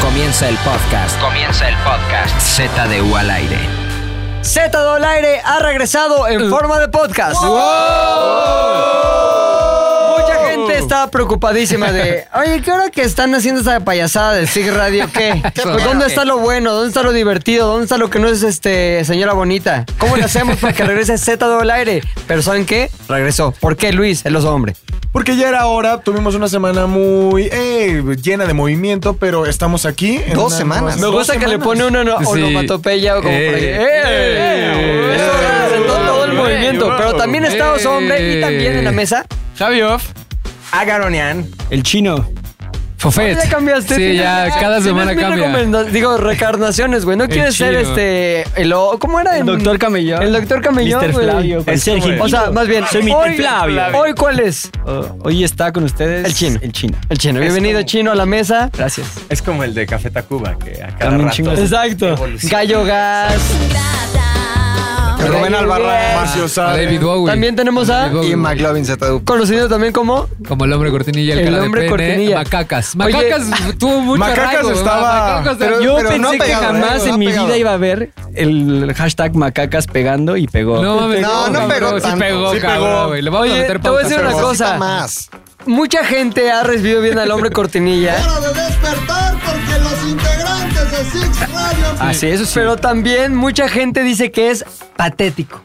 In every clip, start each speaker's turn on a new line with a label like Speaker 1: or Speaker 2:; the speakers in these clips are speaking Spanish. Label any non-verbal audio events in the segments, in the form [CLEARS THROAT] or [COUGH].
Speaker 1: Comienza el podcast. Comienza el podcast. Z de U al aire.
Speaker 2: Z al aire ha regresado
Speaker 3: Uh.
Speaker 2: en forma de podcast.
Speaker 4: ¡Oh!
Speaker 2: Mucha gente está preocupadísima de, oye, ¿qué hora que están haciendo esa payasada del SIG Radio?
Speaker 3: [LAUGHS]
Speaker 2: ¿Qué? Pues, ¿Dónde está lo bueno? ¿Dónde está lo divertido? ¿Dónde está lo que no es este señora bonita? ¿Cómo le hacemos para que regrese Z al aire? Pero ¿saben qué? Regresó. ¿Por qué Luis? Él los hombre.
Speaker 5: Porque ya era hora, tuvimos una semana muy eh, llena de movimiento, pero estamos aquí. en
Speaker 6: Dos
Speaker 5: una-
Speaker 6: semanas.
Speaker 2: Me
Speaker 5: Dos
Speaker 2: gusta que le
Speaker 5: semanas.
Speaker 2: pone una no-
Speaker 3: Sí.
Speaker 2: onomatopeya o como por ahí.
Speaker 3: Eh.
Speaker 2: ¡Eh!
Speaker 3: Eh.
Speaker 2: Eso representó
Speaker 3: Eh.
Speaker 2: todo el
Speaker 3: Eh.
Speaker 2: movimiento. Pero también está Oso Hombre y
Speaker 3: Eh.
Speaker 2: también en la mesa.
Speaker 3: Javi Off.
Speaker 6: Ah,
Speaker 2: Agaronian.
Speaker 7: El chino.
Speaker 3: Fofet.
Speaker 2: Ya cambiaste.
Speaker 3: Sí,
Speaker 2: tienes- [LAUGHS]
Speaker 3: ya
Speaker 2: tienes
Speaker 3: cada semana
Speaker 2: mil
Speaker 3: cambia.
Speaker 2: recomenda- Digo, recarnaciones, güey. No quieres ser
Speaker 3: chino.
Speaker 2: este. El, o- ¿Cómo era?
Speaker 7: El
Speaker 2: En-
Speaker 7: doctor Camellón.
Speaker 2: El doctor Camellón.
Speaker 7: Mr.
Speaker 2: güey.
Speaker 7: Flavio, pues, con
Speaker 2: Es-
Speaker 7: Sergio.
Speaker 2: O sea, más bien.
Speaker 7: Soy Mr.
Speaker 2: hoy,
Speaker 7: Flavio.
Speaker 2: Hoy, ¿cuál es?
Speaker 7: Oh, hoy está con ustedes.
Speaker 2: El chino.
Speaker 7: El chino.
Speaker 2: El chino. Bienvenido, chino, a la mesa.
Speaker 7: Gracias.
Speaker 4: Es como el de Café Tacuba, que a cada
Speaker 7: También
Speaker 4: rato
Speaker 7: chingo.
Speaker 2: Exacto. Gallo Gas.
Speaker 5: Rubén
Speaker 2: Gallo Gas.
Speaker 5: Albarrán,
Speaker 3: A
Speaker 5: Sade.
Speaker 3: David Bowie.
Speaker 2: También tenemos a.
Speaker 3: David Bowie.
Speaker 6: Y McLovin ZDU.
Speaker 2: Conocido también como
Speaker 3: Como el hombre cortinilla, el,
Speaker 2: El
Speaker 3: cara de
Speaker 2: hombre
Speaker 3: pene,
Speaker 2: cortinilla.
Speaker 3: Macacas.
Speaker 2: Oye,
Speaker 3: Macacas tuvo mucho
Speaker 5: Macacas
Speaker 3: arraigo, ¿verdad?
Speaker 5: estaba-
Speaker 3: Macacas
Speaker 6: pero-
Speaker 7: Yo pensé
Speaker 6: no ha
Speaker 7: que
Speaker 6: pegado,
Speaker 7: jamás
Speaker 6: ¿eh? No
Speaker 7: en
Speaker 6: ha
Speaker 7: mi
Speaker 6: pegado.
Speaker 7: vida iba a ver el hashtag macacas pegando y pegó.
Speaker 3: No mames.
Speaker 6: No, no
Speaker 3: cabrón,
Speaker 6: pegó
Speaker 3: sí
Speaker 6: tanto.
Speaker 3: pegó,
Speaker 5: Sí
Speaker 3: cabrón,
Speaker 5: pegó.
Speaker 3: güey. Le vamos
Speaker 2: Oye,
Speaker 3: a meter
Speaker 2: te voy a
Speaker 3: pautas,
Speaker 2: decir una
Speaker 3: pero-
Speaker 2: cosa.
Speaker 6: Cosita más.
Speaker 2: mucha gente ha recibido bien al hombre
Speaker 3: [LAUGHS]
Speaker 2: cortinilla.
Speaker 7: Ah, sí, eso sí.
Speaker 2: Pero también mucha gente dice que es patético.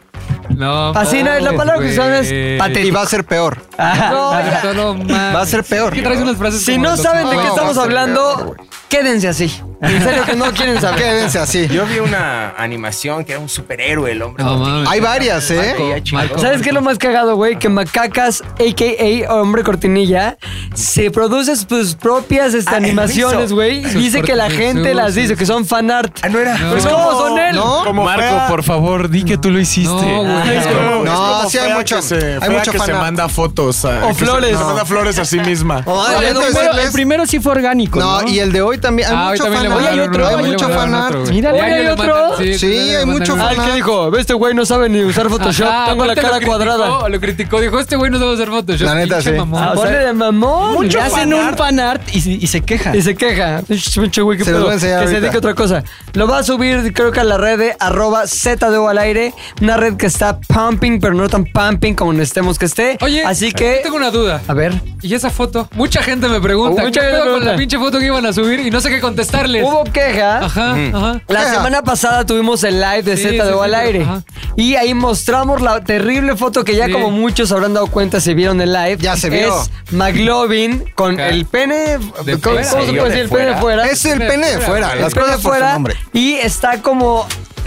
Speaker 3: No.
Speaker 2: Así no es, la
Speaker 3: mames,
Speaker 2: palabra que usan es Ah.
Speaker 3: güey.
Speaker 6: Y va a ser peor.
Speaker 2: No,
Speaker 3: Ay,
Speaker 2: ya.
Speaker 3: no, no mames.
Speaker 6: Va a ser peor.
Speaker 3: ¿Qué traes unas frases
Speaker 2: si
Speaker 3: como
Speaker 2: no
Speaker 3: los
Speaker 2: saben de qué
Speaker 6: No,
Speaker 3: ochentas?
Speaker 2: estamos
Speaker 6: va a ser
Speaker 2: hablando,
Speaker 6: peor, güey.
Speaker 2: quédense así. En serio que [LAUGHS] no
Speaker 3: [LAUGHS]
Speaker 2: quieren saber.
Speaker 6: Quédense así.
Speaker 4: Yo vi una animación que era un superhéroe, el hombre.
Speaker 3: No
Speaker 4: cortinilla.
Speaker 3: mames.
Speaker 6: Hay varias, ¿eh?
Speaker 3: Marco, Marco,
Speaker 2: ¿Sabes qué es lo más cagado, güey? Que Macacas, a.k.a. Hombre Cortinilla, se produce sus propias este,
Speaker 4: Ah, él
Speaker 2: animaciones,
Speaker 4: hizo.
Speaker 2: güey.
Speaker 3: Sus
Speaker 2: Dice que la
Speaker 3: corti-
Speaker 2: gente
Speaker 3: sus-
Speaker 2: las dice, que son fan art.
Speaker 4: Ah, no era.
Speaker 3: No.
Speaker 2: Pues, ¿cómo son él?
Speaker 6: ¿No?
Speaker 5: Como fea-
Speaker 4: favor, di que tú lo hiciste.
Speaker 3: No, güey.
Speaker 7: Ah.
Speaker 5: Es como-
Speaker 6: No,
Speaker 5: es como
Speaker 6: sí hay
Speaker 5: fea
Speaker 6: mucho-
Speaker 5: que se-
Speaker 6: hay
Speaker 5: fea
Speaker 6: mucho
Speaker 5: que se
Speaker 6: fanart.
Speaker 5: manda fotos. a-
Speaker 2: O
Speaker 5: que se-
Speaker 2: flores.
Speaker 5: Se manda flores a sí misma.
Speaker 6: No,
Speaker 7: Ah, el,
Speaker 6: hablando de
Speaker 7: primero,
Speaker 6: decirles-
Speaker 7: el primero sí fue orgánico. No,
Speaker 6: No, y el de hoy también. Hay
Speaker 3: Ah, hoy
Speaker 6: mucho
Speaker 3: también le
Speaker 6: fanart.
Speaker 3: mandaron uno,
Speaker 6: Hay
Speaker 3: hoy le
Speaker 6: mucho
Speaker 3: mandaron
Speaker 6: fanart.
Speaker 3: otro, güey.
Speaker 7: Mírale,
Speaker 3: Ya,
Speaker 2: hay
Speaker 3: ya le
Speaker 2: otro.
Speaker 3: mandaron,
Speaker 6: Sí,
Speaker 3: ya le
Speaker 6: hay
Speaker 3: mandaron
Speaker 6: mucho
Speaker 3: uno.
Speaker 2: Ah, el que dijo, este güey no sabe ni usar Photoshop,
Speaker 3: Ajá,
Speaker 2: tengo la
Speaker 3: aparte
Speaker 2: cara
Speaker 3: lo criticó,
Speaker 2: cuadrada.
Speaker 3: Lo criticó, dijo, este güey no sabe hacer Photoshop.
Speaker 6: La neta,
Speaker 3: pinche
Speaker 6: sí.
Speaker 3: mamón.
Speaker 2: Ah, Ponle de mamón.
Speaker 7: le
Speaker 2: Ya
Speaker 7: hacen un fanart y, se- y se queja.
Speaker 2: Y se queja. Pinche güey, qué
Speaker 6: Se los
Speaker 2: pedo.
Speaker 6: voy
Speaker 2: Que
Speaker 6: a enseñar
Speaker 2: se
Speaker 6: ahorita.
Speaker 2: dedique a otra cosa. Lo va a subir, creo que a la red de arroba ZDU al aire. Una red que está pumping, pero no tan pumping como necesitemos que esté.
Speaker 3: Oye,
Speaker 2: así que.
Speaker 3: yo tengo una duda.
Speaker 2: A ver.
Speaker 3: ¿Y esa foto? Mucha gente me pregunta,
Speaker 2: Uh,
Speaker 3: ¿qué
Speaker 2: mucha gente
Speaker 3: pedo con
Speaker 2: pregunta.
Speaker 3: la pinche foto que iban a subir? Y no sé qué contestarles.
Speaker 2: Hubo queja.
Speaker 3: Ajá,
Speaker 6: Mm.
Speaker 3: ajá.
Speaker 2: La
Speaker 6: Queja.
Speaker 2: semana pasada tuvimos el live de
Speaker 3: Sí,
Speaker 2: ZDU
Speaker 3: sí, sí,
Speaker 2: al
Speaker 3: sí,
Speaker 2: aire.
Speaker 3: ajá.
Speaker 2: Y ahí mostramos la terrible foto que ya
Speaker 3: Sí.
Speaker 2: como muchos habrán dado cuenta si vieron el live.
Speaker 6: Ya se vio.
Speaker 2: Es McLovin con
Speaker 3: Acá.
Speaker 2: el pene... ¿Cómo,
Speaker 3: fuera.
Speaker 2: cómo se
Speaker 4: Sí,
Speaker 2: puede
Speaker 4: de
Speaker 2: decir? El pene
Speaker 4: fuera.
Speaker 2: de fuera.
Speaker 6: Es el pene de fuera.
Speaker 2: El
Speaker 6: Las
Speaker 2: pene
Speaker 6: cosas por su
Speaker 2: fuera
Speaker 6: nombre.
Speaker 2: y está como,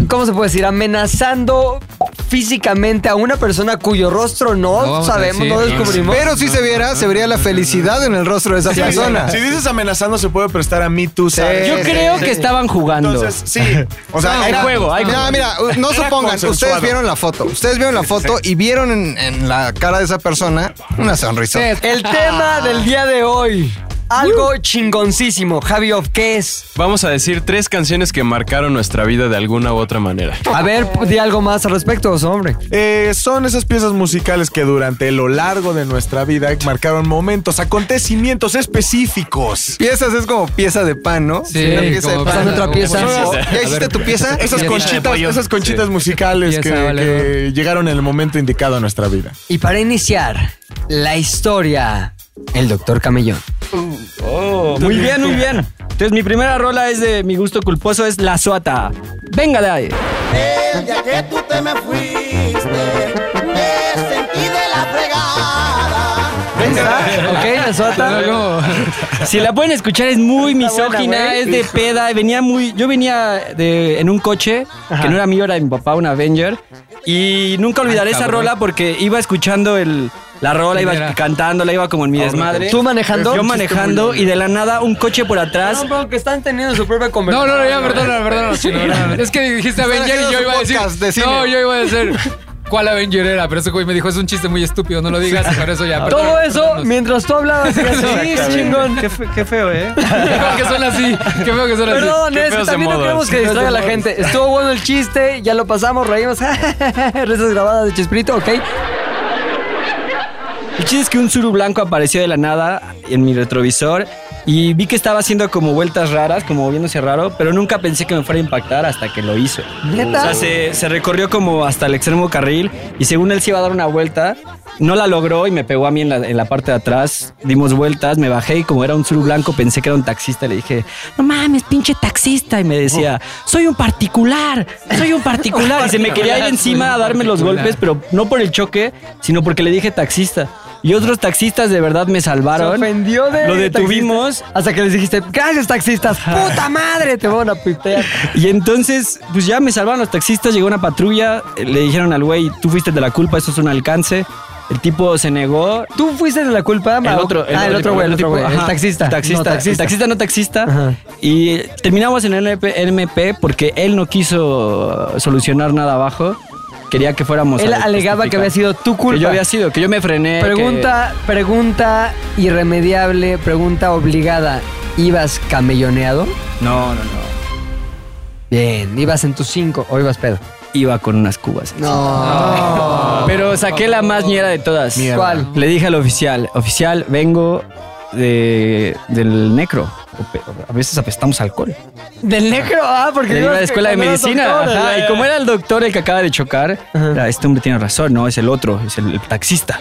Speaker 2: ¿cómo se puede decir? Amenazando físicamente a una persona cuyo rostro
Speaker 3: No
Speaker 2: no,
Speaker 3: vamos a
Speaker 2: sabemos, no
Speaker 3: decir.
Speaker 2: descubrimos.
Speaker 6: Pero si se viera, se vería la felicidad en el rostro de esa persona.
Speaker 5: Si dices amenazando, se puede prestar a mí, tú, Sade.
Speaker 7: Yo
Speaker 6: Sí,
Speaker 7: creo
Speaker 6: sí,
Speaker 7: que
Speaker 6: sí.
Speaker 7: estaban jugando.
Speaker 5: Entonces, sí. O sea,
Speaker 6: [LAUGHS] No,
Speaker 5: era-
Speaker 6: mira, Mira, mira, no
Speaker 5: Era
Speaker 6: supongan, ustedes
Speaker 5: consensuado.
Speaker 6: vieron la foto. Ustedes vieron la foto y vieron en, en la cara de esa persona una sonrisa.
Speaker 3: Sí,
Speaker 2: El
Speaker 6: Ah.
Speaker 2: tema del día de hoy, algo
Speaker 6: Uh.
Speaker 2: chingoncísimo. Javi, Off, ¿qué es?
Speaker 8: Vamos a decir tres canciones que marcaron nuestra vida de alguna u otra manera.
Speaker 2: A ver, di algo más al respecto, oso, hombre.
Speaker 5: Eh, son esas piezas musicales que durante lo largo de nuestra vida marcaron momentos, acontecimientos específicos.
Speaker 6: Piezas es como pieza de pan, ¿no?
Speaker 3: Sí,
Speaker 6: Una pieza de
Speaker 3: como
Speaker 6: pan.
Speaker 2: Pasando otra pieza.
Speaker 6: ¿Ya hiciste tu pieza?
Speaker 5: Esas
Speaker 3: Pieza de
Speaker 5: conchitas,
Speaker 3: pollo.
Speaker 5: esas conchitas musicales
Speaker 3: Pieza,
Speaker 5: que,
Speaker 3: vale,
Speaker 5: que llegaron en el momento indicado a nuestra vida.
Speaker 2: Y para iniciar la historia, el doctor Camellón.
Speaker 7: Muy bien, [LAUGHS] muy bien. Entonces, mi primera rola es de mi gusto culposo, es La Suata. Venga de ahí.
Speaker 9: Ya que tú te me fuiste, me sentí de la fregada.
Speaker 2: ¿Ok? La suata.
Speaker 7: Si la pueden escuchar, es muy
Speaker 2: Está buena,
Speaker 7: misógina,
Speaker 2: güey.
Speaker 7: es de peda. Venía muy. Yo venía de, en un coche que no era mío, era de mi papá, un Avenger. Y nunca
Speaker 2: Ah,
Speaker 7: olvidaré esa
Speaker 3: cabrón.
Speaker 7: rola porque iba escuchando el, la rola, iba
Speaker 3: Mira.
Speaker 7: cantándola, iba como en mi desmadre.
Speaker 2: Ah, ¿Tú manejando?
Speaker 7: Yo manejando y de la nada un coche por atrás.
Speaker 2: No, pero que están teniendo su propia
Speaker 3: No,
Speaker 2: conversación.
Speaker 3: no, no, ya, perdona, perdona. sí, perdona. Es que dijiste Avenger y
Speaker 6: haciendo
Speaker 3: yo
Speaker 6: su
Speaker 3: iba a decir.
Speaker 6: podcast de cine.
Speaker 3: No, yo iba a decir. ¿Cuál Avenger era? Pero ese güey me dijo, es un chiste muy estúpido, no lo digas, por eso
Speaker 6: Ah,
Speaker 3: ya.
Speaker 2: Todo
Speaker 3: perdona,
Speaker 2: eso
Speaker 3: perdónanos.
Speaker 2: mientras tú
Speaker 7: [LAUGHS]
Speaker 2: hablabas. y así, chingón.
Speaker 7: Qué, fe- qué feo, ¿eh?
Speaker 3: Qué feo que son así, qué feo que son
Speaker 2: [LAUGHS]
Speaker 3: así.
Speaker 2: Perdón,
Speaker 8: Qué
Speaker 2: es que
Speaker 8: feos de
Speaker 2: también no
Speaker 8: modos.
Speaker 2: queremos que distraiga a la gente. Estuvo bueno el chiste, ya [LAUGHS] lo pasamos, reímos. Risas grabadas de Chespirito, ok.
Speaker 7: El chiste es que un suru blanco apareció de la nada en mi retrovisor y vi que estaba haciendo como vueltas raras, como moviéndose raro, pero nunca pensé que me fuera a impactar hasta que lo hizo.
Speaker 2: ¿Neta?
Speaker 7: O sea, se, se recorrió como hasta el extremo carril y según él se iba a dar una vuelta, no la logró y me pegó a mí en la, en la parte de atrás. Dimos vueltas, me bajé y como era un sur blanco pensé que era un taxista. Le dije, no mames, pinche taxista. Y me decía, soy un particular, soy un particular. Y se me quería ir
Speaker 3: Soy un
Speaker 7: encima a darme los
Speaker 3: particular.
Speaker 7: golpes, pero no por el choque, sino porque le dije taxista. Y otros taxistas de verdad me
Speaker 2: Se
Speaker 7: salvaron.
Speaker 2: ofendió de.
Speaker 7: Lo
Speaker 2: de
Speaker 7: detuvimos.
Speaker 2: taxista. Hasta que les dijiste, gracias taxistas, puta madre, te van a pitear.
Speaker 7: Y entonces, pues ya me salvaron los taxistas, llegó una patrulla, le dijeron al güey, tú fuiste de la culpa, eso es un alcance. El tipo se negó.
Speaker 2: Tú fuiste de la culpa,
Speaker 7: El
Speaker 2: Mau?
Speaker 7: otro,
Speaker 2: ah, el otro güey, el otro
Speaker 7: tipo,
Speaker 2: güey, el
Speaker 7: ajá,
Speaker 2: taxista.
Speaker 7: taxista,
Speaker 2: No,
Speaker 7: el
Speaker 2: taxista.
Speaker 7: taxista, no taxista.
Speaker 2: Ajá.
Speaker 7: Y terminamos en el NP NMP porque él no quiso solucionar nada abajo. Quería que fuéramos.
Speaker 2: Él
Speaker 7: a- a
Speaker 2: alegaba que
Speaker 7: testificar.
Speaker 2: había sido tu culpa.
Speaker 7: Que yo había sido, que yo me frené.
Speaker 2: Pregunta, pregunta irremediable, pregunta obligada. ¿Ibas camelloneado?
Speaker 7: que- No, no, no.
Speaker 2: Bien, ibas en tus cinco o ibas pedo.
Speaker 7: Iba con unas cubas.
Speaker 2: No.
Speaker 7: Pero saqué la más ñera de todas.
Speaker 2: Mierda. ¿Cuál?
Speaker 7: Le dije al oficial, oficial, vengo de, del necro. O- A veces apestamos alcohol.
Speaker 2: Del negro, ah, porque
Speaker 7: Le
Speaker 2: ibas
Speaker 7: iba a la escuela de
Speaker 2: cuando eras
Speaker 7: medicina.
Speaker 2: doctor,
Speaker 7: ajá,
Speaker 2: ya, ya.
Speaker 7: Y como era el doctor el que acaba de chocar, era, este hombre tiene razón, no, es el otro, es el, el taxista.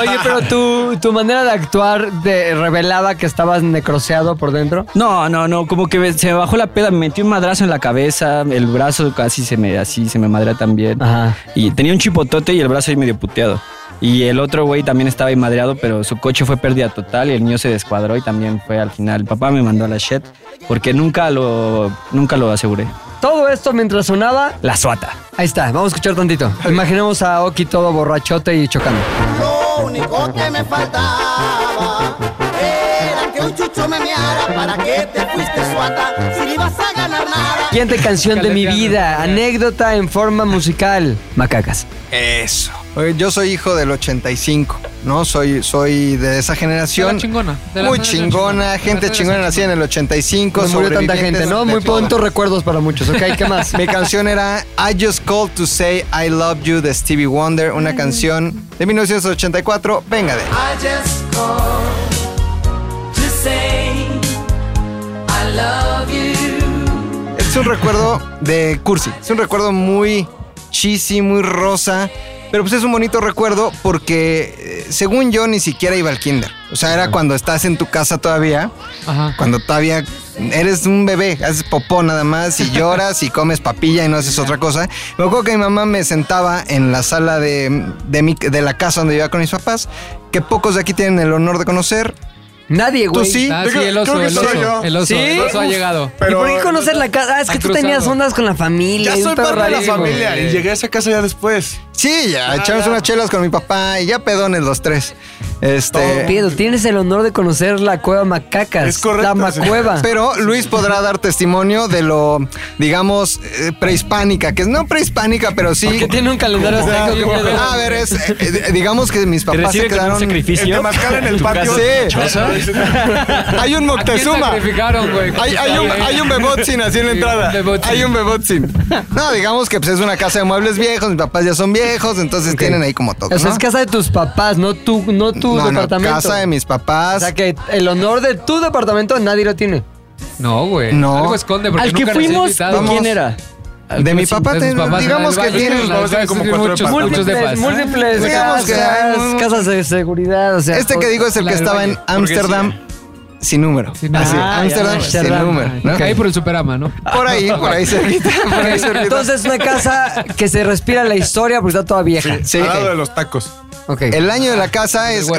Speaker 2: Oye, pero tu, tu manera de actuar te revelaba que estabas necroseado por dentro.
Speaker 7: No, no, no, como que se me bajó la peda, me metí un madrazo en la cabeza, el brazo casi se me, así se me madrea también.
Speaker 2: Ajá.
Speaker 7: Y tenía un chipotote y el brazo ahí medio puteado. Y el otro güey también estaba ahí madreado, pero su coche fue pérdida total y el mío se descuadró y también fue al final. El papá me mandó a la shit porque nunca lo, nunca lo aseguré.
Speaker 2: Todo esto mientras sonaba.
Speaker 7: La suata.
Speaker 2: Ahí está, vamos a escuchar tantito. Imaginemos a Oki todo borrachote y chocando.
Speaker 9: Lo único que me faltaba era que un chucho me meara para que te fuiste suata si no ibas a ganar nada.
Speaker 2: Siguiente canción de mi vida, anécdota en forma musical. Macacas.
Speaker 6: Eso. Oye, Yo soy hijo del 85, ¿no? Soy, soy de esa
Speaker 3: De
Speaker 6: generación.
Speaker 3: la chingona, de la
Speaker 6: Muy
Speaker 3: generación
Speaker 6: chingona,
Speaker 3: chingona.
Speaker 6: gente
Speaker 3: De la
Speaker 6: chingona
Speaker 3: generación
Speaker 6: nacida en el 85.
Speaker 2: No murió tanta
Speaker 6: sobrevivientes
Speaker 2: gente, ¿no?
Speaker 6: de
Speaker 2: Muy
Speaker 6: todo.
Speaker 2: pronto recuerdos para muchos, ¿ok? ¿Qué
Speaker 6: [LAUGHS]
Speaker 2: más?
Speaker 6: Mi canción era I Just Called to Say I Love You de Stevie Wonder, una canción de 1984. Venga de. ahí.
Speaker 10: I just called to say I love you.
Speaker 6: Es un recuerdo de Cursi. Es un recuerdo muy cheesy, muy rosa. Pero pues es un bonito recuerdo porque, eh, según yo, ni siquiera iba al kinder. O sea, era cuando estás en tu casa todavía.
Speaker 3: Ajá.
Speaker 6: Cuando todavía eres un bebé, haces popó nada más y lloras y comes papilla y no haces otra cosa. Me acuerdo que mi mamá me sentaba en la sala de, de mi- de la casa donde vivía con mis papás, que pocos de aquí tienen el honor de conocer.
Speaker 2: Nadie,
Speaker 6: Tú
Speaker 2: güey.
Speaker 6: sí,
Speaker 3: Ah,
Speaker 6: Yo
Speaker 3: sí,
Speaker 6: creo-
Speaker 3: el oso,
Speaker 6: creo que
Speaker 3: el
Speaker 6: soy
Speaker 3: oso.
Speaker 6: yo.
Speaker 3: El oso,
Speaker 2: ¿Sí?
Speaker 3: el oso ha
Speaker 2: Uf.
Speaker 3: llegado.
Speaker 2: ¿Y por qué conocer la casa? Ah, es que
Speaker 3: Ha
Speaker 2: tú tenías
Speaker 3: cruzado.
Speaker 2: ondas con la familia.
Speaker 5: Ya
Speaker 2: y un
Speaker 5: soy
Speaker 2: pedo
Speaker 5: parte de la
Speaker 2: rarísimo.
Speaker 5: familia y llegué a esa casa ya después.
Speaker 6: Sí, ya echamos unas chelas con mi papá y ya pedones los tres. Este,
Speaker 2: Pedro, tienes el honor de conocer la cueva Macacas.
Speaker 5: Es correcto,
Speaker 2: La Macueva.
Speaker 6: Pero Luis podrá dar testimonio de lo, digamos, eh, prehispánica, que es no prehispánica, pero sí.
Speaker 2: Que tiene un calendario azteca, qué pedo.
Speaker 6: A ver, es, eh, eh, digamos que mis papás se
Speaker 7: recibe con un
Speaker 6: quedaron.
Speaker 5: El
Speaker 7: sacrificio.
Speaker 5: temazcal en el patio.
Speaker 6: Sí. [LAUGHS] Hay un
Speaker 3: ¿A quién
Speaker 6: Moctezuma.
Speaker 3: sacrificaron, güey? Pues,
Speaker 6: Hay, hay un, hay un bebotzin así en la
Speaker 3: Sí,
Speaker 6: entrada.
Speaker 3: un bebotzin.
Speaker 6: Hay un bebotzin. No, digamos que pues, es una casa de muebles viejos, mis papás ya son viejos, entonces tienen ahí como todo.
Speaker 2: O sea,
Speaker 6: ¿no?
Speaker 2: es casa de tus papás, no tu, no tu
Speaker 6: No, no,
Speaker 2: departamento.
Speaker 6: casa de mis
Speaker 2: O
Speaker 6: papás.
Speaker 2: sea, que el honor de tu departamento nadie lo tiene.
Speaker 3: No, güey.
Speaker 6: No.
Speaker 3: Algo esconde porque
Speaker 7: Al que
Speaker 3: nunca recibió
Speaker 7: fuimos,
Speaker 3: invitados.
Speaker 7: ¿de quién era?
Speaker 6: de mi papá,
Speaker 3: De sus
Speaker 6: ten-
Speaker 3: Pues, papás,
Speaker 6: digamos
Speaker 3: en el
Speaker 6: que
Speaker 3: baño.
Speaker 6: tienen.
Speaker 5: vamos a ver como
Speaker 3: Sí,
Speaker 5: cuatro
Speaker 3: muchos,
Speaker 5: depas.
Speaker 3: muchos depas.
Speaker 2: múltiples
Speaker 6: Digamos que hay
Speaker 2: casas,
Speaker 6: un-
Speaker 2: casas de seguridad. O sea,
Speaker 6: Este que digo es el
Speaker 3: la
Speaker 6: que
Speaker 3: del
Speaker 6: estaba
Speaker 3: baño,
Speaker 6: en Ámsterdam sin número.
Speaker 3: Sin número.
Speaker 6: Así,
Speaker 2: Ah,
Speaker 6: Ámsterdam
Speaker 2: ya,
Speaker 6: sin
Speaker 2: Ámsterdam.
Speaker 6: número. ¿no?
Speaker 3: Caí por el Superama, ¿no?
Speaker 6: Por ahí, por
Speaker 2: [LAUGHS]
Speaker 6: ahí cerquita, [LAUGHS] por ahí cerquita.
Speaker 2: Entonces, una casa que se respira la historia porque está toda vieja.
Speaker 6: Sí,
Speaker 5: Al lado de los tacos.
Speaker 2: Ok.
Speaker 6: el año de la
Speaker 2: Ah,
Speaker 6: casa es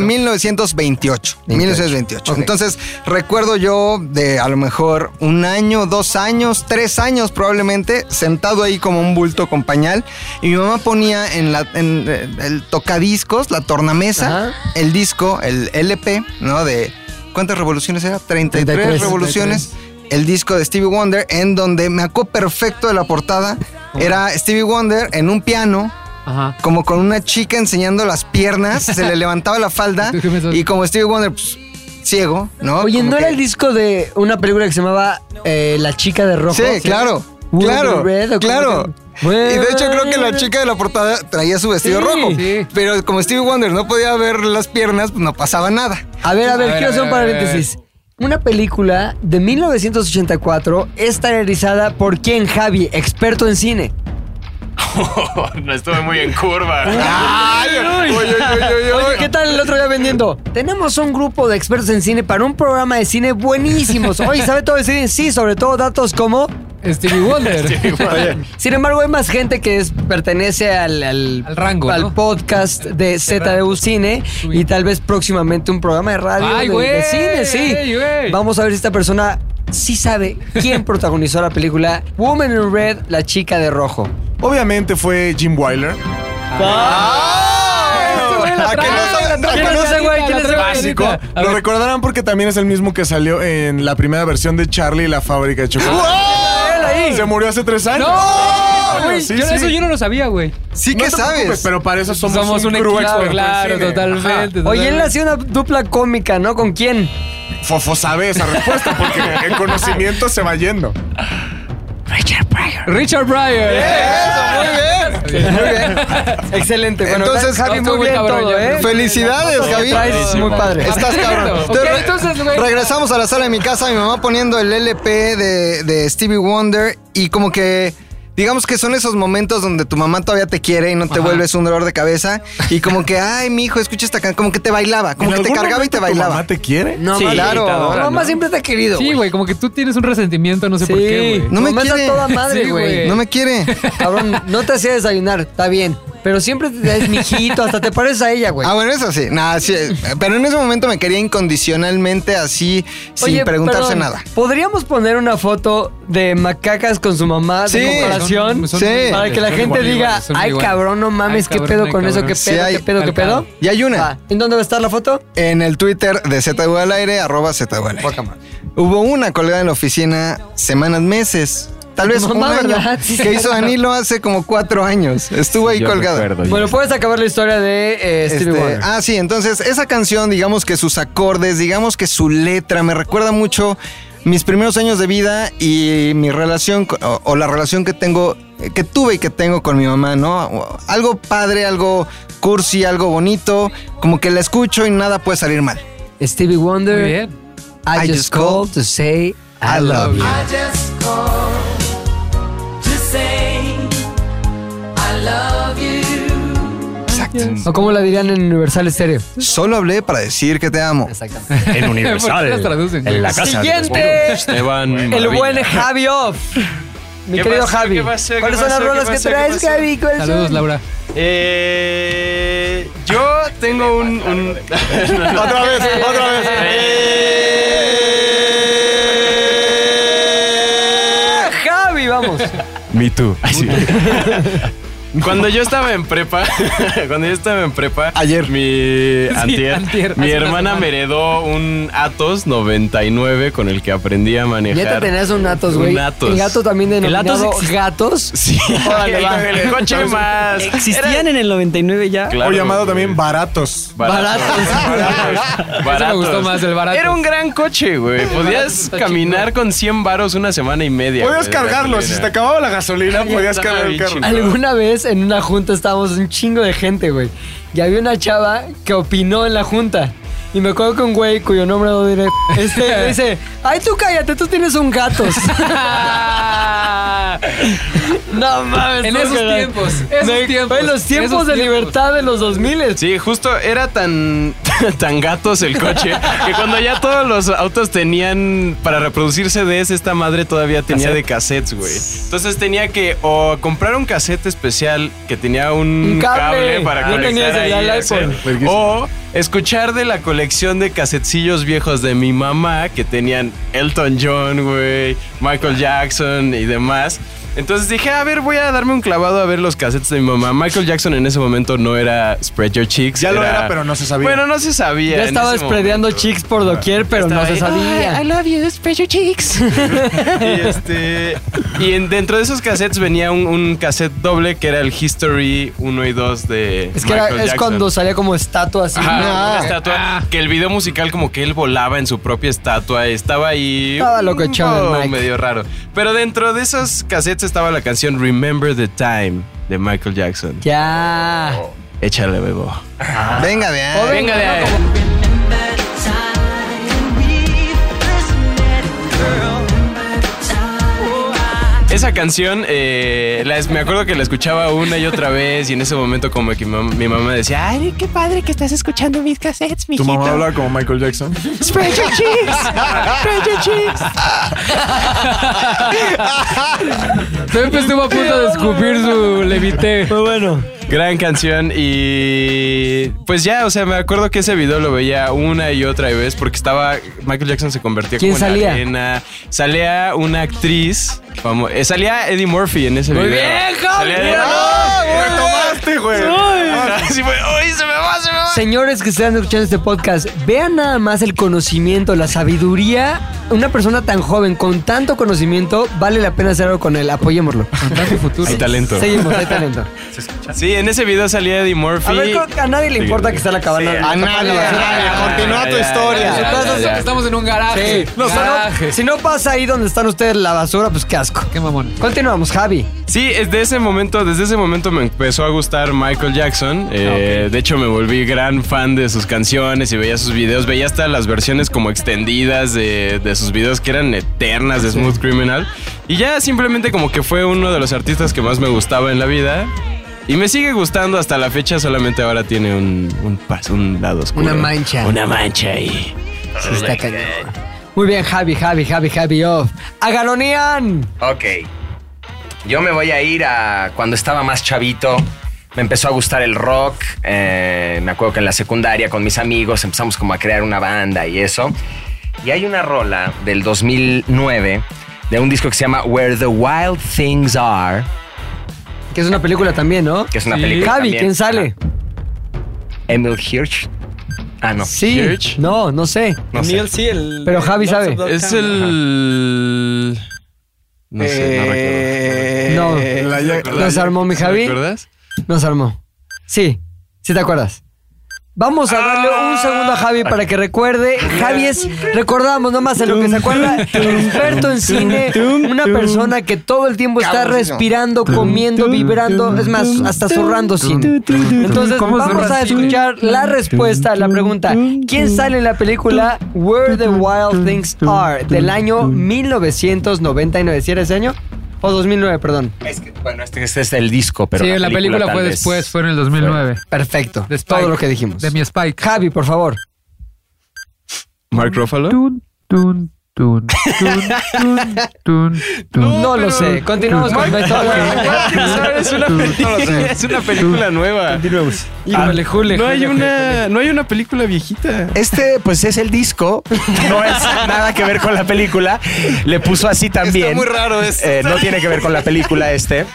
Speaker 6: 1928. 1928. Entonces, recuerdo yo de a lo mejor un año, dos años, tres años probablemente, sentado ahí como un bulto con pañal. Y mi mamá ponía en, la, en eh, el tocadiscos, la tornamesa,
Speaker 2: Ajá.
Speaker 6: el disco, el LP, ¿no? De. ¿Cuántas revoluciones era? 33,
Speaker 2: 33.
Speaker 6: revoluciones. el disco de Stevie Wonder, en donde me acuerdo perfecto de la portada. Era Stevie Wonder en un piano,
Speaker 3: Ajá.
Speaker 6: como con una chica enseñando las piernas, se le levantaba la falda
Speaker 3: ¿Tú qué pensabas?
Speaker 6: y como Stevie Wonder, pues, ciego, ¿no?
Speaker 2: Oye,
Speaker 6: Ah, Como
Speaker 2: ¿no era
Speaker 6: que-
Speaker 2: el disco de una película que se llamaba eh, La chica de rojo?
Speaker 6: Sí, claro,
Speaker 2: Woman
Speaker 6: claro,
Speaker 2: in Red, ¿o cómo
Speaker 6: claro.
Speaker 2: se
Speaker 6: y de hecho creo que la chica de la portada traía su vestido
Speaker 2: Sí,
Speaker 6: rojo.
Speaker 2: sí.
Speaker 6: Pero como Stevie Wonder no podía ver las piernas, pues no pasaba nada.
Speaker 2: A ver, a ver,
Speaker 6: A ver,
Speaker 2: quiero
Speaker 6: a
Speaker 2: hacer un
Speaker 6: ver, a ver,
Speaker 2: paréntesis. Una película de 1984 está realizada por quién, Javi, experto en cine.
Speaker 8: [LAUGHS] no estuve muy en curva.
Speaker 2: ¡Ay!
Speaker 8: uy, uy, uy, uy, uy.
Speaker 2: Oye, ¿qué tal el otro día vendiendo? Tenemos un grupo de expertos en cine para un programa de cine buenísimos. Oye, ¿sabe todo de cine? Sí, sobre todo datos como...
Speaker 3: Stevie Wonder. [LAUGHS] Oye,
Speaker 2: Sin embargo, hay más gente que es- pertenece al, al,
Speaker 3: rango,
Speaker 2: al
Speaker 3: ¿no?
Speaker 2: podcast de ZDU Cine y tal vez próximamente un programa de radio
Speaker 3: Ay,
Speaker 2: de,
Speaker 3: güey,
Speaker 2: de cine, sí.
Speaker 3: ey, güey.
Speaker 2: Vamos a ver si esta persona sí sabe quién protagonizó la película Woman in Red, la chica de rojo.
Speaker 5: Obviamente fue Jim Wyler.
Speaker 6: Ah,
Speaker 3: Ah,
Speaker 6: A que no sabe- a que
Speaker 2: ¿Quién
Speaker 6: no
Speaker 2: es ese
Speaker 6: sabe-
Speaker 2: güey? ¿Quién es ese güey?
Speaker 5: Básico.
Speaker 3: A
Speaker 5: Lo
Speaker 3: ver.
Speaker 5: recordarán porque también es el mismo que salió en la primera versión de Charlie y la fábrica de chocolate.
Speaker 2: Él ahí.
Speaker 5: Se murió hace tres años.
Speaker 3: ¡No!
Speaker 5: Bueno,
Speaker 3: Güey,
Speaker 5: sí,
Speaker 3: yo-
Speaker 5: sí.
Speaker 3: Eso yo no lo sabía, güey.
Speaker 6: Sí
Speaker 5: No
Speaker 6: que
Speaker 5: te preocupes,
Speaker 6: sabes.
Speaker 5: Pero para eso somos,
Speaker 3: Somos un
Speaker 5: crew
Speaker 3: equipo,
Speaker 5: experto en
Speaker 3: claro,
Speaker 5: cine. Ajá.
Speaker 3: totalmente.
Speaker 2: Oye, él
Speaker 3: totalmente.
Speaker 2: hacía una dupla cómica, ¿no? ¿Con quién?
Speaker 5: Fofo sabe esa respuesta
Speaker 6: [LAUGHS]
Speaker 5: porque el conocimiento se va yendo.
Speaker 3: Richard Pryor.
Speaker 6: Eso, muy bien. Muy bien.
Speaker 2: Excelente. Bueno,
Speaker 6: Entonces,
Speaker 2: Javi,
Speaker 3: estuvo
Speaker 2: muy
Speaker 3: muy
Speaker 2: bien
Speaker 3: cabrón,
Speaker 2: todo,
Speaker 3: ya.
Speaker 2: ¿eh?
Speaker 6: Felicidades,
Speaker 2: Lo que
Speaker 6: Javi.
Speaker 2: traes, muy padre.
Speaker 6: Estás cabrón.
Speaker 3: Ok, entonces, güey.
Speaker 6: Regresamos a la sala de mi casa, mi mamá poniendo el LP de, de Stevie Wonder y como que... Digamos que son esos momentos donde tu mamá todavía te quiere y no te vuelves un dolor de cabeza. Y como que, ay, mi hijo, escucha esta canción. Como que te bailaba, como
Speaker 5: ¿En
Speaker 6: que te
Speaker 5: algún
Speaker 6: cargaba y
Speaker 5: momento
Speaker 6: te
Speaker 5: tu
Speaker 6: bailaba.
Speaker 5: mamá te quiere?
Speaker 2: No,
Speaker 7: Sí,
Speaker 2: mamá,
Speaker 6: claro.
Speaker 2: Tu
Speaker 7: ahora,
Speaker 2: mamá
Speaker 7: ¿no?
Speaker 2: siempre te ha querido.
Speaker 3: Sí, güey, como que tú tienes un resentimiento, no sé
Speaker 2: Sí.
Speaker 3: por qué, güey.
Speaker 6: No me
Speaker 2: Tu mamá está
Speaker 6: quiere.
Speaker 2: toda [LAUGHS] madre,
Speaker 3: Sí,
Speaker 2: güey.
Speaker 3: güey.
Speaker 6: No me quiere.
Speaker 2: Cabrón, no te hacía desayunar, está bien. Pero siempre te das mijito, hasta te pareces a ella, güey.
Speaker 6: Ah, bueno, eso sí. Nada, sí, eh, Pero en ese momento me quería incondicionalmente así,
Speaker 2: Oye,
Speaker 6: sin preguntarse
Speaker 2: perdón,
Speaker 6: nada.
Speaker 2: ¿Podríamos poner una foto de macacas con su mamá
Speaker 6: Sí.
Speaker 2: de comparación?
Speaker 6: Son- son- Sí.
Speaker 2: Para que la
Speaker 3: son
Speaker 2: gente
Speaker 3: igual,
Speaker 2: diga,
Speaker 3: igual, son
Speaker 2: ay,
Speaker 3: igual.
Speaker 2: cabrón, no mames,
Speaker 3: Ay,
Speaker 2: ¿qué
Speaker 3: cabrón,
Speaker 2: pedo
Speaker 3: ay,
Speaker 2: con eso? ¿Qué
Speaker 3: cabrón.
Speaker 6: Sí,
Speaker 2: pedo?
Speaker 6: hay-
Speaker 2: ¿Qué pedo? ¿Qué
Speaker 3: al
Speaker 2: pedo?
Speaker 3: cabo.
Speaker 6: Y hay una.
Speaker 2: Va, ¿En dónde va a estar la foto?
Speaker 6: En el Twitter de ZDU al aire, arroba ZDU al aire. Hubo una colgada en la oficina semanas, meses. Tal vez
Speaker 2: Tu
Speaker 6: un
Speaker 2: mamá,
Speaker 6: año,
Speaker 2: ¿verdad? Sí.
Speaker 6: [LAUGHS] que hizo Danilo hace como cuatro años. Estuvo ahí
Speaker 8: Yo
Speaker 6: colgada.
Speaker 8: recuerdo, yo
Speaker 2: Bueno, puedes acabar la historia de eh, Stevie
Speaker 6: Este,
Speaker 2: Wonder.
Speaker 6: ah, sí, entonces esa canción, digamos que sus acordes, digamos que su letra, me recuerda mucho mis primeros años de vida y mi relación co- o, o la relación que tengo, eh, que tuve y que tengo con mi mamá, ¿no? O- Algo padre, algo cursi, algo bonito, como que la escucho y nada puede salir mal.
Speaker 2: Stevie Wonder,
Speaker 3: Muy bien.
Speaker 2: I, just called to say I love you.
Speaker 10: I just called to say I love you.
Speaker 6: Exacto.
Speaker 2: ¿O cómo la dirían en Universal Stereo?
Speaker 6: Solo hablé para decir que te amo.
Speaker 2: Exactamente.
Speaker 8: En
Speaker 3: ¿Por [LAUGHS] qué las traducen, güey?
Speaker 2: Siguiente.
Speaker 8: Esteban.
Speaker 2: El
Speaker 8: Maravilla.
Speaker 2: buen Javi Off. Mi
Speaker 4: ¿Qué
Speaker 2: querido
Speaker 4: pasó?
Speaker 2: Javi.
Speaker 4: ¿Qué pasó? ¿Qué
Speaker 2: ¿Cuáles son las
Speaker 4: pasó?
Speaker 2: rolas
Speaker 4: ¿Qué
Speaker 2: que
Speaker 4: pasó?
Speaker 2: traes,
Speaker 4: ¿Qué pasó?
Speaker 2: Javi? ¿Cuáles
Speaker 3: Saludos,
Speaker 2: son?
Speaker 3: Laura.
Speaker 4: Eh, yo tengo un. un-
Speaker 5: Otra vez, otra vez.
Speaker 2: ¡Ah, Javi,
Speaker 3: [LAUGHS]
Speaker 2: vamos.
Speaker 8: Me too. Ay, sí. Cuando yo estaba en prepa, [LAUGHS] cuando yo estaba en prepa, ayer mi antier,
Speaker 3: antier,
Speaker 8: mi
Speaker 3: hace una
Speaker 8: hermana
Speaker 3: semana.
Speaker 8: me heredó un Atos 99 con el que aprendí a manejar.
Speaker 2: Ya te tenías un Atos, güey.
Speaker 8: Un Atos.
Speaker 2: El gato también denominado
Speaker 7: Atos ex-
Speaker 2: gatos.
Speaker 8: Sí.
Speaker 2: Órale, va.
Speaker 8: el, el coche más
Speaker 7: ¿Existían en el 99 ya?
Speaker 8: Claro,
Speaker 5: o llamado
Speaker 8: güey.
Speaker 5: también Baratos.
Speaker 8: Baratos.
Speaker 3: Ese me gustó
Speaker 8: Baratos.
Speaker 3: más, el barato.
Speaker 8: Era un gran
Speaker 5: [LAUGHS]
Speaker 8: coche, güey.
Speaker 3: baratos
Speaker 8: Podías
Speaker 3: está
Speaker 8: caminar con 100 varos una semana y media.
Speaker 5: Podías
Speaker 8: güey, de
Speaker 5: cargarlo. Si se te
Speaker 8: gasolina.
Speaker 5: acababa la gasolina, podías
Speaker 8: está
Speaker 5: cargar el
Speaker 8: bien
Speaker 5: carro.
Speaker 8: chingón.
Speaker 2: Alguna vez en una junta estábamos un chingo de gente, güey. Y había una chava que opinó en la junta. Y me acuerdo que un güey cuyo nombre no diré. Este me dice: Ay, tú cállate, tú tienes un gatos. no mames,
Speaker 3: En
Speaker 2: no,
Speaker 3: esos
Speaker 2: caray.
Speaker 3: tiempos, esos
Speaker 2: Me-
Speaker 3: tiempos,
Speaker 2: En los tiempos
Speaker 3: esos
Speaker 2: de
Speaker 3: tiempos.
Speaker 2: libertad de los 2000
Speaker 8: Sí, justo era tan, [LAUGHS] tan gatos el coche que cuando ya todos los autos tenían para reproducir CDs, esta madre todavía tenía de cassettes, güey. Entonces tenía que o comprar un cassette especial que tenía un,
Speaker 2: Un cable.
Speaker 8: cable. para
Speaker 2: Yo tenía
Speaker 8: conectar
Speaker 2: ese,
Speaker 8: ahí,
Speaker 2: ya el
Speaker 8: o
Speaker 2: iPhone.
Speaker 8: sea, o escuchar de la colección de casetcillos viejos de mi mamá que tenían Elton John, güey, Michael Jackson y demás. Entonces dije, a ver, voy a darme un clavado a ver los cassettes de mi mamá. Michael Jackson en ese momento no era Spread Your Cheeks.
Speaker 5: Ya lo era, pero no se sabía.
Speaker 8: Bueno, no se sabía.
Speaker 2: Ya
Speaker 8: en
Speaker 2: estaba
Speaker 8: ese
Speaker 2: spreadeando
Speaker 8: momento.
Speaker 2: chicks por doquier, pero no
Speaker 8: Estaba
Speaker 2: se
Speaker 8: ahí,
Speaker 2: sabía.
Speaker 8: Y, este, y en- dentro de esos cassettes venía un, un cassette doble que era el History 1 y 2 de.
Speaker 2: es que era-
Speaker 8: Michael
Speaker 2: es
Speaker 8: Jackson.
Speaker 2: cuando salía como estatua así.
Speaker 8: Ajá,
Speaker 2: Ah.
Speaker 8: una estatua. Que el video musical como que él volaba en su propia estatua. Estaba ahí...
Speaker 2: Estaba locochón el
Speaker 8: oh,
Speaker 2: Mike.
Speaker 8: medio raro. Pero dentro de esos cassettes cassettes estaba la canción Remember the Time de Michael Jackson.
Speaker 2: Ya.
Speaker 8: Échale, bebo.
Speaker 6: Venga de ahí.
Speaker 3: Venga de ahí.
Speaker 8: Esa canción, eh, la es- me acuerdo que la escuchaba una y otra vez y en ese momento como que mi, mam- mi mamá decía, ay, qué padre que estás escuchando mis cassettes,
Speaker 5: ¿Tu
Speaker 8: mijito.
Speaker 5: mamá hablaba como Michael Jackson?
Speaker 8: Spread your cheeks, spread your cheeks.
Speaker 3: Pepe estuvo a punto de escupir su levité.
Speaker 2: Muy bueno.
Speaker 8: Gran canción y pues ya, o sea, me acuerdo que ese video lo veía una y otra vez porque estaba Michael Jackson se convertía
Speaker 2: ¿Quién
Speaker 8: como en
Speaker 2: salía?
Speaker 8: arena. Salía una actriz, famo- eh, salía Eddie Murphy en ese
Speaker 3: Muy
Speaker 8: video.
Speaker 3: bien, Javi,
Speaker 8: Salía Eddie
Speaker 3: míralo.
Speaker 8: Murphy.
Speaker 5: tomaste, Ah, güey!
Speaker 8: [LAUGHS] Así fue, "Uy, se me va, se me va."
Speaker 2: Señores que están escuchando este podcast, vean nada más el conocimiento, la sabiduría. Una persona tan joven con tanto conocimiento, vale la pena hacer algo con él. Apoyémoslo.
Speaker 3: Contacto futuro.
Speaker 8: Hay talento.
Speaker 2: Seguimos, hay talento.
Speaker 8: Sí, en ese video salía Eddie Murphy.
Speaker 2: A ver, creo que a nadie le importa que está la cabana.
Speaker 3: Ah,
Speaker 6: A nadie, a nadie. Continúa tu historia.
Speaker 3: En su casa
Speaker 8: Ya, ya, ya.
Speaker 3: estamos en un garaje.
Speaker 2: No, o sea, no-
Speaker 3: Garaje.
Speaker 2: si no pasa ahí donde están ustedes la basura, pues qué asco.
Speaker 3: Qué mamón.
Speaker 2: Continuamos, Javi.
Speaker 8: Sí, es de ese momento, desde ese momento me empezó a gustar Michael Jackson.
Speaker 2: Ah,
Speaker 8: Eh, De hecho, me volví gran fan de sus canciones y veía sus videos. Veía hasta las versiones como extendidas de, de sus videos que eran eternas de Smooth Criminal. Y ya simplemente como que fue uno de los artistas que más me gustaba en la vida. Y me sigue gustando hasta la fecha, solamente ahora tiene un, un, pas- un lado oscuro.
Speaker 2: Una mancha.
Speaker 8: Una mancha ahí.
Speaker 2: Sí, está cañón. Muy bien, Javi, Javi, Javi, Javi, off. ¡Agaronian!
Speaker 1: Ok. Yo me voy a ir a cuando estaba más chavito. Me empezó a gustar el rock. eh, me acuerdo que en la secundaria con mis amigos empezamos como a crear una banda y eso. Y hay una rola del 2009 de un disco que se llama Where the Wild Things Are,
Speaker 2: Que es una película también, ¿no?
Speaker 1: que es una
Speaker 3: Sí.
Speaker 1: película.
Speaker 2: Javi,
Speaker 1: también. Ah.
Speaker 2: ¿quién sale?
Speaker 1: Emil Hirsch. Ah, no.
Speaker 2: Sí.
Speaker 8: Church.
Speaker 2: No, no sé.
Speaker 1: No sé.
Speaker 7: Neil, sí, el-
Speaker 2: Pero Javi
Speaker 7: Lots of
Speaker 2: sabe.
Speaker 7: Dog
Speaker 8: Es
Speaker 7: Town.
Speaker 8: el... No sé, no recuerdo.
Speaker 2: No,
Speaker 7: Eh,
Speaker 2: nos armó mi
Speaker 8: ¿Te
Speaker 2: Javi.
Speaker 8: acuerdas?
Speaker 2: Nos armó. Sí, sí te acuerdas. Vamos a darle un segundo a Javi para que recuerde. Javi es, recordamos nomás en lo que se acuerda, experto en cine, una persona que todo el tiempo está
Speaker 6: Cabrón.
Speaker 2: respirando, comiendo, vibrando, es más, hasta zurrando cine. Entonces vamos a escuchar la respuesta a la pregunta, ¿quién sale en la película Where the Wild Things Are del año 1999? ¿Sí era ese año? O 2009, perdón.
Speaker 1: Es que, bueno, este, este es el disco, pero.
Speaker 3: sí, la película,
Speaker 1: tal
Speaker 3: fue
Speaker 1: vez-
Speaker 3: después, fue en el 2009. [LAUGHS]
Speaker 2: Perfecto.
Speaker 3: De Spike.
Speaker 2: Todo lo que dijimos.
Speaker 3: De mi Spike.
Speaker 2: Javi, por favor.
Speaker 8: Mark Ruffalo.
Speaker 3: Tun, tun, tun, tun, tun, tun, tun.
Speaker 2: No lo sé. Continuamos con Beto. [LAUGHS]
Speaker 8: Es una, película, es una película nueva.
Speaker 3: Híjole, jule,
Speaker 8: No hay
Speaker 3: jule,
Speaker 8: una, no hay una película viejita.
Speaker 1: Este, pues es el disco. No
Speaker 6: [LAUGHS]
Speaker 1: es nada que ver con la película. Le puso así también.
Speaker 6: muy raro esto.
Speaker 1: Eh, no tiene que ver con la película este.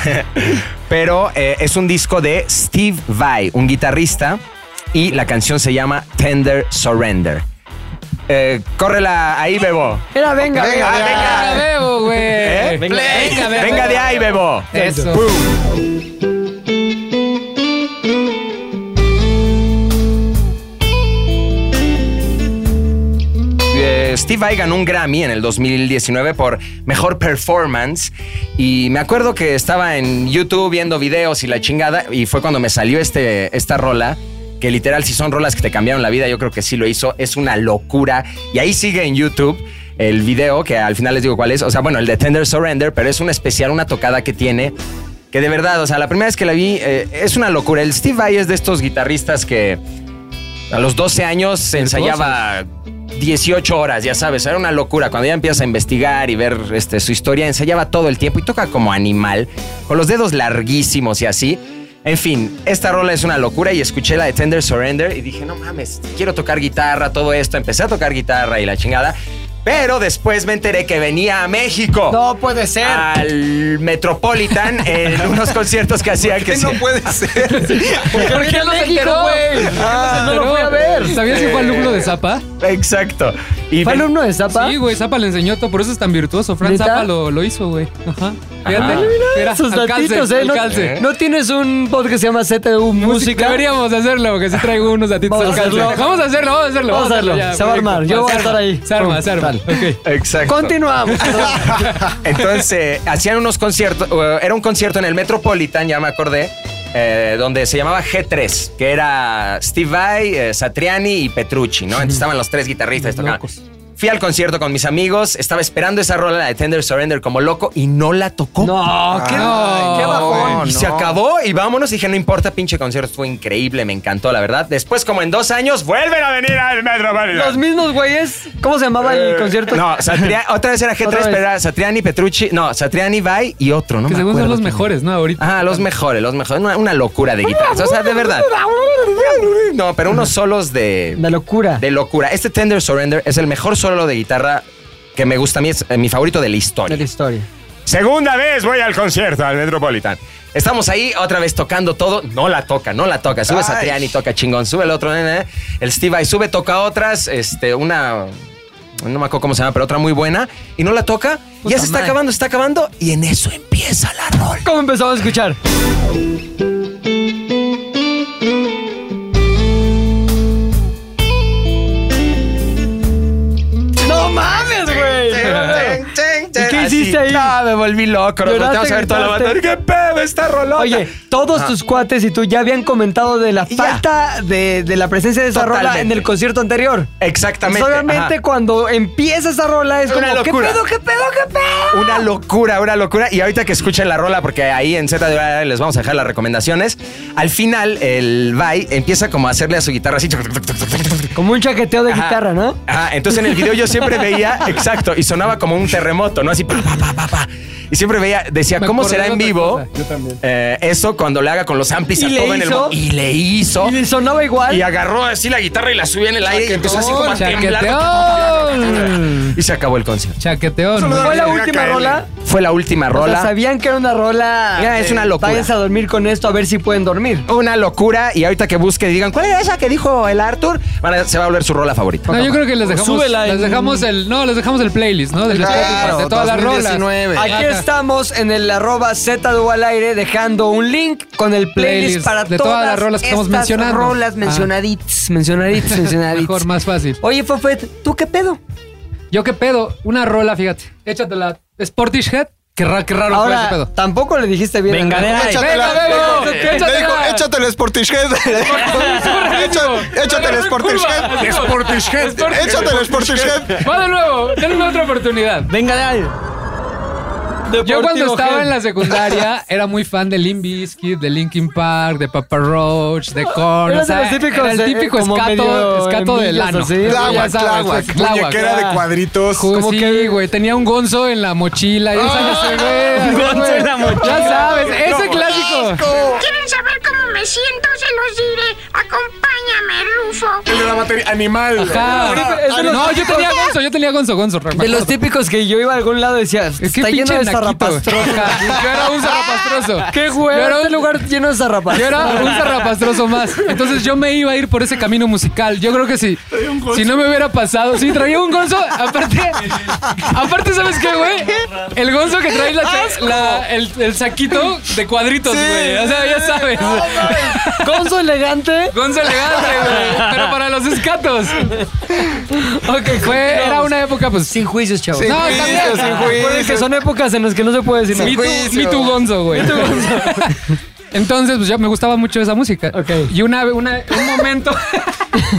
Speaker 1: [LAUGHS] Pero eh, es un disco de Steve Vai, un guitarrista. Y la canción se llama Tender Surrender. Eh, córrela ahí, Bebo.
Speaker 2: Era, venga, venga.
Speaker 1: Ah,
Speaker 3: La
Speaker 1: venga.
Speaker 3: veo, güey.
Speaker 1: ¿Eh?
Speaker 3: Venga, venga, venga.
Speaker 1: Venga de ahí, Bebo.
Speaker 3: Eso.
Speaker 1: Eh, Steve Vai ganó un Grammy en el 2019 por Mejor Performance y me acuerdo que estaba en YouTube viendo videos y la chingada y fue cuando me salió este, esta rola que literal si son rolas que te cambiaron la vida yo creo que sí lo hizo, es una locura y ahí sigue en YouTube el video que al final les digo cuál es, o sea bueno el de Tender Surrender pero es un especial, una tocada que tiene que de verdad, o sea la primera vez que la vi eh, es una locura, el Steve Vai es de estos guitarristas que... A los 12 años se ensayaba 18 horas, ya sabes, era una locura. Cuando ya empiezas a investigar y ver este, su historia, ensayaba todo el tiempo y toca como animal, con los dedos larguísimos y así. En fin, esta rola es una locura y escuché la de Tender Surrender y dije, no mames, quiero tocar guitarra, todo esto. Empecé a tocar guitarra y la chingada, pero después me enteré que venía a México.
Speaker 2: No puede ser.
Speaker 8: Ah.
Speaker 1: Al Metropolitan
Speaker 3: [LAUGHS]
Speaker 1: en unos conciertos que hacía que
Speaker 6: No
Speaker 1: se-
Speaker 6: puede ser.
Speaker 3: ¿Por qué no se enteró, güey?
Speaker 2: no lo fui a ver.
Speaker 3: Ah, ¿Sabías que fue alumno de Zapa?
Speaker 1: Exacto. Y
Speaker 2: ¿Fue
Speaker 1: ven-
Speaker 2: alumno de Zapa?
Speaker 3: Sí, güey, Zapa le enseñó todo, por eso es tan virtuoso. Fran
Speaker 2: ¿Neta?
Speaker 3: Zapa lo, lo hizo, güey. Ajá. Fíjate,
Speaker 2: Ajá.
Speaker 3: Ah, mira,
Speaker 2: Sus
Speaker 3: alcance,
Speaker 2: datitos, ¿eh? No,
Speaker 3: alcance.
Speaker 2: no tienes un podcast que se llama ZDU Música.
Speaker 3: Deberíamos hacerlo, que sí traigo unos datitos
Speaker 2: Vamos a
Speaker 3: al calce.
Speaker 2: hacerlo.
Speaker 3: Vamos a hacerlo, vamos a hacerlo.
Speaker 2: Vamos a hacerlo.
Speaker 3: ya,
Speaker 2: Se va a
Speaker 3: perfecto.
Speaker 2: armar, yo voy a
Speaker 3: Se
Speaker 2: estar
Speaker 3: arma,
Speaker 2: ahí.
Speaker 3: Se arma, se arma.
Speaker 2: Tal.
Speaker 3: Ok.
Speaker 1: Exacto.
Speaker 2: [LAUGHS] Continuamos.
Speaker 1: Entonces, eh, hacían unos conciertos, eh, era un concierto en el Metropolitan, ya me acordé, eh, donde se llamaba G3, que era Steve Vai, eh, Satriani y Petrucci, ¿no? Entonces estaban los tres guitarristas y tocaban. Fui al concierto con mis amigos, estaba esperando esa rola, la de Tender Surrender, como loco, y no la tocó.
Speaker 3: [LAUGHS] No,
Speaker 2: Ah,
Speaker 3: qué,
Speaker 6: Ay,
Speaker 3: qué
Speaker 6: no,
Speaker 3: bajón.
Speaker 6: güey.
Speaker 1: Y se
Speaker 6: no.
Speaker 1: acabó y vámonos. Dije, no importa, pinche concierto, fue increíble, me encantó, la verdad. Después, como en dos años, vuelven a venir al
Speaker 2: Los
Speaker 1: Metropolitan.
Speaker 2: mismos güeyes. ¿Cómo se llamaba
Speaker 3: Eh,
Speaker 2: el concierto?
Speaker 1: No,
Speaker 2: [LAUGHS]
Speaker 1: Satria- otra vez era G3,
Speaker 2: Otra vez.
Speaker 1: pero era Satriani, Petrucci, no, Satriani, Vai y otro, ¿no?
Speaker 3: Que
Speaker 1: me
Speaker 3: según son
Speaker 1: acuerdo
Speaker 3: los
Speaker 1: quién era.
Speaker 3: mejores, ¿no? Ahorita.
Speaker 1: Ah, los mejores, los mejores. Una, una locura de guitarras. O sea, de verdad. No, pero unos solos de,
Speaker 2: La locura.
Speaker 1: de locura. Este Tender Surrender es el mejor solo de guitarra que me gusta a mí. Es eh, mi favorito de la historia.
Speaker 2: De la historia.
Speaker 1: Segunda vez voy al concierto, al Metropolitan. Estamos ahí otra vez tocando todo. No la toca, no la toca. Sube Satriani, toca chingón. Sube el otro, nene. El Steve Vai sube, toca otras. Este, una. No me acuerdo cómo se llama, pero otra muy buena. Y no la toca. ya se está
Speaker 2: madre.
Speaker 1: acabando, se está acabando. Y en eso empieza la rola.
Speaker 2: ¿Cómo empezamos a escuchar? ¡No mames, Pues, güey! ¿Y qué hiciste ahí?
Speaker 1: No, me volví loco. Nos
Speaker 2: Lloraste,
Speaker 1: volteamos a ver toda la banda.
Speaker 2: gritaste.
Speaker 1: ¡Qué pedo esta rolota!
Speaker 2: Oye, todos
Speaker 1: Ah.
Speaker 2: tus cuates y tú ya habían comentado de la
Speaker 1: Ya.
Speaker 2: falta de, de la presencia de esa rola en
Speaker 1: Totalmente.
Speaker 2: el concierto anterior.
Speaker 1: Exactamente.
Speaker 2: Pues obviamente
Speaker 1: ajá.
Speaker 2: cuando empieza esa rola es
Speaker 1: Una
Speaker 2: como, ¿qué
Speaker 1: locura.
Speaker 2: pedo, qué pedo, qué pedo?
Speaker 1: Una locura, una locura. Y ahorita que escuchen la rola, porque ahí en Z les vamos a dejar las recomendaciones. Al final, el Vai empieza como a hacerle a su guitarra así.
Speaker 2: Como un chaqueteo de
Speaker 1: Ajá.
Speaker 2: guitarra, ¿no?
Speaker 1: Ajá, entonces en el video yo siempre veía, exacto, y sonaba como un terremoto, ¿no? Así, pa, pa, pa, pa, pa. Y siempre veía, decía,
Speaker 3: Me
Speaker 1: ¿cómo
Speaker 3: acordé
Speaker 1: será
Speaker 3: de
Speaker 1: en
Speaker 3: otra
Speaker 1: vivo
Speaker 3: cosa.
Speaker 1: eh, eso cuando le haga con los amplis
Speaker 2: ¿Y
Speaker 1: a
Speaker 2: le
Speaker 1: todo en el
Speaker 2: hizo?
Speaker 1: mo- Y le hizo.
Speaker 2: Y sonaba igual.
Speaker 1: Y agarró así la guitarra y la subió en el aire y empezó así como a temblar.
Speaker 3: Chaqueteón.
Speaker 1: Y se acabó el concierto.
Speaker 3: Chaqueteón.
Speaker 2: ¿Fue la última rola?
Speaker 1: Fue la última
Speaker 2: O sea,
Speaker 1: rola.
Speaker 2: sabían que era una rola.
Speaker 1: Ya, es
Speaker 2: de,
Speaker 1: una locura.
Speaker 2: Váyanse a dormir con esto a ver si pueden dormir.
Speaker 1: Una locura. Y ahorita que busquen y digan, ¿cuál era esa que dijo el Arthur? Van a- se va a volver su rola favorita.
Speaker 3: No, yo creo que les dejamos,
Speaker 7: Súbela en-
Speaker 3: les dejamos el, no, les dejamos el playlist, ¿no? Del Spotify, de todas las rolas.
Speaker 6: 2019.
Speaker 2: Aquí
Speaker 3: Ajá.
Speaker 2: estamos en el arroba ZDU al aire dejando un link con el playlist,
Speaker 3: Playlist
Speaker 2: para
Speaker 3: de
Speaker 2: todas,
Speaker 3: todas las rolas que estamos
Speaker 2: estas
Speaker 3: mencionando.
Speaker 2: rolas
Speaker 3: Ah.
Speaker 2: mencionaditas, mencionaditas, mencionaditas.
Speaker 3: [LAUGHS] Mejor, más fácil.
Speaker 2: Oye, Fofet, ¿tú qué pedo?
Speaker 3: Yo qué pedo, una rola, fíjate. Échatela. Sportish Head. Qué, ra- qué raro fue
Speaker 2: Ahora,
Speaker 3: ese pedo.
Speaker 2: tampoco le dijiste bien.
Speaker 7: Vengadera.
Speaker 2: Venga,
Speaker 6: Échatela.
Speaker 3: Venga, venga,
Speaker 6: Le
Speaker 3: venga,
Speaker 6: dijo,
Speaker 3: échatela.
Speaker 6: le dijo, échate el
Speaker 3: [LAUGHS]
Speaker 6: Sportish Head. Écha- Échate el Sportish Head.
Speaker 3: Sportish Head.
Speaker 6: Échate el Sportish Head.
Speaker 3: Va de nuevo, denme otra oportunidad.
Speaker 7: Venga de ahí.
Speaker 3: Yo cuando
Speaker 7: Deportivo
Speaker 3: estaba
Speaker 7: Head.
Speaker 3: en la secundaria era muy fan de Limp Bizkit, de Linkin Park, de Papa Roach, de Korn.
Speaker 2: Eras
Speaker 3: o sea,
Speaker 2: de los típicos,
Speaker 3: era el
Speaker 2: eh,
Speaker 3: típico
Speaker 2: como medio
Speaker 3: escato, escato de
Speaker 2: envidios,
Speaker 3: lano.
Speaker 2: así.
Speaker 3: Sí, ya
Speaker 5: Tláhuac,
Speaker 3: sabes,
Speaker 5: tláhuac,
Speaker 3: es tláhuac.
Speaker 5: Muñequera de
Speaker 3: Ah.
Speaker 5: cuadritos.
Speaker 3: Ju-
Speaker 2: Como
Speaker 3: sí,
Speaker 2: que- Ah,
Speaker 3: güey, tenía un gonzo en la mochila. y esa no se ve,
Speaker 7: Un
Speaker 3: güey.
Speaker 7: gonzo en la mochila.
Speaker 3: Ya sabes, ese clásico.
Speaker 11: ¿Quieren saber cómo me siento? Se los diré. Acompáñame, Rufo.
Speaker 5: El de la materia animal.
Speaker 3: Ajá.
Speaker 2: Es de los
Speaker 3: No, yo tenía gonzo, yo tenía gonzo, gonzo.
Speaker 2: De los típicos que yo iba a algún lado y decía,
Speaker 3: Es que
Speaker 2: está lleno
Speaker 3: pinche
Speaker 2: de
Speaker 3: naquito.
Speaker 2: zarrapastrosa.
Speaker 3: [LAUGHS] Yo era
Speaker 2: [LAUGHS]
Speaker 3: un zarrapastroso.
Speaker 2: Qué
Speaker 3: Yo
Speaker 2: huevo,
Speaker 3: era
Speaker 2: este
Speaker 3: un-
Speaker 2: lugar lleno de zarrapastrosa.
Speaker 3: Yo era un zarrapastroso más. Entonces yo me iba a ir por ese camino musical. Yo creo que si, si no me hubiera pasado. Sí, traía un gonzo. Aparte, aparte ¿sabes qué, güey? El gonzo que trae la, cha- la- el, el saquito de cuadritos, güey. O sea, ya sabes.
Speaker 2: Gonzo elegante.
Speaker 3: Gonzo elegante, güey. Pero para los escatos. Ok, fue, era una época, pues.
Speaker 2: Sin juicios, chavos.
Speaker 6: Sin
Speaker 3: No, también.
Speaker 6: juicio, sin
Speaker 2: Acuérdense que
Speaker 6: juicio.
Speaker 2: son épocas en las que no se puede decir
Speaker 3: Mi
Speaker 2: nada.
Speaker 3: tu,
Speaker 6: juicio.
Speaker 3: mi tu gonzo, güey. [LAUGHS] Entonces, pues ya me gustaba mucho esa música.
Speaker 2: Ok.
Speaker 3: Y una, ve- una un momento. [LAUGHS]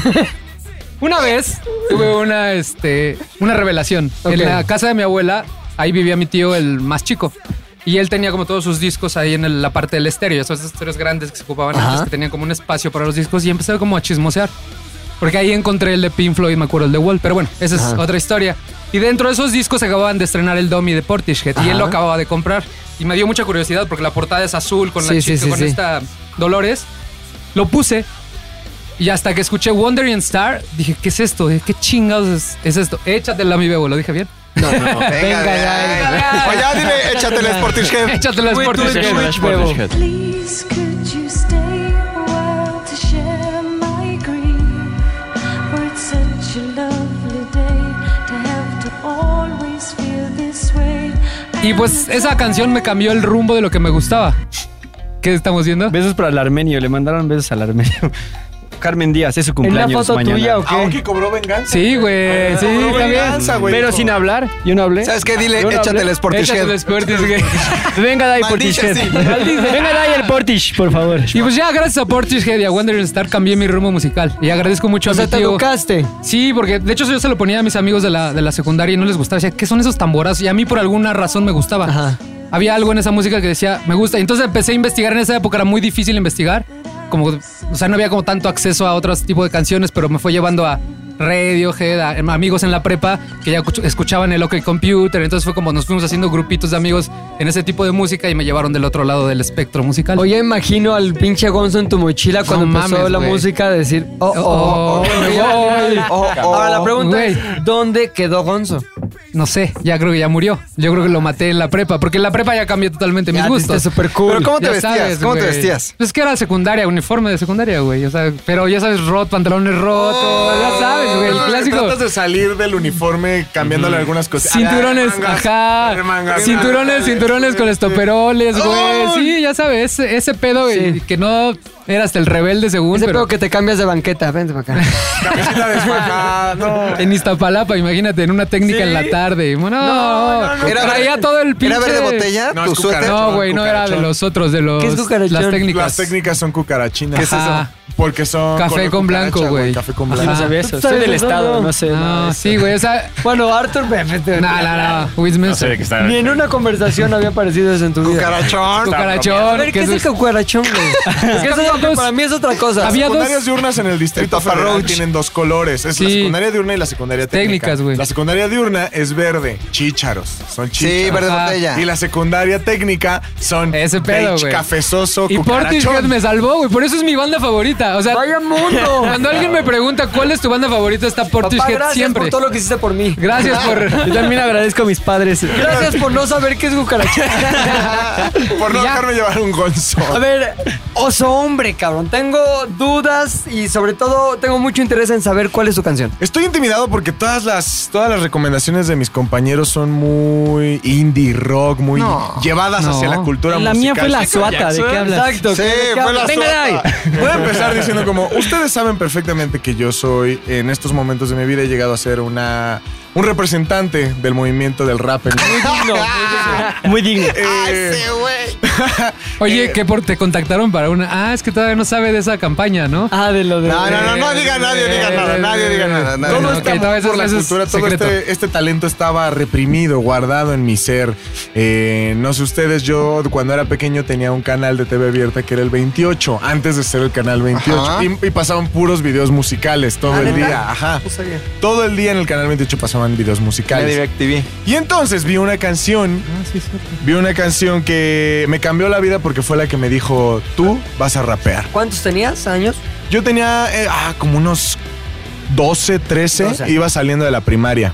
Speaker 3: una vez tuve una, este, una revelación.
Speaker 2: Ok.
Speaker 3: En la casa de mi abuela, ahí vivía mi tío, el más chico. Y él tenía como todos sus discos ahí en el- la parte del estéreo, esos estéreos grandes que se ocupaban antes, que tenían como un espacio para los discos y empecé como a chismosear. Porque ahí encontré el de Pink Floyd, me acuerdo el de Wall, pero bueno, esa es otra historia. Y dentro de esos discos acababan de estrenar el Dummy de Portishead y él lo acababa de comprar. Y me dio mucha curiosidad porque la portada es azul con la
Speaker 2: Sí, sí,
Speaker 3: chica,
Speaker 2: sí,
Speaker 3: con
Speaker 2: sí.
Speaker 3: esta Dolores. Lo puse y hasta que escuché Wandering Star, dije, ¿qué es esto? ¿Qué chingados es, es esto? Échatela a mi bebo, lo dije bien.
Speaker 6: Venga de ahí. Oye, ya dile, échate el Sportish Head.
Speaker 3: Échatela a Portishead.
Speaker 11: Please, could you stay a while to share my grief? Oh, it's such a lovely day to have to always feel this way. I
Speaker 3: Y pues esa canción me cambió el rumbo de lo que me gustaba. ¿Qué estamos viendo?
Speaker 7: Besos para el armenio, le mandaron besos al armenio. Carmen Díaz, es su cumpleaños mañana.
Speaker 3: Ah,
Speaker 5: Aunque cobró venganza.
Speaker 3: Sí, güey, sí,
Speaker 5: Cobró
Speaker 3: también.
Speaker 5: venganza, güey.
Speaker 7: Pero
Speaker 5: Dijo,
Speaker 7: sin hablar, yo no hablé.
Speaker 6: ¿Sabes qué? Dile,
Speaker 7: Yo no
Speaker 6: échate
Speaker 7: hablé.
Speaker 6: el
Speaker 3: Échate
Speaker 6: Sportishead.
Speaker 3: el Sportish, güey.
Speaker 7: Venga de ahí,
Speaker 6: Maldice,
Speaker 7: Portishead.
Speaker 6: sí.
Speaker 7: [LAUGHS] Venga de ahí el Portish, por favor.
Speaker 3: Y pues ya gracias a Portishead y a Wonder Star cambié mi rumbo musical. Y agradezco
Speaker 2: O
Speaker 3: mucho a
Speaker 2: sea,
Speaker 3: mi
Speaker 2: te
Speaker 3: tío.
Speaker 2: educaste.
Speaker 3: Sí, porque de hecho yo se lo ponía a mis amigos de la, de la secundaria y no les gustaba. Decía, ¿qué son esos tamborazos? Y a mí por alguna razón me gustaba.
Speaker 2: Ajá.
Speaker 3: Había algo en esa música que decía, me gusta. Y entonces empecé a investigar. En esa época era muy difícil investigar. Como, o sea, no había como tanto acceso a otros tipos de canciones, pero me fue llevando a Radiohead, a a amigos en la prepa que ya escuch- escuchaban el OK Computer. Entonces fue como nos fuimos haciendo grupitos de amigos en ese tipo de música y me llevaron del otro lado del espectro musical.
Speaker 2: Oye, imagino al pinche Gonzo en tu mochila cuando
Speaker 3: No
Speaker 2: empezó
Speaker 3: mames,
Speaker 2: la
Speaker 3: güey.
Speaker 2: música a decir, oh, oh,
Speaker 3: Oh,
Speaker 2: oh,
Speaker 3: me
Speaker 2: oh,
Speaker 3: voy.
Speaker 2: oh, oh. Ahora la pregunta
Speaker 3: Güey.
Speaker 2: es, ¿dónde quedó Gonzo?
Speaker 3: No sé, ya creo que ya murió. Yo creo que lo maté en la prepa, porque en la prepa ya cambié totalmente mis
Speaker 2: Ya,
Speaker 3: gustos.
Speaker 2: Está súper cool.
Speaker 6: Pero ¿cómo te
Speaker 3: Ya
Speaker 6: vestías?
Speaker 3: sabes,
Speaker 6: ¿Cómo te
Speaker 3: güey.
Speaker 6: vestías?
Speaker 3: Pues que era secundaria, uniforme de secundaria, güey. O sea, pero ya sabes, rot, pantalones rotos, ya sabes, güey, el
Speaker 5: Entonces,
Speaker 3: clásico.
Speaker 5: Tratas de salir del uniforme cambiándole algunas cosas.
Speaker 3: Cinturones, ajá. Cinturones, cinturones con estoperoles, güey. Sí, ya sabes, ese, ese pedo güey, que no era hasta el rebelde según,
Speaker 2: Ese
Speaker 3: pero
Speaker 2: pedo que te cambias de banqueta, vente
Speaker 3: [LAUGHS]
Speaker 2: para acá.
Speaker 5: Camiseta desfajada, no.
Speaker 3: en Iztapalapa, imagínate, en una técnica en la tarde. No, no,
Speaker 6: Era
Speaker 3: traía
Speaker 6: verde-
Speaker 3: todo el pinche.
Speaker 6: ¿Era verde botella?
Speaker 5: No,
Speaker 6: ¿Tu
Speaker 5: es cucaracha.
Speaker 6: suéter?
Speaker 3: No, güey, no era de
Speaker 5: Cucarachón.
Speaker 3: los otros, de los
Speaker 2: ¿Qué es cucarachón?
Speaker 3: las técnicas.
Speaker 5: Las técnicas son cucarachinas.
Speaker 3: ¿Qué es eso?
Speaker 5: Porque son.
Speaker 3: Café
Speaker 5: color
Speaker 3: con blanco,
Speaker 5: cucaracha,
Speaker 3: güey.
Speaker 5: Café con
Speaker 3: Ajá.
Speaker 5: blanco.
Speaker 7: No sabía Ah, eso.
Speaker 2: ¿Sabes
Speaker 7: Soy del
Speaker 2: de
Speaker 7: estado,
Speaker 2: dónde?
Speaker 7: no Ah, sé. nada
Speaker 3: No,
Speaker 7: de
Speaker 3: sí, güey, esa.
Speaker 2: [LAUGHS] Bueno, Arthur, ve, vete.
Speaker 3: No, no, no. Whis Manson.
Speaker 2: Ni en una conversación había aparecido eso en tu vida.
Speaker 6: Cucarachón.
Speaker 2: A
Speaker 3: Cucarachón.
Speaker 2: ver, ¿qué
Speaker 3: que
Speaker 2: es el
Speaker 3: eso es-
Speaker 2: cucarachón,
Speaker 7: [LAUGHS]
Speaker 2: güey? Es que eso es otro- para mí es otra cosa.
Speaker 3: Había dos
Speaker 5: secundarias diurnas en el distrito
Speaker 6: El Papa
Speaker 5: federal
Speaker 6: Roach.
Speaker 5: tienen dos colores. Es la
Speaker 3: Sí.
Speaker 5: secundaria diurna y la secundaria técnica.
Speaker 3: Técnicas, güey.
Speaker 5: La secundaria diurna es verde, chícharos. Son
Speaker 6: Sí,
Speaker 5: chícharos.
Speaker 6: verde
Speaker 3: Ajá.
Speaker 6: botella.
Speaker 5: y la secundaria técnica son
Speaker 3: Ese pedo,
Speaker 5: beige,
Speaker 3: güey.
Speaker 5: cafezoso,
Speaker 3: Y Portishead
Speaker 5: cucarachón.
Speaker 3: me salvó, güey. Por eso es mi banda favorita. O sea,
Speaker 2: ¡Vaya
Speaker 7: [LAUGHS]
Speaker 2: mundo!
Speaker 3: cuando alguien me pregunta cuál es tu banda favorita, está
Speaker 2: Papá,
Speaker 3: Portishead
Speaker 2: gracias
Speaker 3: siempre.
Speaker 2: por todo lo que hiciste por mí.
Speaker 3: Gracias
Speaker 2: [LAUGHS]
Speaker 7: eso. Yo
Speaker 3: por.
Speaker 7: también agradezco a mis padres.
Speaker 2: Gracias por no saber qué es
Speaker 7: [LAUGHS]
Speaker 2: cucarachón.
Speaker 5: Por no
Speaker 3: Ya.
Speaker 5: dejarme llevar un gonzo.
Speaker 2: A ver, oso hombre, cabrón. Tengo dudas y sobre todo tengo mucho interés en saber cuál es su canción.
Speaker 5: Estoy intimidado porque todas las, todas las recomendaciones de mis compañeros son muy indie rock, muy llevadas hacia la cultura
Speaker 7: Oh, La
Speaker 5: musical.
Speaker 7: mía fue la suata, ¿de qué hablas?
Speaker 2: Exacto.
Speaker 6: [LAUGHS] Sí,
Speaker 2: ¿de qué
Speaker 6: fue
Speaker 2: hablas?
Speaker 6: la
Speaker 2: Venga de ahí.
Speaker 6: [LAUGHS]
Speaker 5: [LAUGHS] Voy a empezar diciendo como, ustedes saben perfectamente que yo soy, en estos momentos de mi vida, he llegado a ser una, un representante del movimiento del rap. En
Speaker 7: Muy digno.
Speaker 5: Eh,
Speaker 3: Oye, que por, te contactaron para una. Ah, es que todavía no sabe de esa campaña, ¿no? Eh,
Speaker 2: Ah, de lo de.
Speaker 6: No, no, no, no diga nadie, diga nada, nadie diga nada. nadie.
Speaker 5: todo
Speaker 3: Ok,
Speaker 5: este amor
Speaker 3: no, eso
Speaker 5: por
Speaker 3: es-
Speaker 5: la
Speaker 3: eso es
Speaker 5: cultura, todo
Speaker 3: secreto.
Speaker 5: este, este talento estaba reprimido, guardado en mi ser. Eh, no sé ustedes, yo cuando era pequeño tenía un canal de TV abierta que era el 28, antes de ser el canal 28.
Speaker 6: Ajá. Ah,
Speaker 5: Y, y pasaban puros videos musicales todo el día. Ajá. Todo el día en el canal 28 pasaban videos musicales.
Speaker 6: DirecTV.
Speaker 5: Y entonces vi una canción,
Speaker 3: Ah,
Speaker 5: vi una canción que me cambió la vida porque fue la que me dijo, tú vas a rapear.
Speaker 2: ¿Cuántos tenías? ¿Años?
Speaker 5: Yo tenía eh, ah, como unos 12, 13,
Speaker 2: 12.
Speaker 5: iba saliendo de la primaria.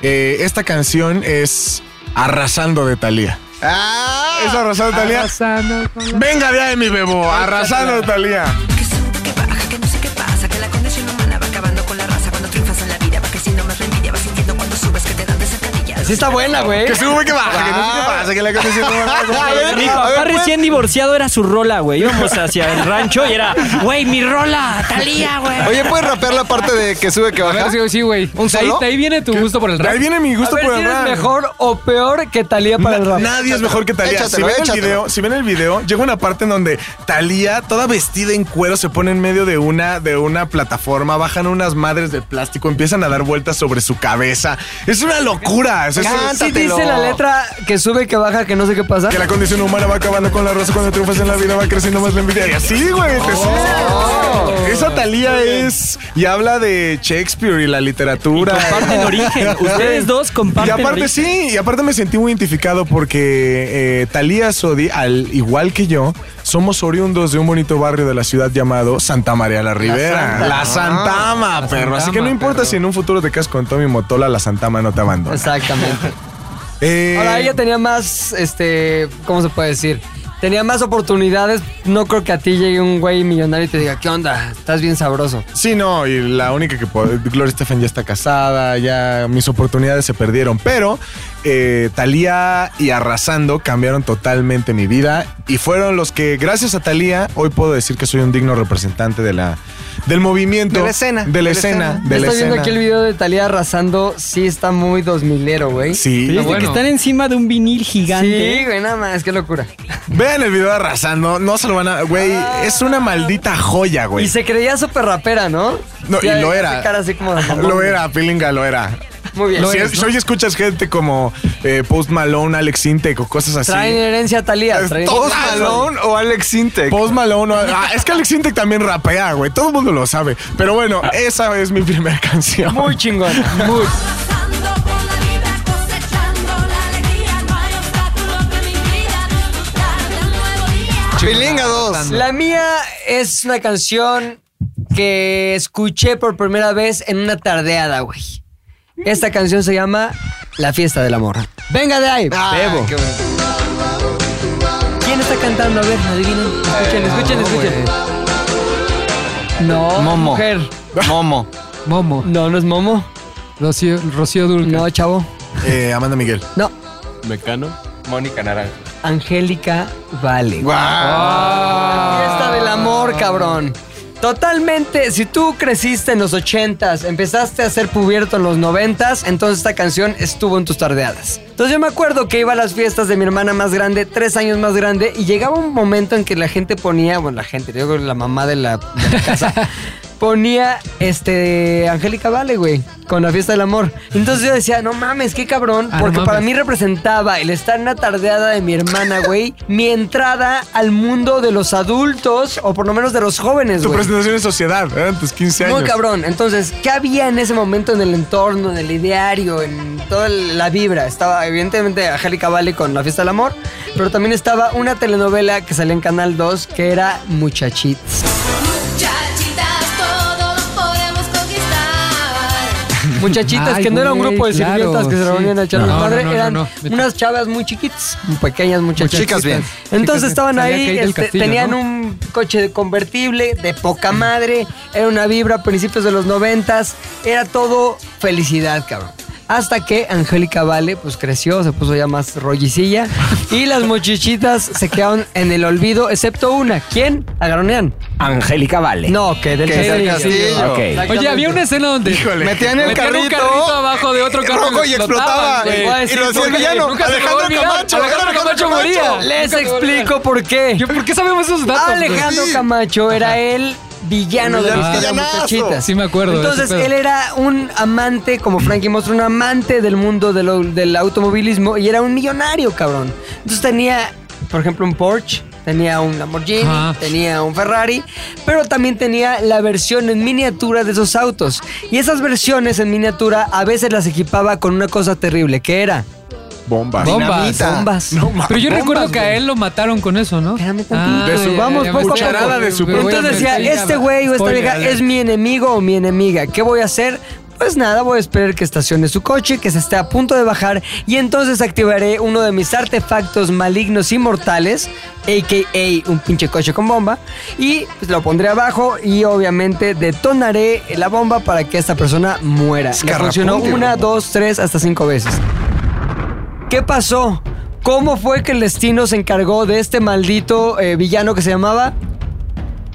Speaker 5: Eh, esta canción es Arrasando de Talía.
Speaker 6: Ah,
Speaker 5: ¿Es Arrasando de Talía?
Speaker 3: Pasando con la-
Speaker 5: Venga de ahí, mi bebo, Arrasando de Talía.
Speaker 12: Que sube, que baja, que no sé qué pasa Que la condición humana va acabando con la raza Cuando triunfas en la vida va creciendo más la envidia Vas sintiendo cuando subes que te dan de zancadillas
Speaker 2: Sí, está buena, güey.
Speaker 5: Que sube, que baja, que no sé qué pasa, que la cosa siempre va [LAUGHS] a
Speaker 7: Mi papá
Speaker 2: pues.
Speaker 7: recién divorciado era su rola, güey. Íbamos hacia el rancho y era, güey, mi rola, Talía, güey.
Speaker 6: Oye, ¿puedes rapear la parte de que sube, que
Speaker 3: A ver,
Speaker 6: baja?
Speaker 3: sí, sí, güey.
Speaker 6: ¿Un
Speaker 3: De ahí-
Speaker 6: solo?
Speaker 3: De ahí viene tu gusto por el
Speaker 5: De
Speaker 3: rap.
Speaker 5: ahí viene mi gusto
Speaker 2: A ver
Speaker 5: por
Speaker 2: si
Speaker 5: el
Speaker 2: eres
Speaker 5: rap.
Speaker 2: mejor o peor que Talía para el rap.
Speaker 5: Nadie es mejor que Talía. Si
Speaker 6: Échatelo,
Speaker 5: ven, el
Speaker 6: échatelo.
Speaker 5: video, si ven el video, llega una parte en donde Talía, toda vestida en cuero, se pone en medio de una, de una plataforma, bajan unas madres de plástico, empiezan a dar vueltas sobre su cabeza. Es una locura. Es- es-
Speaker 2: Sí dice la letra que sube, que baja, que no sé qué pasa.
Speaker 5: que la condición humana va acabando con la raza cuando triunfas en la vida, va creciendo más la envidia. Y así, güey, te sube. Esa Talía es. Y habla de Shakespeare y la literatura. [LAUGHS]
Speaker 7: Comparten origen. Ustedes dos
Speaker 5: Y
Speaker 7: comparten
Speaker 5: aparte
Speaker 7: origen.
Speaker 5: sí, y aparte me sentí muy identificado porque eh, Talía Sodi, al igual que yo, somos oriundos de un bonito barrio de la ciudad llamado Santa María la Rivera. La Santama, perro. Así que no
Speaker 3: Santama,
Speaker 5: importa
Speaker 3: perro.
Speaker 5: si en un futuro te casas con Tommy Motola, la Santama no te abandona.
Speaker 2: Exactamente.
Speaker 5: Eh,
Speaker 2: Ahora ella tenía más, este, ¿cómo se puede decir? tenía más oportunidades. No creo que a ti llegue un güey millonario y te diga, ¿qué onda? Estás bien sabroso.
Speaker 5: Sí, no, y la única que puedo- Gloria Stefan ya está casada, ya mis oportunidades se perdieron, pero eh, Talía y Arrasando cambiaron totalmente mi vida y fueron los que, gracias a Talía, hoy puedo decir que soy un digno representante de la, del movimiento.
Speaker 6: De la escena,
Speaker 5: De la escena. de la
Speaker 2: Estoy viendo
Speaker 5: escena.
Speaker 2: aquí el video de Talía arrasando. Sí, está muy 2000ero, güey.
Speaker 5: Sí. Pero
Speaker 2: Está
Speaker 5: es de que están
Speaker 7: encima de un vinil gigante.
Speaker 2: Sí, güey, nada más, qué locura.
Speaker 5: Vean el video de Arrasando, no se lo van a... Güey, es una maldita joya, güey.
Speaker 2: Ah. Y se creía súper rapera, ¿no?
Speaker 5: No,
Speaker 2: Ya,
Speaker 5: y lo
Speaker 2: ya
Speaker 5: era.
Speaker 2: hace cara así como de mamón,
Speaker 5: [LAUGHS] Lo
Speaker 2: güey.
Speaker 5: era, Pilinga, lo era.
Speaker 2: Muy bien.
Speaker 5: Si,
Speaker 2: Lo eres,
Speaker 5: si
Speaker 2: ¿no?
Speaker 5: hoy escuchas gente como eh, Post Malone, Alex Intec o cosas así.
Speaker 2: Traen herencia a Talía. traen-
Speaker 5: Post
Speaker 2: Ah,
Speaker 5: Malone o Alex Intec. Post Malone. o- ah, es que Alex Intec también rapea, güey. Todo el mundo lo sabe. Pero bueno, esa es mi primera [LAUGHS] canción.
Speaker 2: Muy chingón. Muy.
Speaker 6: Pilinga 2.
Speaker 2: La mía es una canción que escuché por primera vez en una tardeada, güey. Esta canción se llama La fiesta del amor. Venga de ahí.
Speaker 5: Ah.
Speaker 2: Bebo. ¿Quién está cantando? A ver, adivinen. Escuchen, escuchen, escuchen.
Speaker 5: Ah,
Speaker 2: No,
Speaker 6: Momo.
Speaker 2: mujer.
Speaker 6: Momo.
Speaker 3: Momo.
Speaker 2: No, no es Momo.
Speaker 3: Rocío, Rocío Dulce.
Speaker 2: No, chavo.
Speaker 5: Eh, Amanda Miguel.
Speaker 2: No,
Speaker 8: Mecano. Mónica Naranjo.
Speaker 2: Angélica Vale.
Speaker 5: La
Speaker 2: fiesta del amor, cabrón. Totalmente, si tú creciste en los 80s, empezaste a ser cubierto en los 90s, entonces esta canción estuvo en tus tardeadas. Entonces yo me acuerdo que iba a las fiestas de mi hermana más grande, tres años más grande, y llegaba un momento en que la gente ponía, bueno, la gente, yo creo que la mamá de la, de la
Speaker 3: [LAUGHS]
Speaker 2: casa, ponía este Angélica Vale, güey, con la fiesta del amor. Entonces yo decía, no mames, qué cabrón,
Speaker 3: Ah, no
Speaker 2: porque para
Speaker 3: mames.
Speaker 2: mí representaba el estar en la tardeada de mi hermana, güey, mi entrada al mundo de los adultos o por lo menos de los jóvenes,
Speaker 5: Tu
Speaker 2: güey.
Speaker 5: presentación en sociedad, eran tus 15 años.
Speaker 2: Muy cabrón. Entonces, ¿qué había en ese momento en el entorno, en el ideario, en toda la vibra? Estaba, evidentemente, Angélica Vale con La Fiesta del Amor, pero también estaba una telenovela que salía en Canal 2 que era Muchachitas.
Speaker 11: Muchachitas, todo lo podemos conquistar.
Speaker 2: Muchachitas,
Speaker 3: Ay,
Speaker 2: que no era un
Speaker 3: güey,
Speaker 2: grupo de
Speaker 3: claro,
Speaker 2: sirvientas que se
Speaker 3: sí.
Speaker 2: reunían a echar
Speaker 3: No,
Speaker 2: un
Speaker 3: no,
Speaker 2: padre,
Speaker 3: no, no,
Speaker 2: eran
Speaker 3: no.
Speaker 2: unas chavas muy chiquitas, muy pequeñas muchachitas.
Speaker 6: Chicas bien.
Speaker 3: Chicas
Speaker 2: Entonces
Speaker 3: bien.
Speaker 2: estaban
Speaker 3: Salía
Speaker 2: ahí,
Speaker 3: Kate del
Speaker 2: este,
Speaker 3: Castillo,
Speaker 2: tenían
Speaker 3: ¿no?
Speaker 2: un coche de convertible de poca madre, era una vibra a principios de los noventas, era todo felicidad, cabrón. Hasta que Angélica Vale pues creció, se puso ya más rollicilla y las muchachitas se quedaron en el olvido, excepto una. ¿Quién? Agaronean.
Speaker 1: Angélica Vale.
Speaker 2: No, que del
Speaker 6: Que es del
Speaker 2: Castillo.
Speaker 6: castillo.
Speaker 1: Ok.
Speaker 3: Oye, había una escena donde
Speaker 5: Híjole.
Speaker 6: Metían el
Speaker 3: metían un
Speaker 6: carrito.
Speaker 3: carrito abajo de otro carro
Speaker 6: rojo y explotaba.
Speaker 3: güey.
Speaker 6: Y-
Speaker 3: Voy a
Speaker 6: y
Speaker 3: decir
Speaker 6: lo hacía el
Speaker 3: porque
Speaker 6: villano,
Speaker 3: nunca se me va a
Speaker 6: Alejandro
Speaker 3: olvidar.
Speaker 6: Camacho,
Speaker 3: Alejandro Camacho
Speaker 2: Les
Speaker 3: moría. Nunca se me va a olvidar.
Speaker 2: explico por qué.
Speaker 3: Yo, ¿Por qué sabemos esos datos? güey?
Speaker 2: Alejandro
Speaker 6: Sí.
Speaker 2: Camacho era el villano de
Speaker 6: Villanazo.
Speaker 2: las historias muchachitas.
Speaker 3: Sí me acuerdo de
Speaker 2: Entonces,
Speaker 3: ese pedo.
Speaker 2: él era un amante, como Frankie Mostro, un amante del mundo del, au- del automovilismo y era un millonario, cabrón. Entonces tenía, por ejemplo, un Porsche, tenía un Lamborghini,
Speaker 3: Ajá.
Speaker 2: tenía un Ferrari, pero también tenía la versión en miniatura de esos autos. Y esas versiones en miniatura a veces las equipaba con una cosa terrible, que era
Speaker 5: Bombas.
Speaker 3: Bombas.
Speaker 6: Dinamita.
Speaker 2: bombas.
Speaker 5: No mames.
Speaker 3: Pero yo
Speaker 5: Bombas,
Speaker 3: recuerdo que a
Speaker 5: güey.
Speaker 3: él lo mataron con eso, ¿no? Ah,
Speaker 2: Espérame tantito.
Speaker 3: ya,
Speaker 5: De su-
Speaker 3: ya,
Speaker 2: vamos,
Speaker 3: ya,
Speaker 2: poco a
Speaker 3: ya, ya,
Speaker 2: poco.
Speaker 3: ya,
Speaker 5: de su-
Speaker 3: güey,
Speaker 2: Entonces decía,
Speaker 3: venga,
Speaker 2: este
Speaker 3: va.
Speaker 2: güey o esta
Speaker 3: Spoiler,
Speaker 2: vieja es mi enemigo o mi enemiga. ¿Qué voy a hacer? Pues nada, voy a esperar que estacione su coche, que se esté a punto de bajar y entonces activaré uno de mis artefactos malignos y mortales, a.k.a. un pinche coche con bomba, y pues lo pondré abajo y obviamente detonaré la bomba para que esta persona muera. Le
Speaker 5: Escarrapunte,
Speaker 2: funcionó una,
Speaker 5: güey.
Speaker 2: dos, tres, hasta cinco veces. ¿Qué pasó? ¿Cómo fue que el destino se encargó de este maldito eh, villano que se llamaba?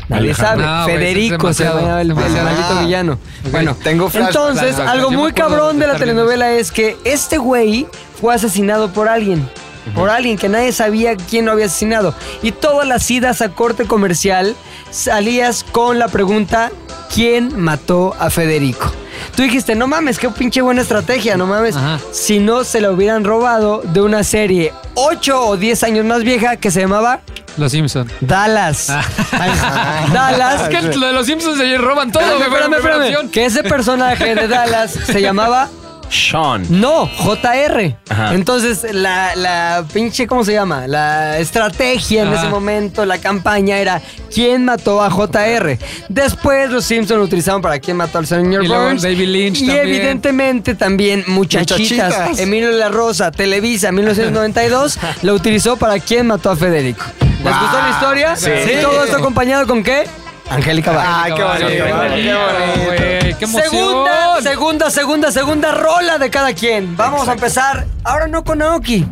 Speaker 2: Nadie
Speaker 5: Alejandro.
Speaker 2: sabe.
Speaker 3: No, güey,
Speaker 2: Federico se
Speaker 3: eso es demasiado.
Speaker 2: llamaba el, el
Speaker 3: Demasiado.
Speaker 2: maldito villano. Bueno,
Speaker 6: tengo flash-
Speaker 2: Entonces,
Speaker 3: flashback.
Speaker 2: algo
Speaker 3: Yo me
Speaker 2: muy
Speaker 3: acuerdo
Speaker 2: cabrón de la
Speaker 3: estar viendo
Speaker 2: telenovela es que este güey fue asesinado por alguien. Por alguien que nadie sabía quién lo había asesinado. Y todas las idas a corte comercial salías con la pregunta: ¿Quién mató a Federico? Tú dijiste, no mames, qué pinche buena estrategia, no mames.
Speaker 3: Ajá.
Speaker 2: Si no se la hubieran robado de una serie 8 o 10 años más vieja que se llamaba
Speaker 3: Los Simpsons.
Speaker 2: Dallas.
Speaker 3: [LAUGHS]
Speaker 2: Dallas.
Speaker 3: Es que lo de los Simpsons se roban todo,
Speaker 2: Espérame,
Speaker 3: güey.
Speaker 2: espérame,
Speaker 3: pero
Speaker 2: Ah, espérame.
Speaker 3: opción.
Speaker 2: Que ese personaje de Dallas se llamaba.
Speaker 1: Sean.
Speaker 2: No, JR.
Speaker 1: Ajá.
Speaker 2: Entonces, la, la pinche, ¿cómo se llama? La estrategia en
Speaker 3: Ajá.
Speaker 2: ese momento, la campaña era ¿Quién mató a JR? Después los Simpsons lo utilizaron para ¿Quién mató al señor
Speaker 3: Y luego
Speaker 2: Burns?
Speaker 3: David Lynch
Speaker 2: Y
Speaker 3: también.
Speaker 2: evidentemente también Muchachitas,
Speaker 6: Muchachitas.
Speaker 2: Emilio La Rosa, Televisa, 1992, lo utilizó para ¿Quién mató a Federico? ¿Les gustó la historia?
Speaker 1: Sí.
Speaker 2: ¿Y todo esto acompañado con qué? Angélica Vara.
Speaker 1: Ah, qué bonito, qué bonito.
Speaker 3: Güey, qué emoción.
Speaker 2: Segunda, segunda, segunda, segunda rola de cada quien. Vamos a empezar ahora no con Aoki,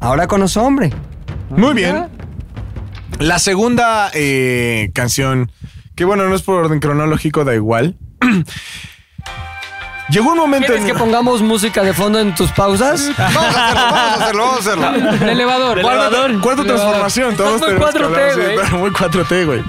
Speaker 2: ahora con Osombre.
Speaker 5: Muy bien. La segunda eh, canción, que bueno, no es por orden cronológico, da igual. [CLEARS THROAT] Llegó un momento
Speaker 2: ¿Quieres
Speaker 5: en...
Speaker 2: que pongamos música de fondo en tus pausas?
Speaker 6: Vamos a hacerlo, vamos a hacerlo, vamos a hacerlo.
Speaker 3: El elevador.
Speaker 5: Cuarta- Cuarta
Speaker 3: Elevador.
Speaker 5: transformación.
Speaker 2: Estás
Speaker 5: Todos
Speaker 2: muy
Speaker 5: tenemos que
Speaker 2: 4T,
Speaker 5: hablar, sí,
Speaker 2: güey.
Speaker 5: Muy 4T, güey.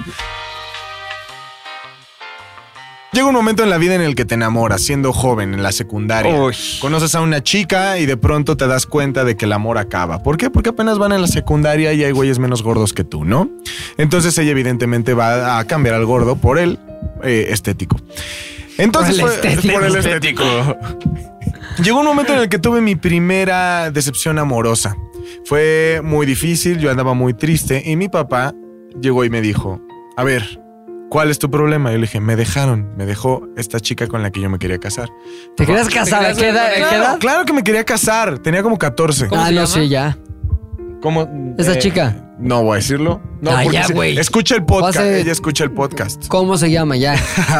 Speaker 5: Llega un momento en la vida en el que te enamoras, siendo joven, en la secundaria. Conoces a una chica y de pronto te das cuenta de que el amor acaba. ¿Por qué? Porque apenas van en la secundaria y hay güeyes menos gordos que tú, ¿no? Entonces ella evidentemente va a cambiar al gordo por el eh, estético. Entonces
Speaker 3: Por el
Speaker 5: fue-
Speaker 3: estético.
Speaker 5: por el estético. Llegó un momento en el que tuve mi primera decepción amorosa. Fue muy difícil, yo andaba muy triste y mi papá llegó y me dijo, a ver, ¿cuál es tu problema? Yo le dije, me dejaron, me dejó esta chica con la que yo me quería casar.
Speaker 2: [LAUGHS] ¿Te querías casar? ¿A qué edad? a qué
Speaker 5: Claro,
Speaker 2: edad?
Speaker 5: claro que me quería casar, tenía como 14.
Speaker 3: ¿Cómo
Speaker 2: Ah,
Speaker 3: se
Speaker 2: no,
Speaker 3: llama?
Speaker 2: sí, ya.
Speaker 5: ¿Cómo?
Speaker 2: ¿Esa
Speaker 5: Eh,
Speaker 2: chica?
Speaker 5: No voy a decirlo. No,
Speaker 2: Ah,
Speaker 5: porque
Speaker 2: ya,
Speaker 5: sí-
Speaker 2: güey.
Speaker 5: Escucha el podcast,
Speaker 2: Vas a-
Speaker 5: ella escucha el podcast.
Speaker 2: ¿Cómo se llama? Ya.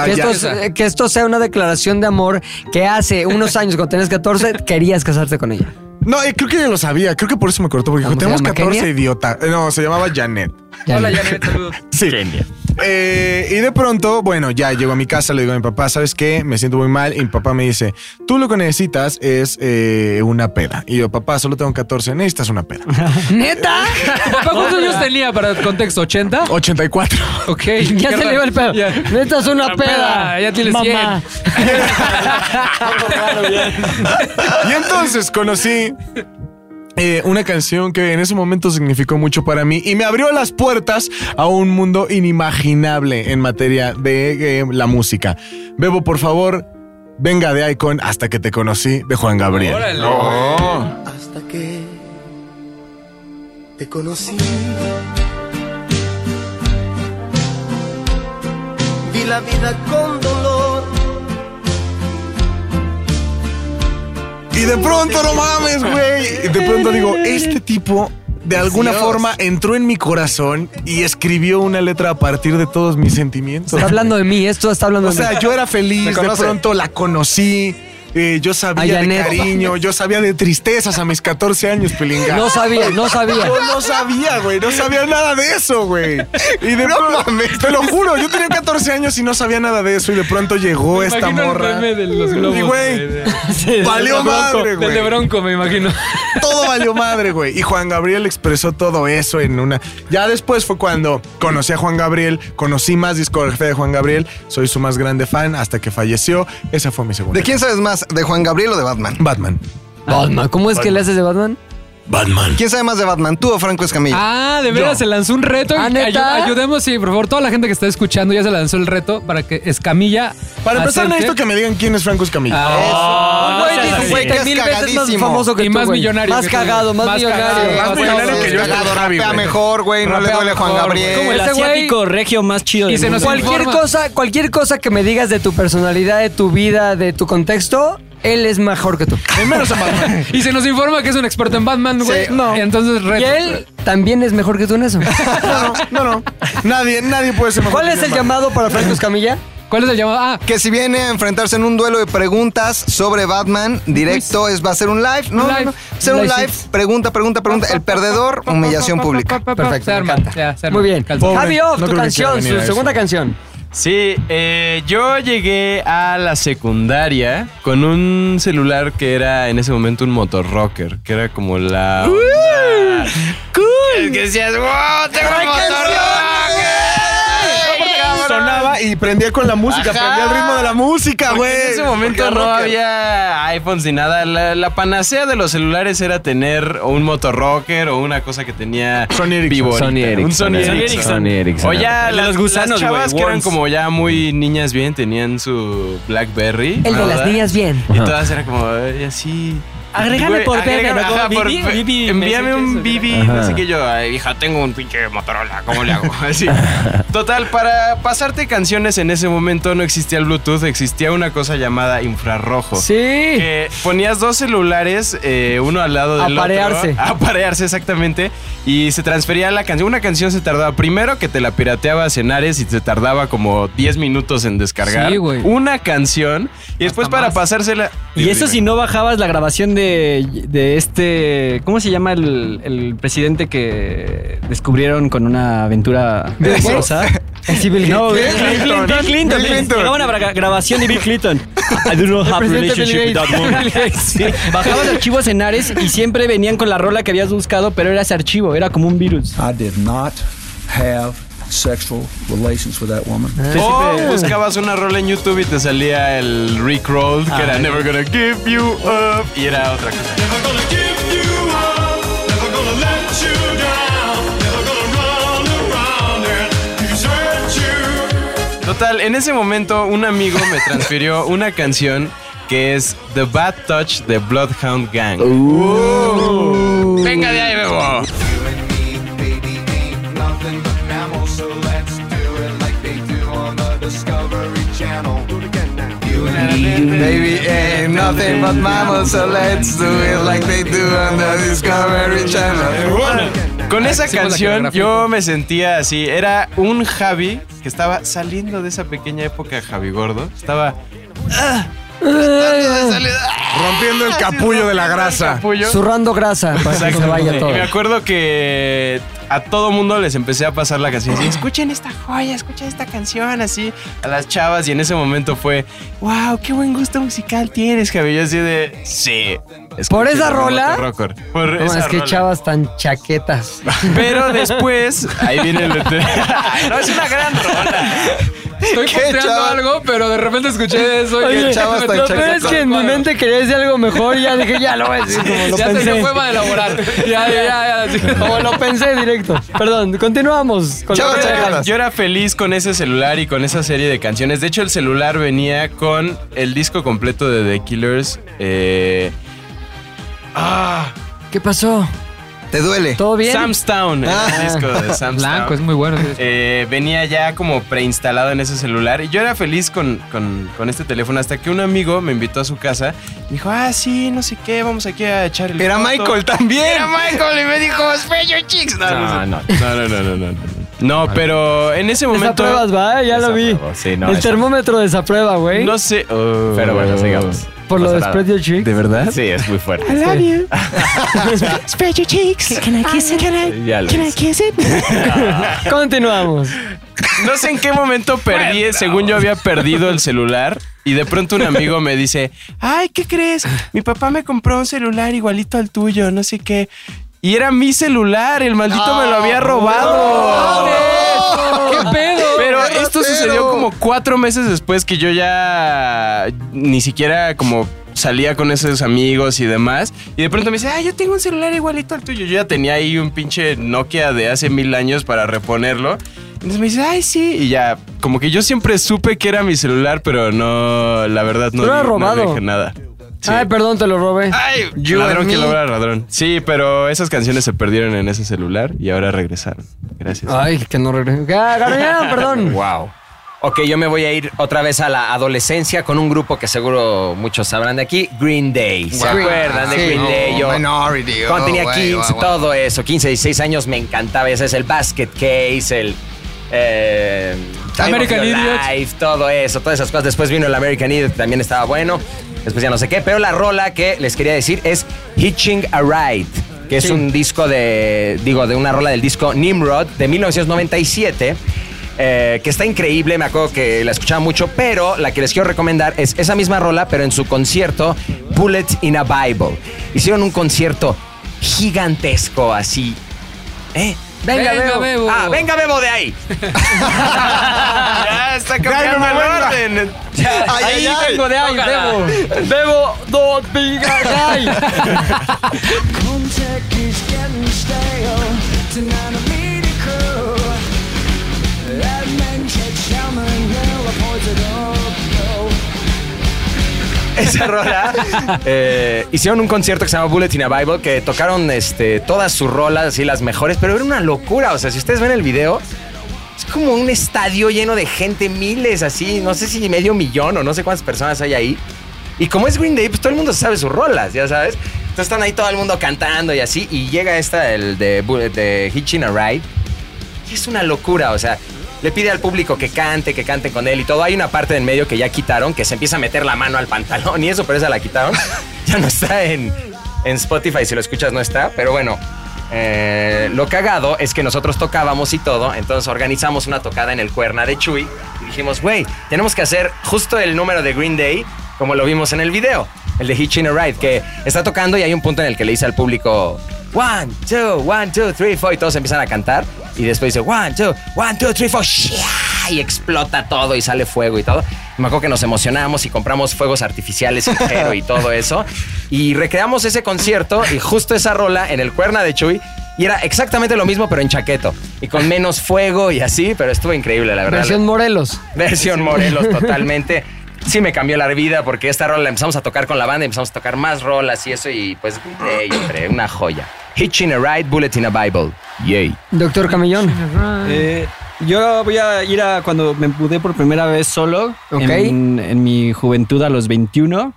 Speaker 2: Que
Speaker 5: Ya.
Speaker 2: esto, se- que esto sea una declaración de amor que hace unos años, cuando tenías 14, querías casarte con ella.
Speaker 5: No, eh, creo que ya lo sabía, creo que por eso me cortó, porque dijo,
Speaker 2: ¿Cómo se
Speaker 5: tenemos
Speaker 2: llama,
Speaker 5: 14,
Speaker 2: Kenia?
Speaker 5: idiota. Eh, No, se llamaba Janet.
Speaker 2: Ya,
Speaker 3: Hola,
Speaker 2: ya.
Speaker 3: Janet, saludos.
Speaker 5: Sí. Eh, y de pronto, bueno, ya llego a mi casa, le digo a mi papá, ¿sabes qué? Me siento muy mal. Y mi papá me dice, tú lo que necesitas es eh, una peda. Y yo, papá, solo tengo 14, necesitas una peda.
Speaker 2: ¿Neta?
Speaker 3: Papá, [LAUGHS] ¿Cuántos años tenía para el contexto? ¿80?
Speaker 5: 84.
Speaker 3: Ok.
Speaker 2: [LAUGHS] Ya se le iba el pedo.
Speaker 3: Ya.
Speaker 2: Neta es una
Speaker 3: La
Speaker 2: peda.
Speaker 3: peda, ya tienes
Speaker 2: Mamá.
Speaker 5: y entonces conocí eh, una canción que en ese momento significó mucho para mí y me abrió las puertas a un mundo inimaginable en materia de eh, la música. Bebo, por favor, venga de Icon hasta que te conocí de Juan Gabriel.
Speaker 3: Órale.
Speaker 9: Hasta que te conocí. Vi la vida con dolor.
Speaker 5: Y de pronto, no mames, güey. Y De pronto digo, este tipo de alguna forma entró en mi corazón y escribió una letra a partir de todos mis sentimientos.
Speaker 2: Está hablando de mí, esto está hablando
Speaker 5: O
Speaker 2: de mí.
Speaker 5: sea, yo era
Speaker 6: Me
Speaker 5: feliz, de
Speaker 6: conoce.
Speaker 5: pronto la conocí. eh, yo sabía
Speaker 2: A
Speaker 5: de
Speaker 2: Janet.
Speaker 5: cariño, yo sabía de tristezas a mis 14 años, Pilinga.
Speaker 2: No sabía, no
Speaker 5: [LAUGHS]
Speaker 2: sabía.
Speaker 5: Yo no sabía, güey. No sabía nada de eso, güey. Y de pronto, te lo juro, yo tenía 14 años y no sabía nada de eso. Y de pronto llegó
Speaker 3: Me
Speaker 5: esta
Speaker 3: imagino el
Speaker 5: morra.
Speaker 3: meme de los globos,
Speaker 5: y,
Speaker 3: güey, de-
Speaker 5: güey, valió
Speaker 3: Del de Bronco,
Speaker 5: madre,
Speaker 3: Del de
Speaker 5: güey.
Speaker 3: Bronco, me imagino.
Speaker 5: Todo valió madre, güey. Y Juan Gabriel expresó todo eso en una. Ya después fue cuando conocí a Juan Gabriel, conocí más discografía de Juan Gabriel, soy su más grande fan hasta que falleció. Esa fue mi segunda.
Speaker 6: ¿De quién sabes más? ¿De Juan Gabriel o de Batman?
Speaker 5: Batman.
Speaker 2: Batman, ¿cómo es que le haces de Batman?
Speaker 5: Batman.
Speaker 6: ¿Quién sabe más de Batman? ¿Tú o Franco Escamillo?
Speaker 3: Ah, de veras, se lanzó un reto.
Speaker 2: ¿Ah,
Speaker 3: Ayu-
Speaker 2: neta?
Speaker 3: ayudemos, sí, por favor. Toda la gente que está escuchando ya se lanzó el reto para que Escamilla.
Speaker 5: Para empezar,
Speaker 3: acerque-
Speaker 5: necesito que me digan quién es Franco Escamilla.
Speaker 3: Ah,
Speaker 2: Güey,
Speaker 3: no seas
Speaker 2: dijo,
Speaker 3: así.
Speaker 2: güey, que
Speaker 6: Es
Speaker 2: mil veces más
Speaker 6: cagadísimo.
Speaker 2: famoso que
Speaker 3: Y
Speaker 2: tú,
Speaker 3: más
Speaker 2: güey.
Speaker 3: millonario
Speaker 2: Más
Speaker 3: que tú.
Speaker 2: cagado, más,
Speaker 3: Más
Speaker 2: millonario.
Speaker 3: cagado,
Speaker 5: más millonario
Speaker 6: Sí,
Speaker 5: que yo,
Speaker 6: la
Speaker 5: este Javi,
Speaker 6: rapea
Speaker 5: güey.
Speaker 6: mejor, güey. No le
Speaker 3: Rapea
Speaker 6: duele a Juan
Speaker 3: mejor,
Speaker 7: Como el
Speaker 6: Gabriel.
Speaker 3: Ese güey-
Speaker 7: asiático regio más chido
Speaker 3: Y
Speaker 7: del
Speaker 3: se nos
Speaker 7: mundo.
Speaker 3: informa.
Speaker 2: Cualquier cosa, cualquier cosa que me digas de tu personalidad, de tu vida, de tu contexto, él es mejor que tú.
Speaker 3: Y se nos informa que es un experto en Batman, güey.
Speaker 6: Sí.
Speaker 3: no. Entonces,
Speaker 2: Y
Speaker 3: reto.
Speaker 2: él también es mejor que tú en eso.
Speaker 5: No, no, no, no. Nadie, nadie puede ser mejor
Speaker 2: ¿Cuál
Speaker 5: que
Speaker 2: es el
Speaker 5: Batman.
Speaker 2: llamado para Franco Escamilla?
Speaker 3: ¿Cuál es el llamado? Ah,
Speaker 6: Que si viene a enfrentarse en un duelo de preguntas sobre Batman, directo es va a ser un live, ¿no?
Speaker 3: Un
Speaker 6: no,
Speaker 3: live.
Speaker 6: no. Va a ser un
Speaker 3: Live,
Speaker 6: live,
Speaker 3: sí.
Speaker 6: pregunta, pregunta, pregunta. El perdedor, humillación pública.
Speaker 3: Perfecto. Se arma. ya, se arma.
Speaker 2: Muy bien.
Speaker 3: Calzón.
Speaker 5: Pobre,
Speaker 2: Javi Off,
Speaker 5: no
Speaker 2: tu
Speaker 5: creo que
Speaker 2: canción,
Speaker 5: quiera venir
Speaker 2: su
Speaker 5: a eso.
Speaker 2: segunda canción.
Speaker 8: Sí, eh, yo llegué a la secundaria con un celular que era en ese momento un motorrocker, que era como la... onda- Es que decías, wow, tengo un motorrocker.
Speaker 5: Sonaba y prendía con la música,
Speaker 8: Ajá.
Speaker 5: prendía el ritmo de la música,
Speaker 8: Porque
Speaker 5: güey.
Speaker 8: En ese momento
Speaker 5: Porque
Speaker 8: no
Speaker 5: rocker.
Speaker 8: había iPhones ni nada. La, la panacea de los celulares era tener o un motorrocker o una cosa que tenía
Speaker 5: Sony Ericsson.
Speaker 8: viborita.
Speaker 1: Sony
Speaker 8: Un
Speaker 1: Ericsson,
Speaker 8: Sony
Speaker 1: Ericsson.
Speaker 8: Ericsson.
Speaker 1: Sony Ericsson.
Speaker 8: O ya
Speaker 7: El de
Speaker 8: las,
Speaker 7: los gusanos,
Speaker 8: las chavas
Speaker 7: güey,
Speaker 8: que eran
Speaker 7: Worms.
Speaker 8: como ya muy niñas bien tenían su BlackBerry. Ah.
Speaker 2: El de
Speaker 8: ¿verdad?
Speaker 2: las niñas bien.
Speaker 8: Y todas eran como ay, así.
Speaker 7: Agrégame
Speaker 8: Güey,
Speaker 7: por BB,
Speaker 8: agrégame,
Speaker 7: ¿no? Como
Speaker 8: ajá, por
Speaker 7: BB,
Speaker 8: fe-
Speaker 7: BB,
Speaker 8: Envíame un
Speaker 7: mensajes,
Speaker 8: BB, no sé [LAUGHS] qué yo. Ay, hija, tengo un pinche Motorola, ¿cómo le hago? Así. Total, para pasarte canciones
Speaker 1: televisiones en ese momento no existía el Bluetooth, existía una cosa llamada infrarrojo.
Speaker 2: Sí.
Speaker 1: Que Eh, ponías dos celulares, eh, uno al lado del
Speaker 2: Aparearse.
Speaker 1: otro. [LAUGHS] Aparearse, exactamente. Y se transfería la canción. Una canción se tardaba primero que te la pirateabas en Ares y te tardaba como 10 minutos en descargar.
Speaker 7: Sí, güey.
Speaker 1: Una canción. Y después para pasársela.
Speaker 7: Y eso si no bajabas la grabación de, de este. ¿Cómo se llama el, el presidente que descubrieron con una aventura
Speaker 2: ¿Bill Gates?
Speaker 7: cosa?
Speaker 2: Sí, Bill
Speaker 7: No, Bill
Speaker 2: Gates.
Speaker 7: Clinton. Bill Clinton.
Speaker 2: Bill Clinton.
Speaker 7: Llegaba una gra- grabación de Bill Clinton. I do not
Speaker 2: [LAUGHS]
Speaker 7: have
Speaker 2: El presidente
Speaker 7: relationship
Speaker 2: [LAUGHS]
Speaker 7: with
Speaker 2: Bill
Speaker 7: that woman. Sí. Bajabas archivos en Ares y siempre venían con la rola que habías buscado, pero era ese archivo, era como un virus.
Speaker 13: I did not have sexual relations with that woman.
Speaker 1: O Oh, buscabas una rola en YouTube y te salía el Rick Roll, que era
Speaker 13: Ay.
Speaker 1: Never Gonna Give You Up, y era otra cosa.
Speaker 8: Never gonna give you up, never gonna let you down, never gonna run around and desert you.
Speaker 1: Total, en ese momento un amigo me transfirió una canción que es The Bad Touch de Bloodhound Gang.
Speaker 2: Uh.
Speaker 1: Uh. Venga de ahí, bebo.
Speaker 8: Nothing but mammals, so let's do it like they do on the Discovery Channel. Do it again now. You and me,
Speaker 6: Baby, ain't nothing but mammals, so let's do it like they do on the Discovery Channel.
Speaker 1: Con esa
Speaker 6: Hicimos la
Speaker 1: canción
Speaker 6: coreografía.
Speaker 1: yo me sentía así. Era un Javi que estaba saliendo de esa pequeña época Javi Gordo. Estaba
Speaker 8: Ah.
Speaker 5: Rompiendo el capullo de la grasa.
Speaker 2: Zurrando grasa para que no se vaya todo.
Speaker 1: Y me acuerdo que a todo mundo les empecé a pasar la canción. así, Escuchen esta joya, escuchen esta canción así a las chavas y en ese momento fue, wow, qué buen gusto musical tienes, Javi. Yo así de, sí.
Speaker 2: ¿Por
Speaker 1: escuchen
Speaker 2: esa
Speaker 1: Remoto
Speaker 2: rola?
Speaker 1: Rocker". Por
Speaker 2: No,
Speaker 1: esa
Speaker 2: es que
Speaker 1: rola.
Speaker 2: chavas tan chaquetas.
Speaker 1: Pero después, ahí viene el...
Speaker 2: [LAUGHS]
Speaker 1: Ay, no, es una gran
Speaker 3: Estoy
Speaker 1: ¿Qué,
Speaker 3: posteando
Speaker 1: chava?
Speaker 3: algo, pero de repente escuché eso. y
Speaker 2: Oye,
Speaker 3: que-
Speaker 2: lo
Speaker 3: No,
Speaker 2: peor es que en mi mente quería decir algo mejor y ya dije, ya lo voy a decir como lo
Speaker 3: ya
Speaker 2: pensé.
Speaker 3: se me fue para elaborar. Ya, ya, ya. [LAUGHS] ya.
Speaker 2: Como lo pensé directo. Perdón, continuamos. con
Speaker 1: Yo
Speaker 2: las
Speaker 1: era-
Speaker 2: chaquetas.
Speaker 1: yo era feliz con ese celular y con esa serie de canciones. De hecho, el celular venía con el disco completo de The Killers. eh, ah,
Speaker 2: ¿Qué pasó?
Speaker 6: ¿Te duele?
Speaker 2: ¿Todo bien?
Speaker 1: Sam's Town, el
Speaker 8: Ah.
Speaker 1: disco de Sam's
Speaker 3: Blanco,
Speaker 1: Town.
Speaker 3: es muy bueno.
Speaker 1: Eh, venía ya como preinstalado en ese celular y yo era feliz con, con- con este teléfono hasta que un amigo me invitó a su casa y dijo, ah, sí, no sé qué, vamos aquí a echar el...
Speaker 6: Era
Speaker 1: coto".
Speaker 6: Michael también.
Speaker 1: Era Michael y me dijo, Special Chicks. No, no,
Speaker 8: No,
Speaker 1: no, no, no, no, no, no. No, pero en ese momento...
Speaker 2: Desapruebas, va, ya lo vi.
Speaker 1: Desapruebo, sí, no,
Speaker 2: El
Speaker 1: es-
Speaker 2: termómetro desaprueba, güey.
Speaker 1: No sé. oh,
Speaker 2: Pero bueno,
Speaker 1: sigamos.
Speaker 2: Por lo de Spread Your Cheeks.
Speaker 1: ¿De verdad? Sí, es muy fuerte.
Speaker 8: you.
Speaker 1: [LAUGHS]
Speaker 8: Spread your cheeks. Can I kiss it? Can I,
Speaker 1: Ya lo
Speaker 8: can I
Speaker 1: hice.
Speaker 8: kiss it?
Speaker 2: Continuamos.
Speaker 1: No sé en qué momento perdí, según yo había perdido el celular y de pronto un amigo me dice, ay, ¿qué crees? Mi papá me compró un celular igualito al tuyo, no sé qué. Y era mi celular, el maldito me lo había robado.
Speaker 3: ¿Qué pedo?
Speaker 1: Pero esto sucedió como cuatro meses después que yo ya ni siquiera como salía con esos amigos y demás. Y de pronto me dice, ah, yo tengo un celular igualito al tuyo. Yo ya tenía ahí un pinche Nokia de hace mil años para reponerlo. Entonces me dice, ay, sí. Y ya, como que yo siempre supe que era mi celular, pero no, la verdad, no,
Speaker 2: Te lo
Speaker 1: di-
Speaker 2: has robado.
Speaker 1: no dije nada. Sí.
Speaker 2: Ay, perdón, te lo robé.
Speaker 1: Ay, ladrón que logra ladrón. Sí, pero esas canciones se perdieron en ese celular y ahora regresaron. Gracias.
Speaker 2: Ay, que no regresé. Ah, Gabriela, perdón.
Speaker 14: Wow. Ok, yo me voy a ir otra vez a la adolescencia con un grupo que seguro muchos sabrán de aquí, Green Day. ¿Se
Speaker 6: Wow.
Speaker 14: acuerdan de
Speaker 6: Sí.
Speaker 14: Green Day? Yo,
Speaker 6: Oh, Minority,
Speaker 14: cuando
Speaker 6: oh,
Speaker 14: tenía
Speaker 6: güey,
Speaker 14: 15,
Speaker 6: guau, guau.
Speaker 14: todo eso, 15, 16 años, me encantaba. Ese es el Basket Case, el... eh, Time
Speaker 3: American
Speaker 14: of Your
Speaker 3: Idiot.
Speaker 14: Life, todo eso, todas esas cosas. Después vino el American Idiot, que también estaba bueno. Después ya no sé qué. Pero la rola que les quería decir es Hitching a Ride, que es un disco de, digo, de una rola del disco Nimrod de 1997. eh, que está increíble, me acuerdo que la escuchaba mucho, pero la que les quiero recomendar es esa misma rola, pero en su concierto Bullets in a Bible. Hicieron un concierto gigantesco así. ¿Eh?
Speaker 8: Venga, Bebo.
Speaker 14: Ah, venga, Bebo de [LAUGHS] ahí.
Speaker 1: ya está
Speaker 8: cambiando
Speaker 14: Ya no me
Speaker 8: el
Speaker 14: vuelva.
Speaker 1: orden.
Speaker 8: Ay, ay, ay.
Speaker 2: vengo de ahí,
Speaker 8: Ojalá.
Speaker 2: bebo. Bebo, dos vigas ay.
Speaker 8: Contact is getting stale. Tonight I'm eating crow. That man checks salmon, now I poison up.
Speaker 1: [LAUGHS]
Speaker 8: No.
Speaker 14: esa rola. eh, hicieron un concierto que se llama Bullet in a Bible, que tocaron este, todas sus rolas, así las mejores, pero era una locura. O sea, si ustedes ven el video,
Speaker 1: Es como un estadio lleno de gente, miles así, no sé si medio millón o no sé cuántas personas hay ahí. Y como es Green Day, pues todo el mundo sabe sus rolas, ya sabes. Entonces están ahí todo el mundo cantando y así. Y llega esta, el de, Bullet- de Hitching a Ride. Y es una locura, o sea, le pide al público que cante, que cante con él y todo. Hay una parte del medio que ya quitaron, que se empieza a meter la mano al pantalón y eso, pero esa la quitaron. [LAUGHS] ya no está en, en Spotify, si lo escuchas no está, pero bueno. eh, lo cagado es que nosotros tocábamos y todo, entonces organizamos una tocada en el Cuerna de Chuy y dijimos, güey, tenemos que hacer justo el número de Green Day como lo vimos en el video, el de Hitching a Ride, que está tocando y hay un punto en el que le dice al público, one, two, one, two, three, four, y todos empiezan a cantar, y después dice, one, two, one, two, three, four, shia", y explota todo y sale fuego y todo. Y Me acuerdo que nos emocionamos y compramos fuegos artificiales en cero y todo eso, y recreamos ese concierto y justo esa rola en el cuerna de Chuy. Y era exactamente lo mismo, pero en chaqueto. Y con menos fuego y así, pero estuvo increíble, la verdad.
Speaker 2: Versión Morelos.
Speaker 1: Versión Morelos, totalmente. Sí me cambió la vida porque esta rola la empezamos a tocar con la banda, y empezamos a tocar más rolas y eso y pues, ey, hombre, una joya. Hitching a Ride, Bullet in a Bible. Yay.
Speaker 2: Doctor Camellón. Ah.
Speaker 7: Eh, yo voy a ir a cuando me mudé por primera vez solo
Speaker 2: Ok.
Speaker 7: en, en mi juventud a los 21.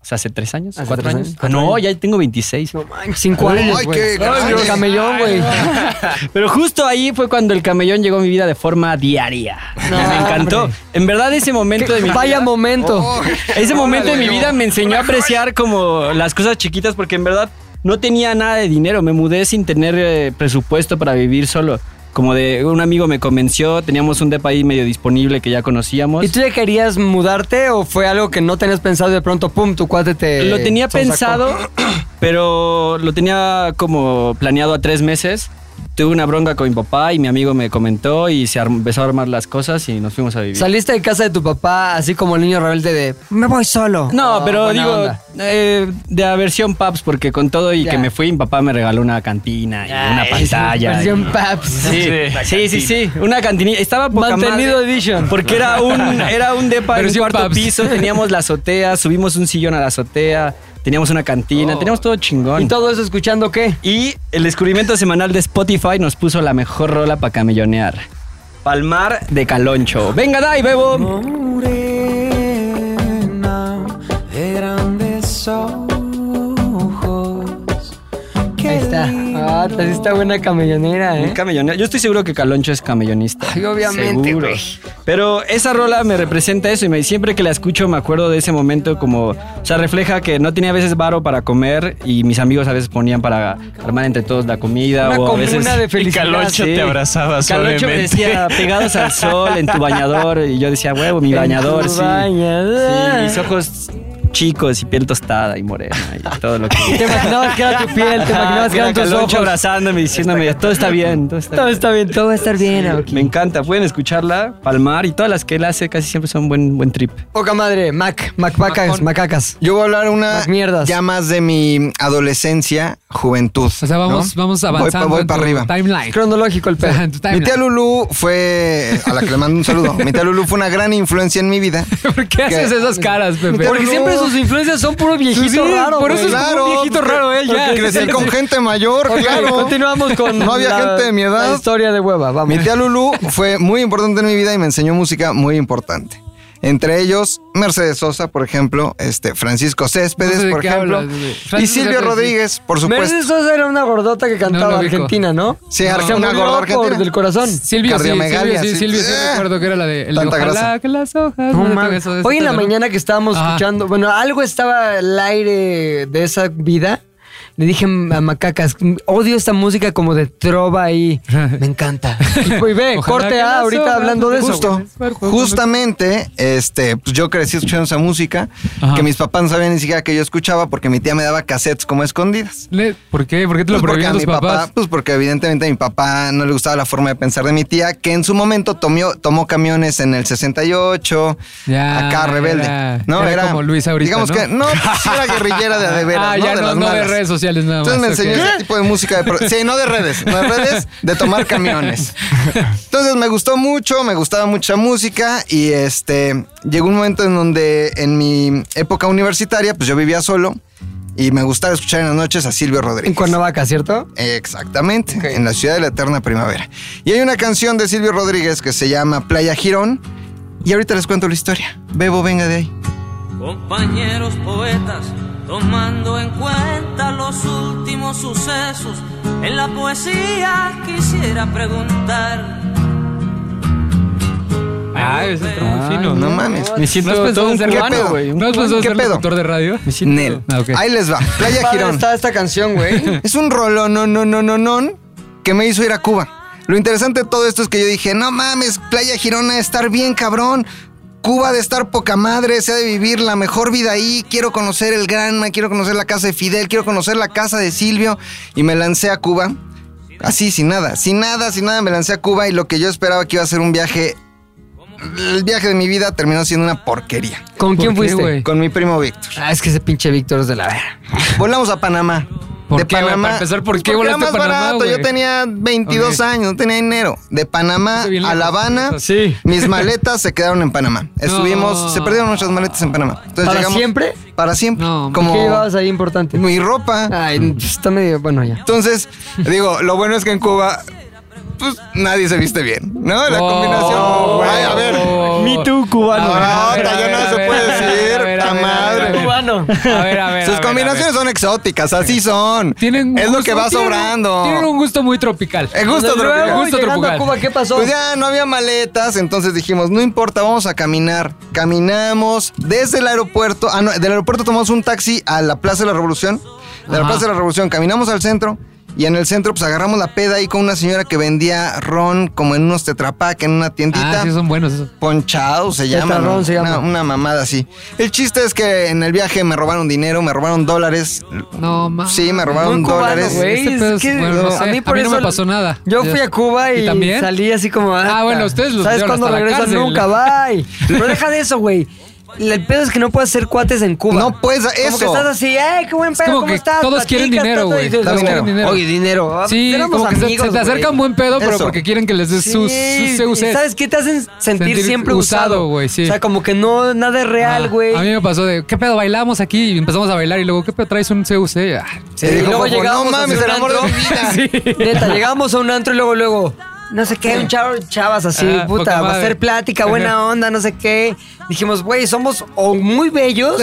Speaker 7: O sea, hace tres años,
Speaker 2: Hace
Speaker 7: cuatro
Speaker 2: tres
Speaker 7: años.
Speaker 2: años,
Speaker 7: Ah,
Speaker 2: cuatro
Speaker 7: no, ya tengo 26.
Speaker 2: Cinco
Speaker 7: Ay,
Speaker 2: años,
Speaker 7: ay,
Speaker 2: güey.
Speaker 7: qué caray.
Speaker 2: el camellón, güey.
Speaker 7: Pero justo ahí fue cuando el camellón llegó a mi vida de forma diaria. me encantó. En verdad, ese momento de mi
Speaker 2: Vaya
Speaker 7: vida-
Speaker 6: Oh.
Speaker 2: momento. [LAUGHS]
Speaker 7: ese momento de mi
Speaker 2: no.
Speaker 7: vida me enseñó a apreciar como las cosas chiquitas porque en verdad no tenía nada de dinero. Me mudé sin tener eh, presupuesto para vivir solo. Como de un amigo me convenció, teníamos un depa ahí medio disponible que ya conocíamos.
Speaker 2: ¿Y tú ya querías mudarte o fue algo que no tenías pensado y de pronto, pum, tu cuate te.
Speaker 7: Lo tenía
Speaker 2: sonsacó?
Speaker 7: pensado, [CLEARS THROAT] pero lo tenía como planeado a tres meses. Tuve una bronca con mi papá y mi amigo me comentó y se arm- empezó a armar las cosas y nos fuimos a vivir.
Speaker 2: Saliste de casa de tu papá así como el niño rebelde de me voy solo.
Speaker 7: No,
Speaker 2: Oh,
Speaker 7: pero
Speaker 2: buena
Speaker 7: digo,
Speaker 2: onda.
Speaker 7: eh, de aversión Paps, porque con todo y
Speaker 2: Ya.
Speaker 7: que me fui, mi papá me regaló una cantina y una pantalla.
Speaker 2: versión
Speaker 7: y-
Speaker 2: Pues, Paps.
Speaker 7: Ah, Sí,
Speaker 2: La
Speaker 7: sí, sí, sí, una cantinita. Estaba poca
Speaker 2: Mantenido
Speaker 7: madre,
Speaker 2: edition. [LAUGHS]
Speaker 7: Porque era un, era un depa en un
Speaker 3: Versión
Speaker 7: cuarto
Speaker 3: Paps.
Speaker 7: piso, teníamos la azotea, subimos un sillón a la azotea, teníamos una cantina, teníamos todo chingón.
Speaker 2: Oh. ¿Y todo eso escuchando qué?
Speaker 7: Y el descubrimiento semanal de Spotify nos puso la mejor rola para camellonear. Palmar de Caloncho. Venga, dai, bebo.
Speaker 10: morena de grandes ojos.
Speaker 2: Ahí está. Ah, sí está buena camellonera,
Speaker 7: Un
Speaker 2: ¿eh?
Speaker 7: camellonero. Yo estoy seguro que Caloncho es camellonista.
Speaker 2: Ay, obviamente,
Speaker 7: Seguro.
Speaker 2: güey.
Speaker 7: Pero esa rola me representa eso y me, siempre que la escucho me acuerdo de ese momento como... O sea, refleja que no tenía a veces varo para comer y mis amigos a veces ponían para armar entre todos la comida
Speaker 2: Una
Speaker 7: o a
Speaker 2: comuna
Speaker 7: veces...
Speaker 2: de felicidad.
Speaker 8: Y Caloncho te abrazaba
Speaker 7: Caloncho me
Speaker 8: suavemente.
Speaker 7: decía, pegados al sol, en tu bañador. Y yo decía, huevo, mi
Speaker 2: En
Speaker 7: bañador,
Speaker 2: tu
Speaker 7: sí.
Speaker 2: bañador.
Speaker 7: Sí, mis ojos chicos y piel tostada y morena y todo lo que...
Speaker 2: [LAUGHS] Te imaginabas que era tu piel, te imaginabas que
Speaker 7: Ajá,
Speaker 2: eran tus
Speaker 7: Caloncho
Speaker 2: ojos.
Speaker 7: abrazándome, diciéndome, todo está bien, todo está
Speaker 2: Todo
Speaker 7: bien.
Speaker 2: está bien, todo va a estar bien. Aoki.
Speaker 7: Me encanta, pueden escucharla, Palmar y todas las que él hace casi siempre son buen, buen trip.
Speaker 2: Poca madre, Mac, Mac, macacas,
Speaker 3: Macón.
Speaker 2: macacas.
Speaker 6: Yo voy a hablar una
Speaker 2: Las mierdas.
Speaker 6: ya más de mi adolescencia, juventud.
Speaker 3: O sea, vamos,
Speaker 6: ¿no?
Speaker 3: vamos
Speaker 6: Voy pa-
Speaker 3: avanzando.
Speaker 6: Voy,
Speaker 3: en
Speaker 6: para
Speaker 3: tu
Speaker 6: arriba.
Speaker 3: Timeline.
Speaker 2: Cronológico el [LAUGHS]
Speaker 3: O sea,
Speaker 2: pedo.
Speaker 3: en tu
Speaker 6: Mi tía
Speaker 3: timeline.
Speaker 6: Lulu fue, a la que le mando un saludo, mi tía Lulu fue una gran influencia en mi vida.
Speaker 3: [LAUGHS] ¿Por qué haces esas caras, Pepe?
Speaker 2: Porque
Speaker 6: Lulu.
Speaker 2: siempre sus influencias son puro viejito
Speaker 6: Sí,
Speaker 2: raro.
Speaker 3: [LAUGHS] por
Speaker 2: güey.
Speaker 3: eso es como un viejito
Speaker 2: eh,
Speaker 6: porque-
Speaker 3: raro, él, ya.
Speaker 6: porque Crecí con gente mayor,
Speaker 2: Ok,
Speaker 6: claro.
Speaker 2: Continuamos con.
Speaker 6: No había
Speaker 2: la-
Speaker 6: gente de mi edad.
Speaker 2: La historia de hueva,
Speaker 6: Mi
Speaker 2: vamos.
Speaker 6: tía Lulu fue muy importante en mi vida y me enseñó música muy importante. Entre ellos, Mercedes Sosa, por ejemplo, este, Francisco Céspedes,
Speaker 3: No sé de
Speaker 6: por
Speaker 3: qué
Speaker 6: ejemplo,
Speaker 3: hablas, güey.
Speaker 6: y
Speaker 3: Francisco
Speaker 6: Silvio
Speaker 3: Céspedes, sí.
Speaker 6: Rodríguez, por supuesto.
Speaker 2: Mercedes Sosa era una gordota que cantaba
Speaker 3: lo ubico.
Speaker 2: argentina, ¿no?
Speaker 6: Sí,
Speaker 2: No. Se
Speaker 6: Argentina, una
Speaker 2: murió
Speaker 6: gorda argentina.
Speaker 2: Por del corazón.
Speaker 3: Silvio, sí, Silvio,
Speaker 6: Cardiomegalia,
Speaker 3: sí,
Speaker 6: sí.
Speaker 3: Silvio, sí,
Speaker 6: Eh.
Speaker 3: recuerdo que era la de... El de
Speaker 6: Tanta
Speaker 3: ojalá
Speaker 6: grasa.
Speaker 3: que las hojas...
Speaker 2: No,
Speaker 3: me
Speaker 2: man.
Speaker 3: toquen, eso, Este, eso,
Speaker 2: Hoy en la
Speaker 3: todo.
Speaker 2: mañana que estábamos
Speaker 3: Ajá.
Speaker 2: escuchando, bueno, algo estaba al aire de esa vida. Le dije a Macacas, odio esta música como de trova
Speaker 3: [LAUGHS]
Speaker 2: ahí. Me encanta. Y, pues, ve,
Speaker 3: Ojalá que
Speaker 2: corte
Speaker 3: las
Speaker 2: A ahorita
Speaker 3: hojas
Speaker 2: hablando de eso.
Speaker 6: Justo, justamente, este, pues yo crecí escuchando esa música
Speaker 3: Ajá.
Speaker 6: que mis papás no sabían ni siquiera que yo escuchaba porque mi tía me daba cassettes como escondidas.
Speaker 3: Le- ¿Por qué? ¿Por qué te lo
Speaker 6: Pues porque a
Speaker 3: prohibían tus
Speaker 6: mi
Speaker 3: papás?
Speaker 6: papá, pues porque evidentemente a mi papá no le gustaba la forma de pensar de mi tía, que en su momento tomió- tomó camiones en el 68,
Speaker 3: Ya,
Speaker 6: acá rebelde.
Speaker 3: era-
Speaker 6: no,
Speaker 3: era como Luis ahorita,
Speaker 6: Digamos
Speaker 3: ¿no?
Speaker 6: que no, pues sí era guerrillera de, a de
Speaker 3: [LAUGHS]
Speaker 6: veras,
Speaker 3: Ah,
Speaker 6: ¿no?
Speaker 3: ya
Speaker 6: de
Speaker 3: no,
Speaker 6: las
Speaker 3: no de
Speaker 6: malas.
Speaker 3: redes sociales nada más.
Speaker 6: Entonces me
Speaker 3: ok.
Speaker 6: enseñó ese tipo de música de pro- Sí, no de redes, no de redes, de tomar camiones. Entonces me gustó mucho, me gustaba mucha música y este llegó un momento en donde en mi época universitaria pues yo vivía solo Y me gustaba escuchar en las noches a Silvio Rodríguez. En
Speaker 2: Cuernavaca, ¿cierto?
Speaker 6: Exactamente, en la ciudad de la eterna primavera. Y hay una canción de Silvio Rodríguez que se llama Playa Girón. Y ahorita les cuento la historia. Bebo, venga de ahí.
Speaker 15: Compañeros poetas, tomando en cuenta los últimos sucesos, en la poesía quisiera preguntar.
Speaker 3: Ah, ese está muy fino.
Speaker 6: No mames.
Speaker 3: Me siento
Speaker 6: ¿No has pensado
Speaker 3: todo un
Speaker 6: en ser
Speaker 3: cubano,
Speaker 6: pedo?
Speaker 3: güey. ¿No has
Speaker 6: ¿Qué
Speaker 3: pensado en ser
Speaker 6: pedo?
Speaker 3: locutor de radio?
Speaker 6: Nel.
Speaker 3: Ah,
Speaker 6: Ahí les va. Playa
Speaker 2: Ah, [LAUGHS] Padre
Speaker 6: Girón.
Speaker 2: está esta canción, güey.
Speaker 6: [LAUGHS] Es un rolón, no, no, no, no, no, que me hizo ir a Cuba. Lo interesante de todo esto es que yo dije, no mames, Playa Girón ha de estar bien, cabrón. Cuba ha de estar poca madre, se ha de vivir la mejor vida ahí. Quiero conocer el Granma, quiero conocer la casa de Fidel, quiero conocer la casa de Silvio. Y me lancé a Cuba. Así, sin nada, sin nada, sin nada, me lancé a Cuba y lo que yo esperaba que iba a ser un viaje. El viaje de mi vida terminó siendo una porquería.
Speaker 2: [LAUGHS] ¿Con quién fuiste?
Speaker 6: Con mi primo Víctor.
Speaker 2: Ah, es que ese pinche Víctor es de la verga.
Speaker 6: Volamos a Panamá.
Speaker 2: ¿Por
Speaker 6: de
Speaker 2: qué, güey?
Speaker 6: Panamá.
Speaker 2: Para empezar, ¿por
Speaker 6: Pues
Speaker 2: qué
Speaker 6: porque era
Speaker 2: volaste a
Speaker 6: más
Speaker 2: Panamá,
Speaker 6: barato.
Speaker 2: güey?
Speaker 6: Yo tenía 22
Speaker 2: Ok.
Speaker 6: años, no tenía dinero. De Panamá a La Habana, mis maletas se quedaron en
Speaker 2: [LAUGHS]
Speaker 6: Panamá. Estuvimos, se perdieron nuestras maletas en Panamá. Entonces
Speaker 2: ¿Para
Speaker 6: llegamos-
Speaker 2: siempre?
Speaker 6: Para siempre.
Speaker 2: Pues Como...
Speaker 6: Como-
Speaker 2: ¿Qué Ah. llevabas ahí importante?
Speaker 6: Mi ropa.
Speaker 2: Ay, está medio... Bueno, ya.
Speaker 6: Entonces, digo, lo bueno es que en Cuba, pues nadie se viste bien, ¿no?
Speaker 3: Oh,
Speaker 2: Oh,
Speaker 6: La combinación. Ay, a ver.
Speaker 3: Me
Speaker 6: Too cubano. No, ya no se puede decir. ta madre.
Speaker 2: Cubano.
Speaker 3: A ver, a ver.
Speaker 6: Sus combinaciones son exóticas, así son. es lo que va sobrando.
Speaker 3: Tienen un gusto muy tropical.
Speaker 6: El gusto
Speaker 3: Desde luego,
Speaker 6: tropical.
Speaker 3: gusto tropical.
Speaker 6: Pues ya no había maletas, entonces dijimos, no importa, vamos a caminar. Caminamos desde el aeropuerto. Ah, no, del aeropuerto tomamos un taxi a la Plaza de la Revolución. De la
Speaker 3: Ajá.
Speaker 6: Plaza de la Revolución caminamos al centro. Y en el centro, pues agarramos la peda ahí con una señora que vendía ron como en unos tetrapack, en una tiendita.
Speaker 3: Ah, sí, son buenos esos.
Speaker 6: Ponchado se llama.
Speaker 3: Tetarrón
Speaker 6: ¿no?
Speaker 3: se llama.
Speaker 6: Una, una mamada así. El chiste es que en el viaje me robaron dinero, me robaron dólares.
Speaker 3: No, mames.
Speaker 6: Sí, me robaron
Speaker 3: Muy cubano,
Speaker 6: dólares.
Speaker 3: güey. Este pedo es- bueno, no sé. A mí no me pasó nada.
Speaker 2: Yo fui
Speaker 3: Ya.
Speaker 2: a Cuba y,
Speaker 3: ¿Y también?
Speaker 2: salí así como.
Speaker 3: Ah, bueno, ustedes los
Speaker 2: ¿Sabes
Speaker 3: vieron
Speaker 2: cuándo
Speaker 3: hasta la
Speaker 2: regresas?
Speaker 3: cárcel.
Speaker 2: Nunca, bye. Pero deja de eso, güey. El pedo es que no puedes hacer cuates en Cuba. No
Speaker 6: puedes,
Speaker 2: Como
Speaker 6: eso.
Speaker 2: que estás así, ¡eh, qué buen pedo!
Speaker 3: como
Speaker 2: ¿Cómo
Speaker 3: que
Speaker 2: estás?
Speaker 3: todos
Speaker 2: Platicas,
Speaker 3: quieren dinero,
Speaker 2: todo, y
Speaker 3: güey.
Speaker 2: dices,
Speaker 3: Todos
Speaker 2: "Oye,
Speaker 3: quieren dinero.
Speaker 2: Oye, dinero. Ah,
Speaker 3: Sí,
Speaker 2: éramos
Speaker 3: como que se-
Speaker 2: amigos,
Speaker 3: se, te
Speaker 2: güey".
Speaker 3: acercan buen pedo, pero
Speaker 2: Eso.
Speaker 3: porque quieren que les des sus,
Speaker 2: Sí,
Speaker 3: sus- se use.
Speaker 2: y ¿Sabes qué? Te hacen sentir,
Speaker 3: Sentir
Speaker 2: siempre usado.
Speaker 3: usado, güey, sí.
Speaker 2: O sea, como que no, nada es real,
Speaker 3: Ah,
Speaker 2: güey.
Speaker 3: A mí me pasó de, ¿qué pedo? Bailamos aquí y empezamos a bailar y luego, ¿qué pedo? ¿Traes un CUC? Ah,
Speaker 2: Sí, y luego llegamos a hacer un antro. [LAUGHS] Neta, llegamos a un antro y luego, luego, no sé qué, un chavo, chavas así,
Speaker 3: Ah, poca
Speaker 2: puta, va a
Speaker 3: madre.
Speaker 2: ser plática, buena onda, no sé qué. Dijimos, güey, somos o muy bellos,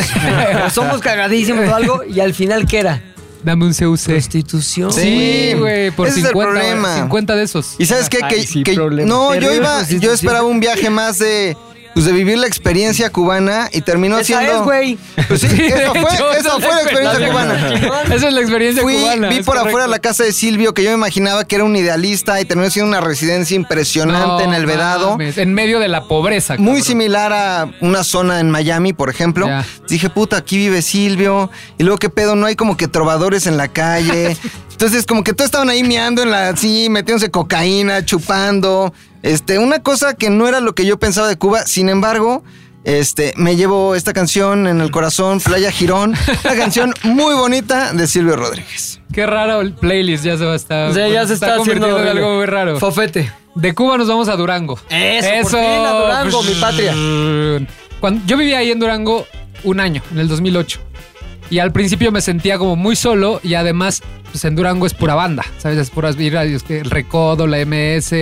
Speaker 2: o somos cagadísimos o algo, y al final, ¿qué era?
Speaker 3: Dame un CUC.
Speaker 2: Prostitución.
Speaker 3: Sí, güey, por
Speaker 6: Ese es el
Speaker 3: 50, güey,
Speaker 6: problema.
Speaker 3: 50 de esos. [LAUGHS]
Speaker 6: ¿Y sabes qué?
Speaker 3: Ay,
Speaker 6: Que,
Speaker 3: sí,
Speaker 6: que-
Speaker 3: problema.
Speaker 6: no, yo
Speaker 3: Terrible
Speaker 6: iba, yo
Speaker 3: prostitución.
Speaker 6: esperaba un viaje más de. Pues de vivir la experiencia cubana y terminó
Speaker 2: Esa
Speaker 6: siendo.
Speaker 2: es, güey.
Speaker 6: Pues sí,
Speaker 3: Sí,
Speaker 6: esa
Speaker 3: de
Speaker 6: fue,
Speaker 3: hecho,
Speaker 6: esa
Speaker 3: esa
Speaker 6: fue la
Speaker 3: es
Speaker 6: experiencia cubana.
Speaker 3: Esa [LAUGHS] es la experiencia
Speaker 6: Fui,
Speaker 3: cubana,
Speaker 6: Vi
Speaker 3: es
Speaker 6: por afuera
Speaker 3: correcto.
Speaker 6: la casa de Silvio, que yo me imaginaba que era un idealista y terminó siendo una residencia impresionante
Speaker 3: No
Speaker 6: en el Vedado.
Speaker 3: mames, En medio de la pobreza.
Speaker 6: Muy similar a una zona en Miami, por ejemplo. Dije, puta, aquí vive Silvio. Y luego, ¿qué pedo? No hay como que trovadores en la calle. Entonces, como que todos estaban ahí meando en la... Sí, metiéndose cocaína, chupando. Este, una cosa que no era lo que yo pensaba de Cuba. Sin embargo... Este, me llevo esta canción en el corazón, Playa Girón, una canción muy bonita de Silvio Rodríguez.
Speaker 3: Qué raro el playlist, ya se va a estar.
Speaker 6: O sea, ya se está haciendo
Speaker 3: convirtiendo en
Speaker 6: horrible.
Speaker 3: algo muy raro.
Speaker 2: Fofete.
Speaker 3: De Cuba nos vamos a Durango.
Speaker 2: Eso, pues, por fin, a Durango, mi patria.
Speaker 3: pues, Cuando, yo vivía ahí en Durango un año, en el 2008. Y al principio me sentía como muy solo y además, pues en Durango es pura banda, ¿sabes? Es puras vibras, es que el Recodo, la MS,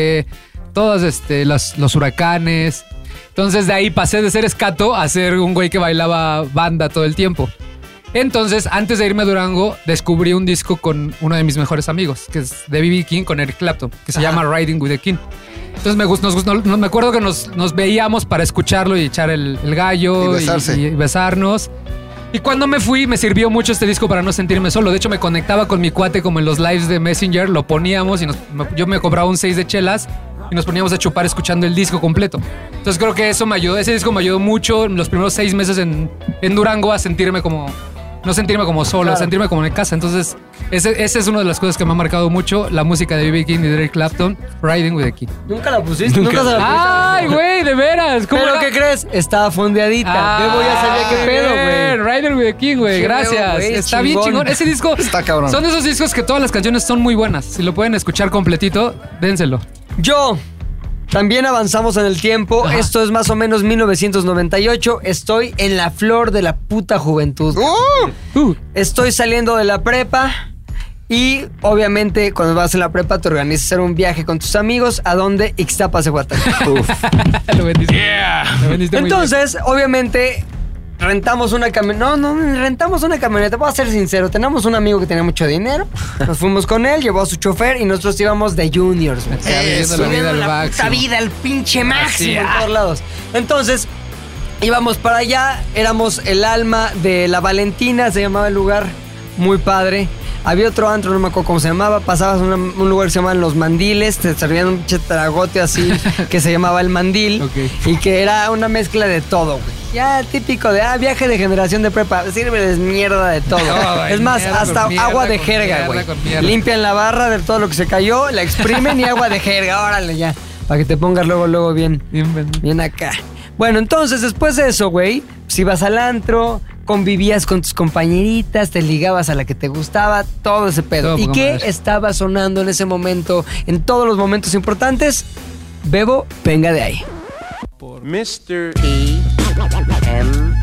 Speaker 3: todos este, los, los huracanes. Entonces de ahí pasé de ser escato a ser un güey que bailaba banda todo el tiempo. Entonces, antes de irme a Durango, descubrí un disco con uno de mis mejores amigos, que es de B.B. King con Eric Clapton, que se llama Riding with the King. Entonces me gust- nos gust- no- no- me acuerdo que nos, nos veíamos para escucharlo y echar el, el gallo
Speaker 6: Y besarse.
Speaker 3: y- y besarnos. Y cuando me fui, me sirvió mucho este disco para no sentirme solo. De hecho, me conectaba con mi cuate como en los lives de Messenger, lo poníamos y nos- me- yo me compraba un 6 de chelas y nos poníamos a chupar escuchando el disco completo. Entonces creo que eso me ayudó, ese disco me ayudó mucho en los primeros seis meses en, en Durango a sentirme como, no sentirme como solo, a sentirme como en casa. Entonces, ese- esa es una de las cosas que me ha marcado mucho, la música de B.B. King y Drake Clapton, Riding with the King.
Speaker 2: Nunca la pusiste, nunca, se la pusiste.
Speaker 3: Ay, güey, de veras. ¿cómo
Speaker 2: Pero
Speaker 3: la-
Speaker 2: ¿qué crees? Estaba fondeadita. Bebo ya sabía qué pedo, güey.
Speaker 3: güey. Ah, Rider with the King, güey.
Speaker 2: Sí,
Speaker 3: Gracias.
Speaker 2: güey,
Speaker 3: Está
Speaker 2: chingón.
Speaker 3: bien chingón. Ese disco.
Speaker 6: Está cabrón.
Speaker 3: Son de esos discos que todas las canciones son muy buenas. Si lo pueden escuchar completito, dénselo.
Speaker 2: Yo También avanzamos en el tiempo. Esto es más o menos 1998. Estoy en la flor de la puta juventud. Uh. Estoy saliendo de la prepa. Y obviamente cuando vas en la prepa te organizas hacer un viaje con tus amigos a donde Ixtapa se
Speaker 3: [LAUGHS] Lo vendiste. Lo vendiste muy bien.
Speaker 2: Entonces, obviamente, rentamos una camioneta. No, no, rentamos una camioneta. Voy a ser sincero. Tenemos un amigo que tenía mucho dinero. Nos fuimos con él, llevó a su chofer y nosotros íbamos de juniors. güey.
Speaker 3: Acá viviendo la
Speaker 2: Eso.
Speaker 3: vida al
Speaker 2: Viviendo la puta
Speaker 3: máximo.
Speaker 2: vida, el pinche máximo en
Speaker 3: ah.
Speaker 2: todos lados. Entonces, íbamos para allá. Éramos el alma de la Valentina, se llamaba el lugar. Muy padre. Había otro antro, no me acuerdo cómo se llamaba. Pasabas a una- un lugar que se llamaban Los Mandiles. Te servían un chetragote
Speaker 3: [LAUGHS]
Speaker 2: así que se llamaba El Mandil. Y que era una mezcla de todo, güey. Ya típico de, ah, viaje de generación de prepa. Sírveles mierda de todo.
Speaker 3: No,
Speaker 2: es más,
Speaker 3: mierda
Speaker 2: hasta
Speaker 3: con mierda,
Speaker 2: agua de
Speaker 3: con
Speaker 2: jerga,
Speaker 3: mierda,
Speaker 2: güey.
Speaker 3: con mierda.
Speaker 2: Limpian la barra de todo lo que se cayó, la exprimen y agua de jerga. Órale, ya. Para que te pongas luego, luego bien. Bien acá. Bueno, entonces, después de eso, güey, pues ibas al antro, convivías con tus compañeritas, te ligabas a la que te gustaba, todo ese pedo.
Speaker 3: Todo
Speaker 2: ¿Y
Speaker 3: poca
Speaker 2: qué
Speaker 3: madre.
Speaker 2: estaba sonando en ese momento, en todos los momentos importantes? Bebo, venga de ahí.
Speaker 8: Mr.
Speaker 16: M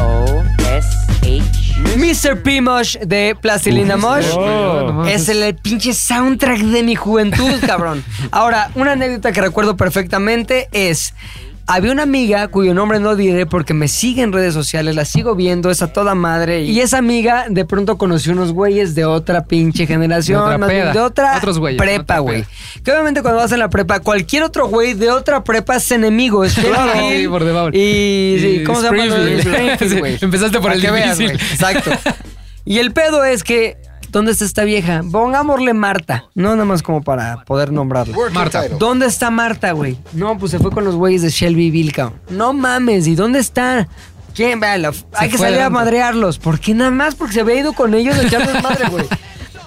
Speaker 16: O S H.
Speaker 2: Mr. P. Mosh de Plastilina
Speaker 16: Uf,
Speaker 2: Mosh
Speaker 16: no mames.
Speaker 2: es el, pinche soundtrack de mi
Speaker 3: [LAUGHS]
Speaker 2: juventud, cabrón. Ahora, una anécdota que recuerdo perfectamente es. Había una amiga cuyo nombre no diré porque me sigue en redes sociales, la sigo viendo, es a toda madre. Y esa amiga de pronto conoció unos güeyes de otra pinche generación,
Speaker 3: De otra
Speaker 2: más bien
Speaker 3: peda.
Speaker 2: de otra
Speaker 3: Otros güeyes,
Speaker 2: prepa,
Speaker 3: otra
Speaker 2: güey. Que obviamente cuando vas en la prepa, cualquier otro güey de otra prepa es enemigo. Es
Speaker 3: [LAUGHS] Claro.
Speaker 2: Hill
Speaker 3: Sí, por default.
Speaker 2: Y, sí,
Speaker 3: Y
Speaker 2: ¿cómo se llama?
Speaker 3: Springfield.
Speaker 2: Springfield, güey.
Speaker 3: [LAUGHS] Sí, empezaste por
Speaker 2: Para
Speaker 3: el
Speaker 2: que veas,
Speaker 3: difícil.
Speaker 2: güey. Exacto. [LAUGHS] Y el pedo es que, ¿dónde está esta vieja? Pongámosle Marta. No, nada más como para poder nombrarla.
Speaker 3: Marta. title.
Speaker 2: ¿Dónde está Marta, güey? No, pues se fue con los güeyes de Shelby cabrón. No mames, ¿y dónde está? ¿Quién? Véala, Hay que
Speaker 3: fue
Speaker 2: salir a
Speaker 3: adelante.
Speaker 2: madrearlos. ¿Por qué nada más? Porque se había ido con ellos a echarles madre,
Speaker 3: [LAUGHS]
Speaker 2: güey.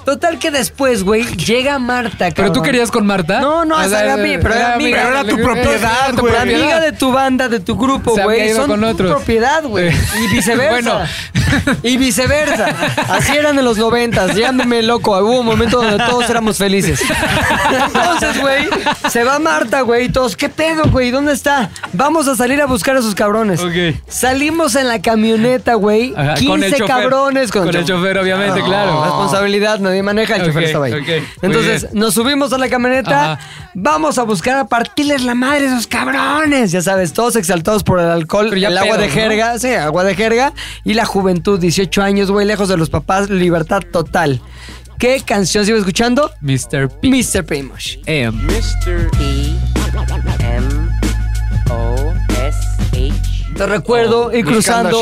Speaker 2: Total que después, güey, llega Marta, cabrón.
Speaker 3: [LAUGHS] ¿Pero tú querías con Marta?
Speaker 2: No, no, esa era mi, pero era amiga.
Speaker 3: Era tu
Speaker 2: La
Speaker 3: propiedad.
Speaker 2: amiga de tu banda, de tu grupo,
Speaker 3: Se había
Speaker 2: güey.
Speaker 3: ido
Speaker 2: Son
Speaker 3: con
Speaker 2: tu
Speaker 3: otros.
Speaker 2: propiedad, güey. Y viceversa.
Speaker 3: Bueno.
Speaker 2: [LAUGHS] Y viceversa. Así eran en los noventas. Llámeme loco. Hubo un momento donde todos éramos felices. Entonces, güey, se va Marta, güey. Y todos, ¿qué pedo, güey? ¿Dónde está? Vamos a salir a buscar a esos cabrones. Salimos en la camioneta, güey.
Speaker 3: Ajá,
Speaker 2: 15
Speaker 3: con el chofer.
Speaker 2: cabrones
Speaker 3: Con el chofer, obviamente,
Speaker 2: No,
Speaker 16: Oh.
Speaker 3: claro.
Speaker 2: Responsabilidad, nadie maneja, el chofer
Speaker 3: Ok,
Speaker 2: estaba ahí.
Speaker 3: ok, muy
Speaker 2: Entonces,
Speaker 3: bien.
Speaker 2: nos subimos a la camioneta,
Speaker 3: Ajá.
Speaker 2: vamos a buscar a partirles la madre a esos cabrones. Ya sabes, todos exaltados por el alcohol,
Speaker 3: ya
Speaker 2: el agua
Speaker 3: pedos,
Speaker 2: de
Speaker 3: ¿no?
Speaker 2: jerga, sí, agua de jerga y la juventud, 18 años, güey, lejos de los papás, libertad total. ¿Qué canción sigo escuchando?
Speaker 3: Mr. P.
Speaker 2: Mr. Primosh. [LAUGHS]
Speaker 16: Mr. P M O S H.
Speaker 2: Te recuerdo ir
Speaker 16: Oh, Buscando
Speaker 2: cruzando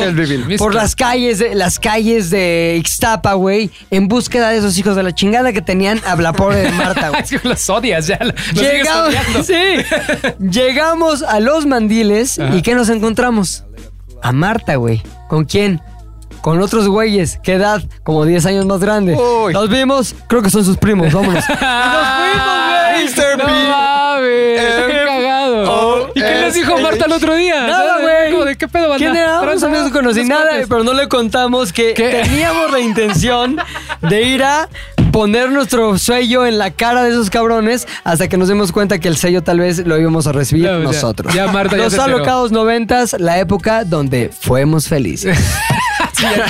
Speaker 16: a Shelbyville.
Speaker 2: por las calles de las calles de Ixtapa, güey, en búsqueda de esos hijos de la chingada que tenían a la pobre de Marta, güey.
Speaker 3: es que los odias ya. Los sigues
Speaker 2: Llegamos, [LAUGHS]
Speaker 3: odiando.
Speaker 2: sí. Llegamos a los mandiles y ¿qué nos encontramos? A Marta, güey. ¿Con quién? Con otros güeyes. ¿Qué edad? Como 10 años más grande. Nos vimos. Creo que son sus primos.
Speaker 3: [LAUGHS]
Speaker 2: Vámonos.
Speaker 3: ¡Ay,
Speaker 2: Mr.
Speaker 3: No
Speaker 2: P.
Speaker 3: mames, qué cagado. ¿Y qué les dijo Marta el otro día?
Speaker 2: Nada,
Speaker 3: ¿Sabes? Como
Speaker 2: güey.
Speaker 3: de, ¿Qué pedo, banda?
Speaker 2: ¿Quién era? Unos
Speaker 3: Tranza,
Speaker 2: amigos que conocí.
Speaker 3: unos
Speaker 2: Nada,
Speaker 3: cuates.
Speaker 2: pero no le contamos que
Speaker 3: ¿Qué?
Speaker 2: teníamos la intención de ir a poner nuestro sello en la cara de esos cabrones hasta que nos dimos cuenta que el sello tal vez lo íbamos a recibir
Speaker 3: No, ya.
Speaker 2: nosotros.
Speaker 3: Ya, Marta, ya
Speaker 2: Los
Speaker 3: se enteró.
Speaker 2: alocados noventas, la época donde fuimos
Speaker 3: [LAUGHS]
Speaker 2: felices.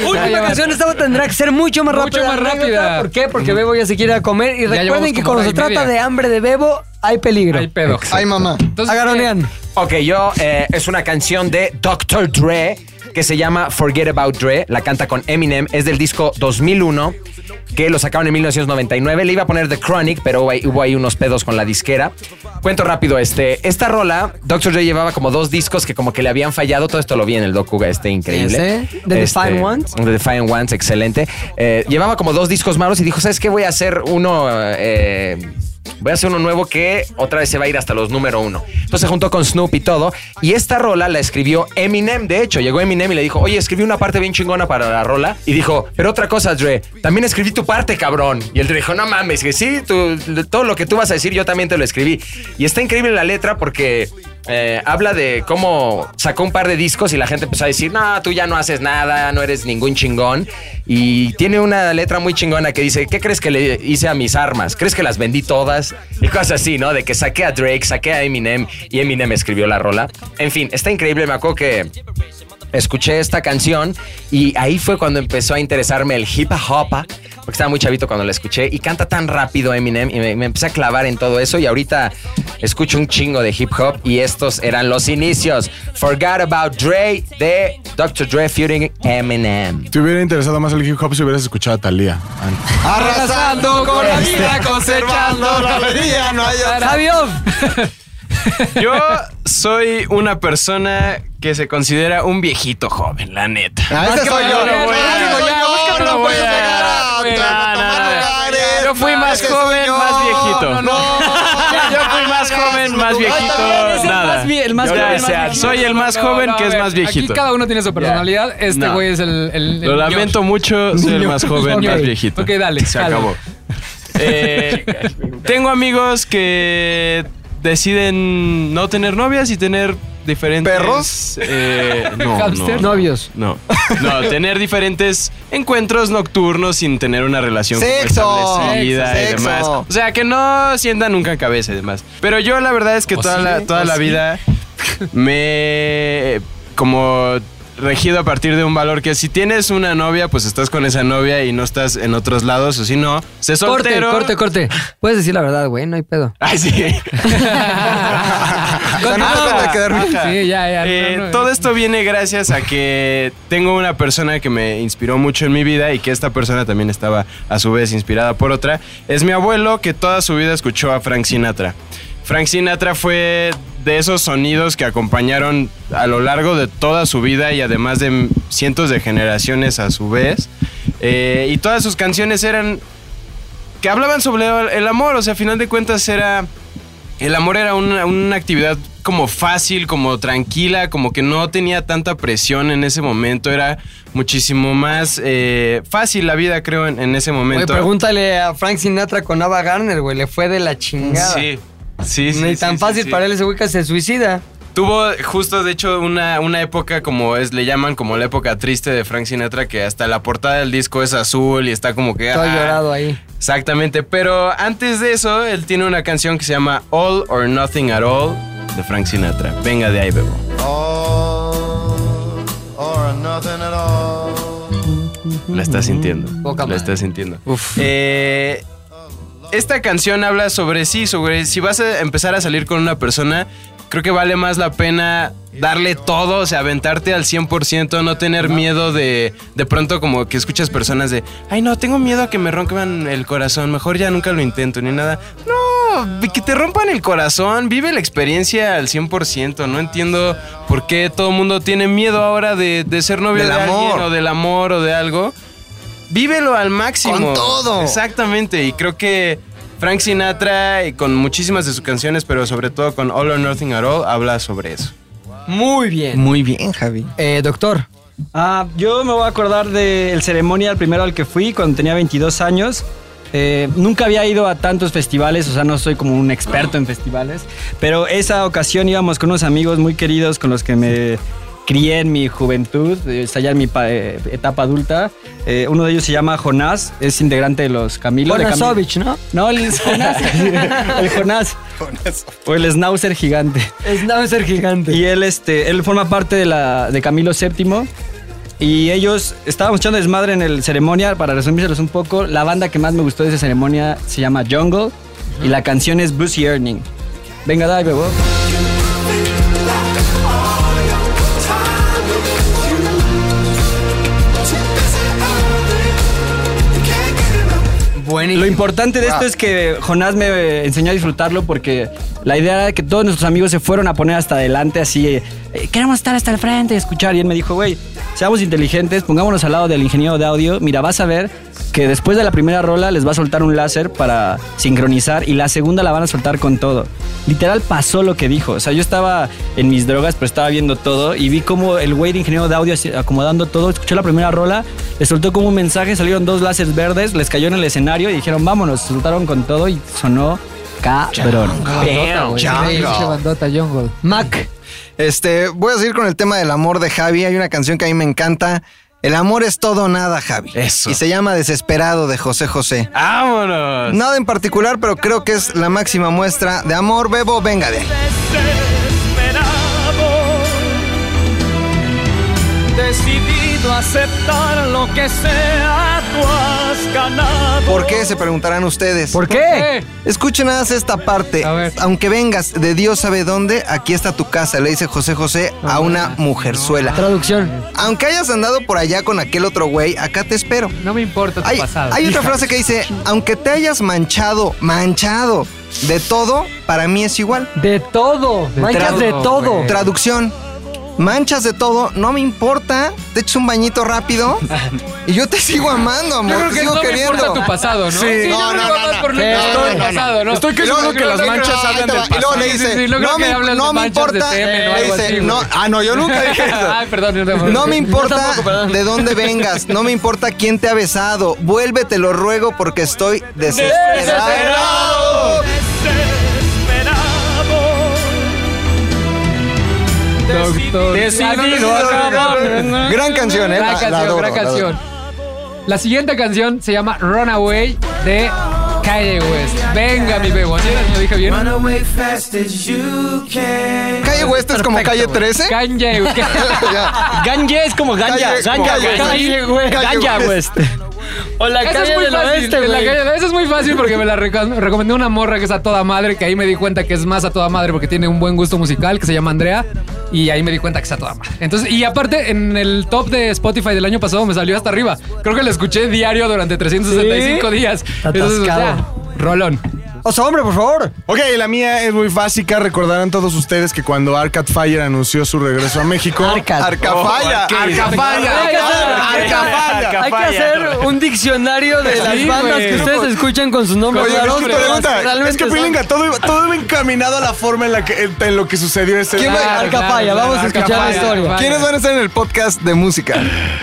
Speaker 2: Última canción, esta tendrá que ser mucho más
Speaker 3: Mucho
Speaker 2: rápida.
Speaker 3: más
Speaker 2: la anécdota.
Speaker 3: rápida.
Speaker 2: ¿Por qué? Porque Bebo ya se quiere ir a comer. Y
Speaker 3: Ya llevamos
Speaker 2: recuerden que
Speaker 3: como
Speaker 2: cuando se
Speaker 3: hora y
Speaker 2: trata
Speaker 3: media.
Speaker 2: de hambre de Bebo, hay peligro.
Speaker 3: Hay pedo.
Speaker 2: Ay, mamá. Agaronean.
Speaker 1: Ok, yo eh, es una canción de Dr. Dre que se llama Forget About Dre. La canta con Eminem. Es del disco 2001 que lo sacaron en 1999. Le iba a poner The Chronic, pero hubo ahí, hubo ahí unos pedos con la disquera. Cuento rápido este. Esta rola, Dr. Dre llevaba como dos discos que como que le habían fallado. Todo esto lo vi en el docu este increíble. Este,
Speaker 2: Sí, sí. The Defiant Ones.
Speaker 1: The Defiant Ones, excelente. Eh, llevaba como dos discos malos y dijo, ¿sabes qué? Voy a hacer uno... eh, Voy a hacer uno nuevo que otra vez se va a ir hasta los número uno. Entonces se juntó con Snoop y todo. Y esta rola la escribió Eminem. De hecho, llegó Eminem y le dijo, oye, escribí una parte bien chingona para la rola. Y dijo, pero otra cosa, Dre, también escribí tu parte, cabrón. Y el Dre dijo, no mames, que sí, tú- todo lo que tú vas a decir yo también te lo escribí. Y está increíble la letra porque eh, habla de cómo sacó un par de discos y la gente empezó a decir, no, tú ya no haces nada, no eres ningún chingón. Y tiene una letra muy chingona que dice, ¿qué crees que le hice a mis armas? ¿Crees que las vendí todas? Y cosas así, ¿no? De que saqué a Drake, saqué a Eminem y Eminem escribió la rola. En fin, está increíble, me acuerdo que escuché esta canción y ahí fue cuando empezó a interesarme el hip hop, ah, porque estaba muy chavito cuando la escuché y canta tan rápido Eminem y me, me empecé a clavar en todo eso y ahorita escucho un chingo de hip hop y estos eran los inicios. Forgot About Dre de Dr. Dre featuring Eminem.
Speaker 5: Te hubiera interesado más el hip hop si hubieras escuchado a Thalía antes.
Speaker 1: Arrasando
Speaker 10: con la
Speaker 2: este
Speaker 10: vida,
Speaker 5: conservando la alegría, no hay otra.
Speaker 8: Yo soy una persona que se considera un viejito joven, la neta.
Speaker 10: Ah, ese soy yo.
Speaker 8: No voy a-
Speaker 10: Ah, ese soy yo.
Speaker 8: no
Speaker 10: Búscate
Speaker 8: voy
Speaker 10: una
Speaker 8: a-
Speaker 10: puedes llegar
Speaker 8: no
Speaker 10: a- a
Speaker 8: voy a- no,
Speaker 10: tomar
Speaker 8: no,
Speaker 10: lugares.
Speaker 8: Yo fui más
Speaker 10: Ese soy
Speaker 8: joven,
Speaker 10: yo.
Speaker 8: más viejito.
Speaker 1: [LAUGHS]
Speaker 8: Yo fui más joven, más viejito. Nada. Yo ya sé, Soy el más
Speaker 3: No,
Speaker 8: joven
Speaker 3: no,
Speaker 8: que
Speaker 3: a
Speaker 8: es
Speaker 3: ver,
Speaker 8: más
Speaker 3: Aquí
Speaker 8: viejito.
Speaker 3: cada uno tiene su personalidad.
Speaker 8: Ya.
Speaker 3: Este
Speaker 8: No.
Speaker 3: güey es el, el- el
Speaker 8: Lo lamento
Speaker 3: Josh.
Speaker 8: mucho, soy el
Speaker 3: Niño.
Speaker 8: más joven, más
Speaker 3: Ok.
Speaker 8: viejito.
Speaker 3: Ok, dale.
Speaker 8: Se
Speaker 3: jalo.
Speaker 8: acabó. Eh, tengo amigos que deciden no tener novias y tener diferentes.
Speaker 6: ¿Perros?
Speaker 8: eh, no,
Speaker 2: Hamster.
Speaker 8: no,
Speaker 2: Novios.
Speaker 8: no. No, tener diferentes encuentros nocturnos sin tener una relación como
Speaker 6: Sexo.
Speaker 8: establecida
Speaker 6: Sexo,
Speaker 8: y demás.
Speaker 6: sexo.
Speaker 8: O sea, que no sientan nunca cabeza y demás. Pero yo la verdad es que
Speaker 6: ¿O
Speaker 8: toda,
Speaker 6: sí,
Speaker 8: la,
Speaker 6: eh?
Speaker 8: toda
Speaker 6: ¿O
Speaker 8: la
Speaker 6: sí?
Speaker 8: vida me he como regido a partir de un valor que si tienes una novia, pues estás con esa novia y no estás en otros lados, o si no, se
Speaker 2: Corte,
Speaker 8: soltero.
Speaker 2: corte, corte. Puedes decir la verdad, güey, no hay pedo.
Speaker 8: [LAUGHS] Ay, sí.
Speaker 2: Continúa.
Speaker 8: Ajá.
Speaker 3: Sí, ya, ya.
Speaker 8: Eh,
Speaker 3: no, no,
Speaker 8: todo esto viene gracias a que tengo una persona que me inspiró mucho en mi vida y que esta persona también estaba a su vez inspirada por otra. Es mi abuelo que toda su vida escuchó a Frank Sinatra. Frank Sinatra fue de esos sonidos que acompañaron a lo largo de toda su vida y además de m- cientos de generaciones a su vez. Eh, y todas sus canciones eran que hablaban sobre el amor, o sea, a final de cuentas era... El amor era una, una actividad como fácil, como tranquila, como que no tenía tanta presión en ese momento. Era muchísimo más eh, fácil la vida, creo, en, en ese
Speaker 2: Güey,
Speaker 8: momento.
Speaker 2: pregúntale a Frank Sinatra con Ava Garner, güey, le fue de la chingada.
Speaker 8: Sí, sí, sí.
Speaker 2: Ni
Speaker 8: sí,
Speaker 2: tan
Speaker 8: sí,
Speaker 2: fácil
Speaker 8: sí.
Speaker 2: para él ese güey que se suicida.
Speaker 8: Tuvo justo, de hecho, una, una época como es, le llaman como la época triste de Frank Sinatra, que hasta la portada del disco es azul y está como que...
Speaker 2: Todo
Speaker 8: ah,
Speaker 2: llorado ahí.
Speaker 8: Exactamente, pero antes de eso, él tiene una canción que se llama All or Nothing at All de Frank Sinatra. Venga de ahí, Bebo.
Speaker 17: or nothing at all.
Speaker 8: La está sintiendo.
Speaker 17: Poca
Speaker 8: la está sintiendo. Eh, esta canción habla sobre sí, sobre si vas a empezar a salir con una persona, creo que vale más la pena darle todo, o sea, aventarte al 100%, no tener miedo de de pronto como que escuchas personas de, ay no, tengo miedo a que me rompan el corazón, mejor ya nunca lo intento ni nada. No, que te rompan el corazón, vive la experiencia al 100%, no entiendo por qué todo el mundo tiene miedo ahora de, de ser novio
Speaker 6: Del
Speaker 8: de
Speaker 6: amor.
Speaker 8: alguien o del amor o de algo. Vívelo al máximo.
Speaker 6: Con todo.
Speaker 8: Exactamente. Y creo que Frank Sinatra, y con muchísimas de sus canciones, pero sobre todo con All or Nothing at All, habla sobre eso.
Speaker 2: Muy bien. Eh,
Speaker 7: Muy bien, Javi.
Speaker 2: doctor.
Speaker 7: Ah, yo me voy a acordar del ceremonial primero al que fui cuando tenía 22 años. Eh, nunca había ido a tantos festivales, o sea, no soy como un experto en festivales, pero esa ocasión íbamos con unos amigos muy queridos con los que me crié en mi juventud, eh, o sea, ya en mi pa- eh, etapa adulta. Eh, uno de ellos se llama Jonás, es integrante de los Camilos. de Cam-
Speaker 2: Bonasovich, ¿no?
Speaker 7: No, el Jonás. [LAUGHS] el Jonás. O el Schnauzer gigante.
Speaker 2: Schnauzer gigante.
Speaker 7: Y él, este, él forma parte de, la, de Camilo VII. Y ellos estábamos echando desmadre en el ceremonia. Para resumírselos un poco, la banda que más me gustó de esa ceremonia se llama Jungle. Y la canción es Brucey Earning. Venga, dale, bebo. Lo importante de esto es que Jonás me eh, enseñó a disfrutarlo porque la idea era que todos nuestros amigos se fueron a poner hasta adelante así, eh, eh, queremos estar hasta el frente y escuchar. Y él me dijo, güey, seamos inteligentes, pongámonos al lado del ingeniero de audio. Mira, vas a ver que después de la primera rola les va a soltar un láser para sincronizar y la segunda la van a soltar con todo. Literal pasó lo que dijo. O sea, yo estaba en mis drogas, pero estaba viendo todo y vi como el güey de ingeniero de audio así, acomodando todo, escuchó la primera rola, le soltó como un mensaje, salieron dos láseres verdes, les cayó en el escenario y dijeron, vámonos, soltaron con todo y sonó Cabrón.
Speaker 6: Damn,
Speaker 3: Pinche
Speaker 6: Django.
Speaker 3: bandota, Jungle.
Speaker 6: Mac. Este, voy a seguir con el tema del amor de Javi. Hay una canción que a mí me encanta. El amor es todo o nada, Javi. Eso. Y se llama Desesperado de José José.
Speaker 8: ¡Vámonos!
Speaker 6: Nada en particular, pero creo que es la máxima muestra de amor, bebo, venga de ahí.
Speaker 10: Decidido a aceptar lo que sea, tú has ganado.
Speaker 6: ¿Por qué? Se preguntarán ustedes. ¿Por
Speaker 3: qué?
Speaker 6: Escuchen nada más esta parte. Aunque vengas de Dios sabe dónde, aquí está tu casa, le dice José José
Speaker 3: Ah,
Speaker 6: a una mujerzuela. Traducción. Aunque hayas andado por allá con aquel otro güey, acá te espero.
Speaker 3: No me importa tu
Speaker 6: Hay,
Speaker 3: pasado.
Speaker 6: hay otra frase que dice, aunque te hayas manchado, manchado de todo, para mí es igual. De todo,
Speaker 2: manchas de todo. güey.
Speaker 6: Traducción. Manchas de todo, no me importa. Te eches un bañito
Speaker 3: [LAUGHS]
Speaker 6: rápido y yo te sigo amando, amor.
Speaker 3: Yo creo
Speaker 6: te
Speaker 3: que
Speaker 6: sigo
Speaker 3: no me
Speaker 6: queriendo.
Speaker 3: importa tu pasado, ¿no? Sí, yo creo
Speaker 6: no, no,
Speaker 3: que va
Speaker 6: no,
Speaker 3: por lo
Speaker 6: no.
Speaker 3: que
Speaker 6: Sí,
Speaker 3: habla
Speaker 6: no,
Speaker 3: del
Speaker 6: no, no.
Speaker 3: pasado, ¿no?
Speaker 6: Estoy que
Speaker 3: Y luego
Speaker 6: seguro que
Speaker 3: creo
Speaker 6: las manchas
Speaker 3: no,
Speaker 6: hablan
Speaker 3: ahí te
Speaker 6: del
Speaker 3: va.
Speaker 6: pasado.
Speaker 3: Sí, sí, sí,
Speaker 6: Y
Speaker 3: yo
Speaker 6: luego
Speaker 3: creo
Speaker 6: me
Speaker 3: que hablan
Speaker 6: dice,
Speaker 3: de
Speaker 6: no me
Speaker 3: manchas de
Speaker 6: importa,
Speaker 3: semen o algo
Speaker 6: eh,
Speaker 3: así,
Speaker 6: dice,
Speaker 3: güey.
Speaker 6: no, ah, no, yo nunca
Speaker 3: [LAUGHS]
Speaker 6: dije eso.
Speaker 3: Ay, perdón. yo
Speaker 6: No me
Speaker 3: Yo
Speaker 6: importa
Speaker 3: tampoco, perdón.
Speaker 6: de dónde vengas, no me importa quién te ha besado. Vuélvete, lo ruego, porque estoy desesperado.
Speaker 10: Desesperado. Desesperado.
Speaker 3: Decidido a acabar.
Speaker 6: Gran canción, ¿eh?
Speaker 3: Gran
Speaker 6: La- la
Speaker 3: canción,
Speaker 6: adoro,
Speaker 3: gran
Speaker 6: la adoro.
Speaker 3: canción. La siguiente canción se llama Runaway de Calle West. Venga, mi bebo. ¿no? ¿Lo dije bien?
Speaker 6: Calle West es como calle 13. [LAUGHS]
Speaker 3: Kanye.
Speaker 7: Ganja es como ganja.
Speaker 6: Calle-
Speaker 7: Ganja,
Speaker 6: Calle-
Speaker 7: güey.
Speaker 6: Calle West.
Speaker 7: Ganja,
Speaker 6: Calle
Speaker 7: West. O la
Speaker 3: Esa es muy fácil, la calle del- esa es muy fácil porque me la reco- recomendó una morra que es a toda madre, que ahí me di cuenta que es más a toda madre porque tiene un buen gusto musical, que se llama Andrea, y ahí me di cuenta que es a toda madre. Entonces, y aparte, en el top de Spotify del año pasado me salió hasta arriba. Creo que la escuché diario durante 365
Speaker 2: ¿Sí?
Speaker 3: días.
Speaker 2: Está
Speaker 3: Entonces, o sea,
Speaker 2: atascado.
Speaker 3: rolón.
Speaker 5: O sea, hombre, por favor. Ok, la mía es muy básica. Recordarán todos ustedes que cuando Arcad Fire anunció su regreso a
Speaker 2: [LAUGHS]
Speaker 5: México.
Speaker 2: Arcad.
Speaker 5: Arcafalla.
Speaker 2: Oh, Arcade.
Speaker 5: Arcafalla.
Speaker 2: Hay que hacer-
Speaker 5: Arcafalla.
Speaker 2: Hay que hacer un diccionario de las
Speaker 5: Sí,
Speaker 2: bandas
Speaker 5: güey.
Speaker 2: que ustedes escuchan con sus nombres.
Speaker 5: Oye, es
Speaker 2: raros,
Speaker 5: que
Speaker 2: pero
Speaker 5: pregunta,
Speaker 2: realmente
Speaker 5: es que
Speaker 2: son-
Speaker 5: Pilinga, todo, iba- todo iba encaminado a la forma en la que en, en lo que sucedió ese
Speaker 6: ¿Quién va- Claro,
Speaker 2: Arcafalla, claro, vamos a escuchar la Arcafalla, historia.
Speaker 6: ¿Quiénes van a estar en el podcast de música?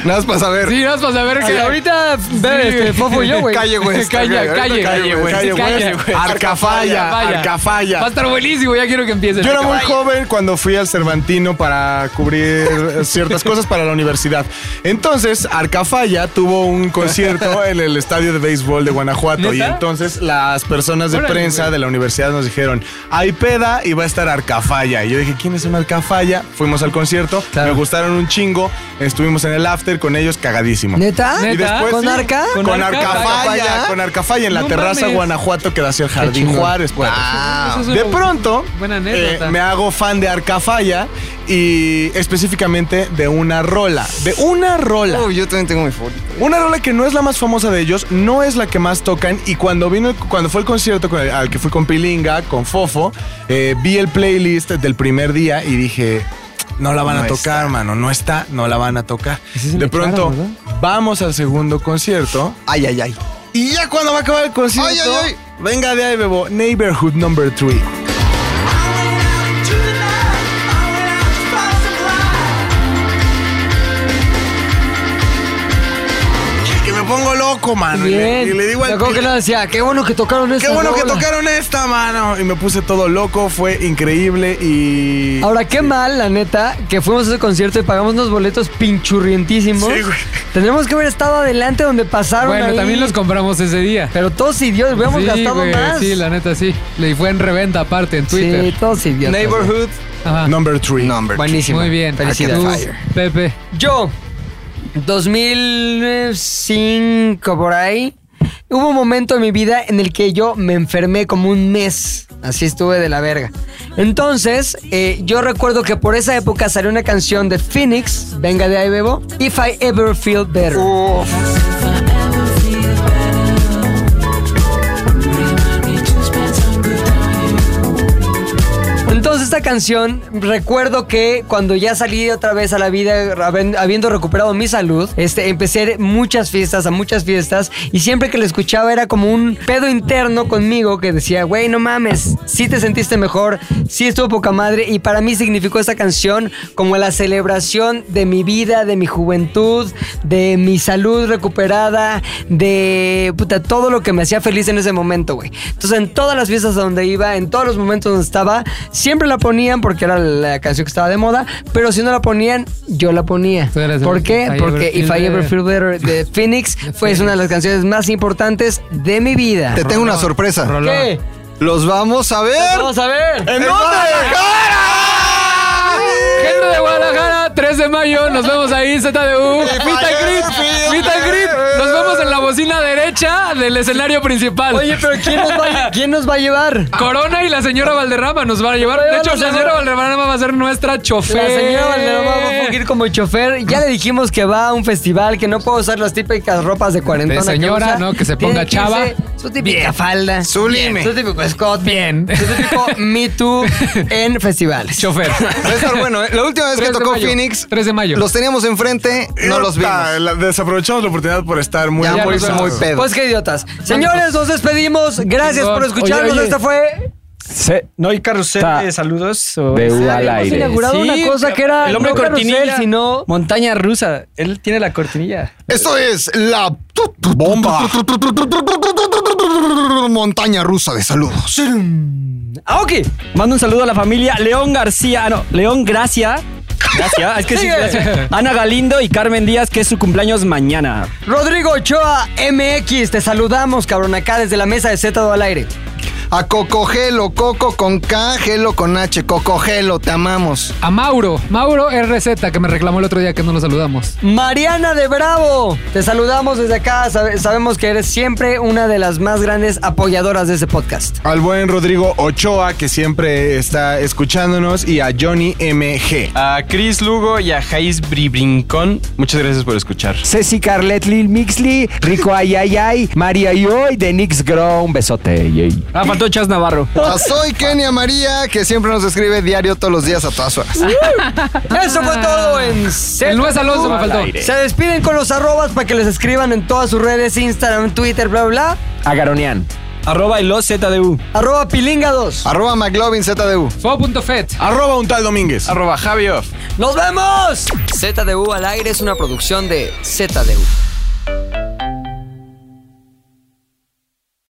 Speaker 6: Nada más para saber.
Speaker 3: Sí, vas a ver
Speaker 6: Sí,
Speaker 3: que
Speaker 2: ahorita ve, este, Fofo y yo, güey. [LAUGHS]
Speaker 6: Calle West.
Speaker 3: Calle,
Speaker 6: ok,
Speaker 3: calle,
Speaker 6: ahorita
Speaker 3: calle,
Speaker 6: West,
Speaker 3: calle,
Speaker 6: Calle West.
Speaker 5: Arcafalla, Arcafalla.
Speaker 3: Va a estar buenísimo, ya quiero que empiece.
Speaker 5: Yo era muy
Speaker 3: Arcafalla.
Speaker 5: joven cuando fui al Cervantino para cubrir ciertas cosas para la universidad. Entonces, Arcafalla tuvo un
Speaker 8: [LAUGHS]
Speaker 5: concierto en el estadio de béisbol de Guanajuato. Y
Speaker 8: ¿Neta?
Speaker 5: entonces las personas de
Speaker 8: Órale,
Speaker 5: prensa
Speaker 8: güey.
Speaker 5: de la universidad nos dijeron, hay peda y va a estar Arcafalla. Y yo dije, ¿quién es un Arcafalla? Fuimos al concierto, me gustaron un chingo, estuvimos en el after con ellos cagadísimo.
Speaker 2: ¿Neta?
Speaker 5: Y
Speaker 2: ¿Neta?
Speaker 5: después,
Speaker 2: ¿Con
Speaker 5: sí,
Speaker 2: Arca?
Speaker 5: Con,
Speaker 2: ¿Con Arca?
Speaker 5: Arcafalla, con Arcafalla en la
Speaker 2: No
Speaker 5: terraza
Speaker 2: mames.
Speaker 5: Guanajuato que da hacia el Jardín
Speaker 2: chingón.
Speaker 5: Juárez. pues.
Speaker 2: Eso es una
Speaker 5: de pronto,
Speaker 3: buena anécdota.
Speaker 5: eh, me hago fan de Arcafalla y específicamente de una rola. De una rola.
Speaker 6: Uy, yo también tengo mi favorito.
Speaker 5: Una rola que no es la más famosa de ellos, no es la que más tocan. Y cuando vino, el- cuando fue el concierto con el- al que fui con Pilinga, con Fofo, eh, vi el playlist del primer día y dije. No la van a
Speaker 8: No
Speaker 5: tocar, mano. No está, no la van a tocar. De pronto,
Speaker 8: echaron,
Speaker 5: vamos al segundo concierto.
Speaker 6: Ay, ay, ay.
Speaker 5: Y ya cuando va a acabar el concierto, venga de ahí, bebo. Neighborhood number 3. Que me pongo loco, mano. Y le,
Speaker 2: Bien.
Speaker 5: y le digo
Speaker 2: Me
Speaker 5: al
Speaker 2: acuerdo que nada decía, qué bueno que tocaron
Speaker 5: Qué
Speaker 2: esta
Speaker 5: bueno que
Speaker 2: rola".
Speaker 5: tocaron esta, mano. Y me puse todo loco, fue increíble y.
Speaker 2: Ahora, qué mal, la neta, que fuimos a ese concierto y pagamos unos boletos pinchurrientísimos.
Speaker 5: Sí, güey.
Speaker 2: Tendríamos que haber estado adelante donde pasaron
Speaker 3: Bueno,
Speaker 2: ahí.
Speaker 3: también los compramos ese día.
Speaker 2: Pero todos idiotas, hubiéramos
Speaker 3: Sí,
Speaker 2: gastado
Speaker 3: güey,
Speaker 2: más.
Speaker 3: Sí, la neta, sí. Le fue en reventa aparte en Twitter.
Speaker 2: Sí, todos idiotas.
Speaker 6: Neighborhood
Speaker 3: Ajá.
Speaker 5: number 3.
Speaker 2: Buenísimo.
Speaker 3: Muy bien.
Speaker 2: Felicidades.
Speaker 3: Tú, Pepe.
Speaker 2: Yo, 2005 por ahí, hubo un momento en mi vida en el que yo me enfermé como un mes. Así estuve de la verga. Entonces, eh, yo recuerdo que por esa época salió una canción de Phoenix, Venga de ahí, Bebo, If I Ever Feel Better. Entonces esta canción, recuerdo que cuando ya salí otra vez a la vida, haben- habiendo recuperado mi salud, este, empecé a ir muchas fiestas, a muchas fiestas, y siempre que la escuchaba era como un pedo interno conmigo que decía, güey, no mames, sí te sentiste mejor, sí estuvo poca madre, y para mí significó esta canción como la celebración de mi vida, de mi juventud, de mi salud recuperada, de puta, todo lo que me hacía feliz en ese momento, güey. Entonces, en todas las fiestas a donde iba, en todos los momentos donde estaba, siempre la ponían porque era la canción que estaba de moda, pero si no la ponían, yo la ponía. ¿Por qué?
Speaker 3: If I
Speaker 2: Porque
Speaker 3: Ever
Speaker 2: If
Speaker 3: Feel
Speaker 2: I Ever
Speaker 3: Better.
Speaker 2: Feel Better de
Speaker 3: [LAUGHS]
Speaker 2: Phoenix fue es una de las canciones más importantes de mi vida.
Speaker 6: Te tengo una sorpresa.
Speaker 2: ¿Qué?
Speaker 6: Los vamos a ver.
Speaker 2: Vamos a ver.
Speaker 6: ¿En dónde?
Speaker 3: Gente de Guadalajara, 3 de mayo, nos vemos ahí, ZDU. Meet and greet, meet and greet. Nos vemos en la bocina derecha del escenario principal.
Speaker 2: Oye, pero ¿quién nos
Speaker 6: [LAUGHS]
Speaker 2: va, quién nos va a llevar?
Speaker 3: Corona y la señora Valderrama nos van a llevar. De hecho, la señora Valderrama va a ser nuestra chofer.
Speaker 2: La señora Valderrama va a fungir como chofer. Ya le dijimos que va a un festival, que no puede usar las típicas ropas de cuarentona.
Speaker 3: De señora,
Speaker 2: usa.
Speaker 3: ¿no? Que se
Speaker 2: Tiene
Speaker 3: ponga
Speaker 2: que
Speaker 3: chava.
Speaker 2: irse Su típica falda.
Speaker 6: Sublime.
Speaker 2: Su típico Scott. Bien. Su típico Me Too en festivales.
Speaker 3: Chofer.
Speaker 6: Va a estar bueno, ¿eh? La última vez que
Speaker 3: 3 de
Speaker 6: tocó
Speaker 3: mayo.
Speaker 6: Phoenix,
Speaker 3: 3 de mayo.
Speaker 6: los teníamos enfrente, no los vimos.
Speaker 5: Idiota, la- Desaprovechamos la oportunidad por estar muy,
Speaker 6: Ya
Speaker 5: muy
Speaker 6: nos vemos.
Speaker 5: pedos.
Speaker 2: Pues qué idiotas. Señores, nos despedimos. Gracias
Speaker 7: Chingón.
Speaker 2: por escucharnos.
Speaker 7: Oye, oye.
Speaker 2: Esta fue.
Speaker 7: Se- ¿No hay carrusel de saludos? o-
Speaker 4: de U al
Speaker 7: Habíamos
Speaker 4: aire.
Speaker 2: inaugurado una cosa que era
Speaker 7: El hombre
Speaker 2: no carrusel,
Speaker 7: cortinilla,
Speaker 2: sino-
Speaker 7: Montaña rusa. Él tiene la cortinilla.
Speaker 6: Esto es la bomba. Montaña rusa de saludos.
Speaker 2: ¡Aoki!
Speaker 7: Mando un saludo a la familia León García. ah, No, León Gracia. Gracias. Es que sí,
Speaker 2: Sigue.
Speaker 7: gracias. Ana Galindo y Carmen Díaz, que es su cumpleaños mañana.
Speaker 2: Rodrigo Ochoa MX, te saludamos, cabrón, acá desde la mesa de Z2 al aire.
Speaker 6: A Cocogelo, Coco con K, Gelo con H, Cocogelo, te amamos.
Speaker 3: A Mauro, Mauro RZ, que me reclamó el otro día que no lo saludamos.
Speaker 2: Mariana de Bravo, te saludamos desde acá. Sabe- sabemos que eres siempre una de las más grandes apoyadoras de este podcast.
Speaker 5: Al buen Rodrigo Ochoa, que siempre está escuchándonos, y a Johnny MG.
Speaker 8: A Chris Lugo y a Jais Bribrincón, muchas gracias por escuchar.
Speaker 1: Ceci Carlet Lil Mixley, Rico Ayayay, María Yoy, de Nix Grown, besote. yay.
Speaker 7: Ah, faltó Chas Navarro.
Speaker 6: A Soy Kenia María, que siempre nos escribe diario todos los días a todas horas.
Speaker 2: Eso fue todo en Z.
Speaker 3: El Nuez Alonso Ah. me faltó.
Speaker 2: Se despiden con los arrobas para que les escriban en todas sus redes, Instagram, Twitter, bla, bla.
Speaker 1: Agaronian.
Speaker 7: Arroba y los ZDU.
Speaker 2: bla. Arroba pilinga2.
Speaker 6: Arroba McLovin ZDU.
Speaker 3: Fo.fet.
Speaker 5: Arroba un tal Domínguez.
Speaker 8: Arroba Javio.
Speaker 2: ¡Nos vemos! ZDU al aire es una producción de ZDU.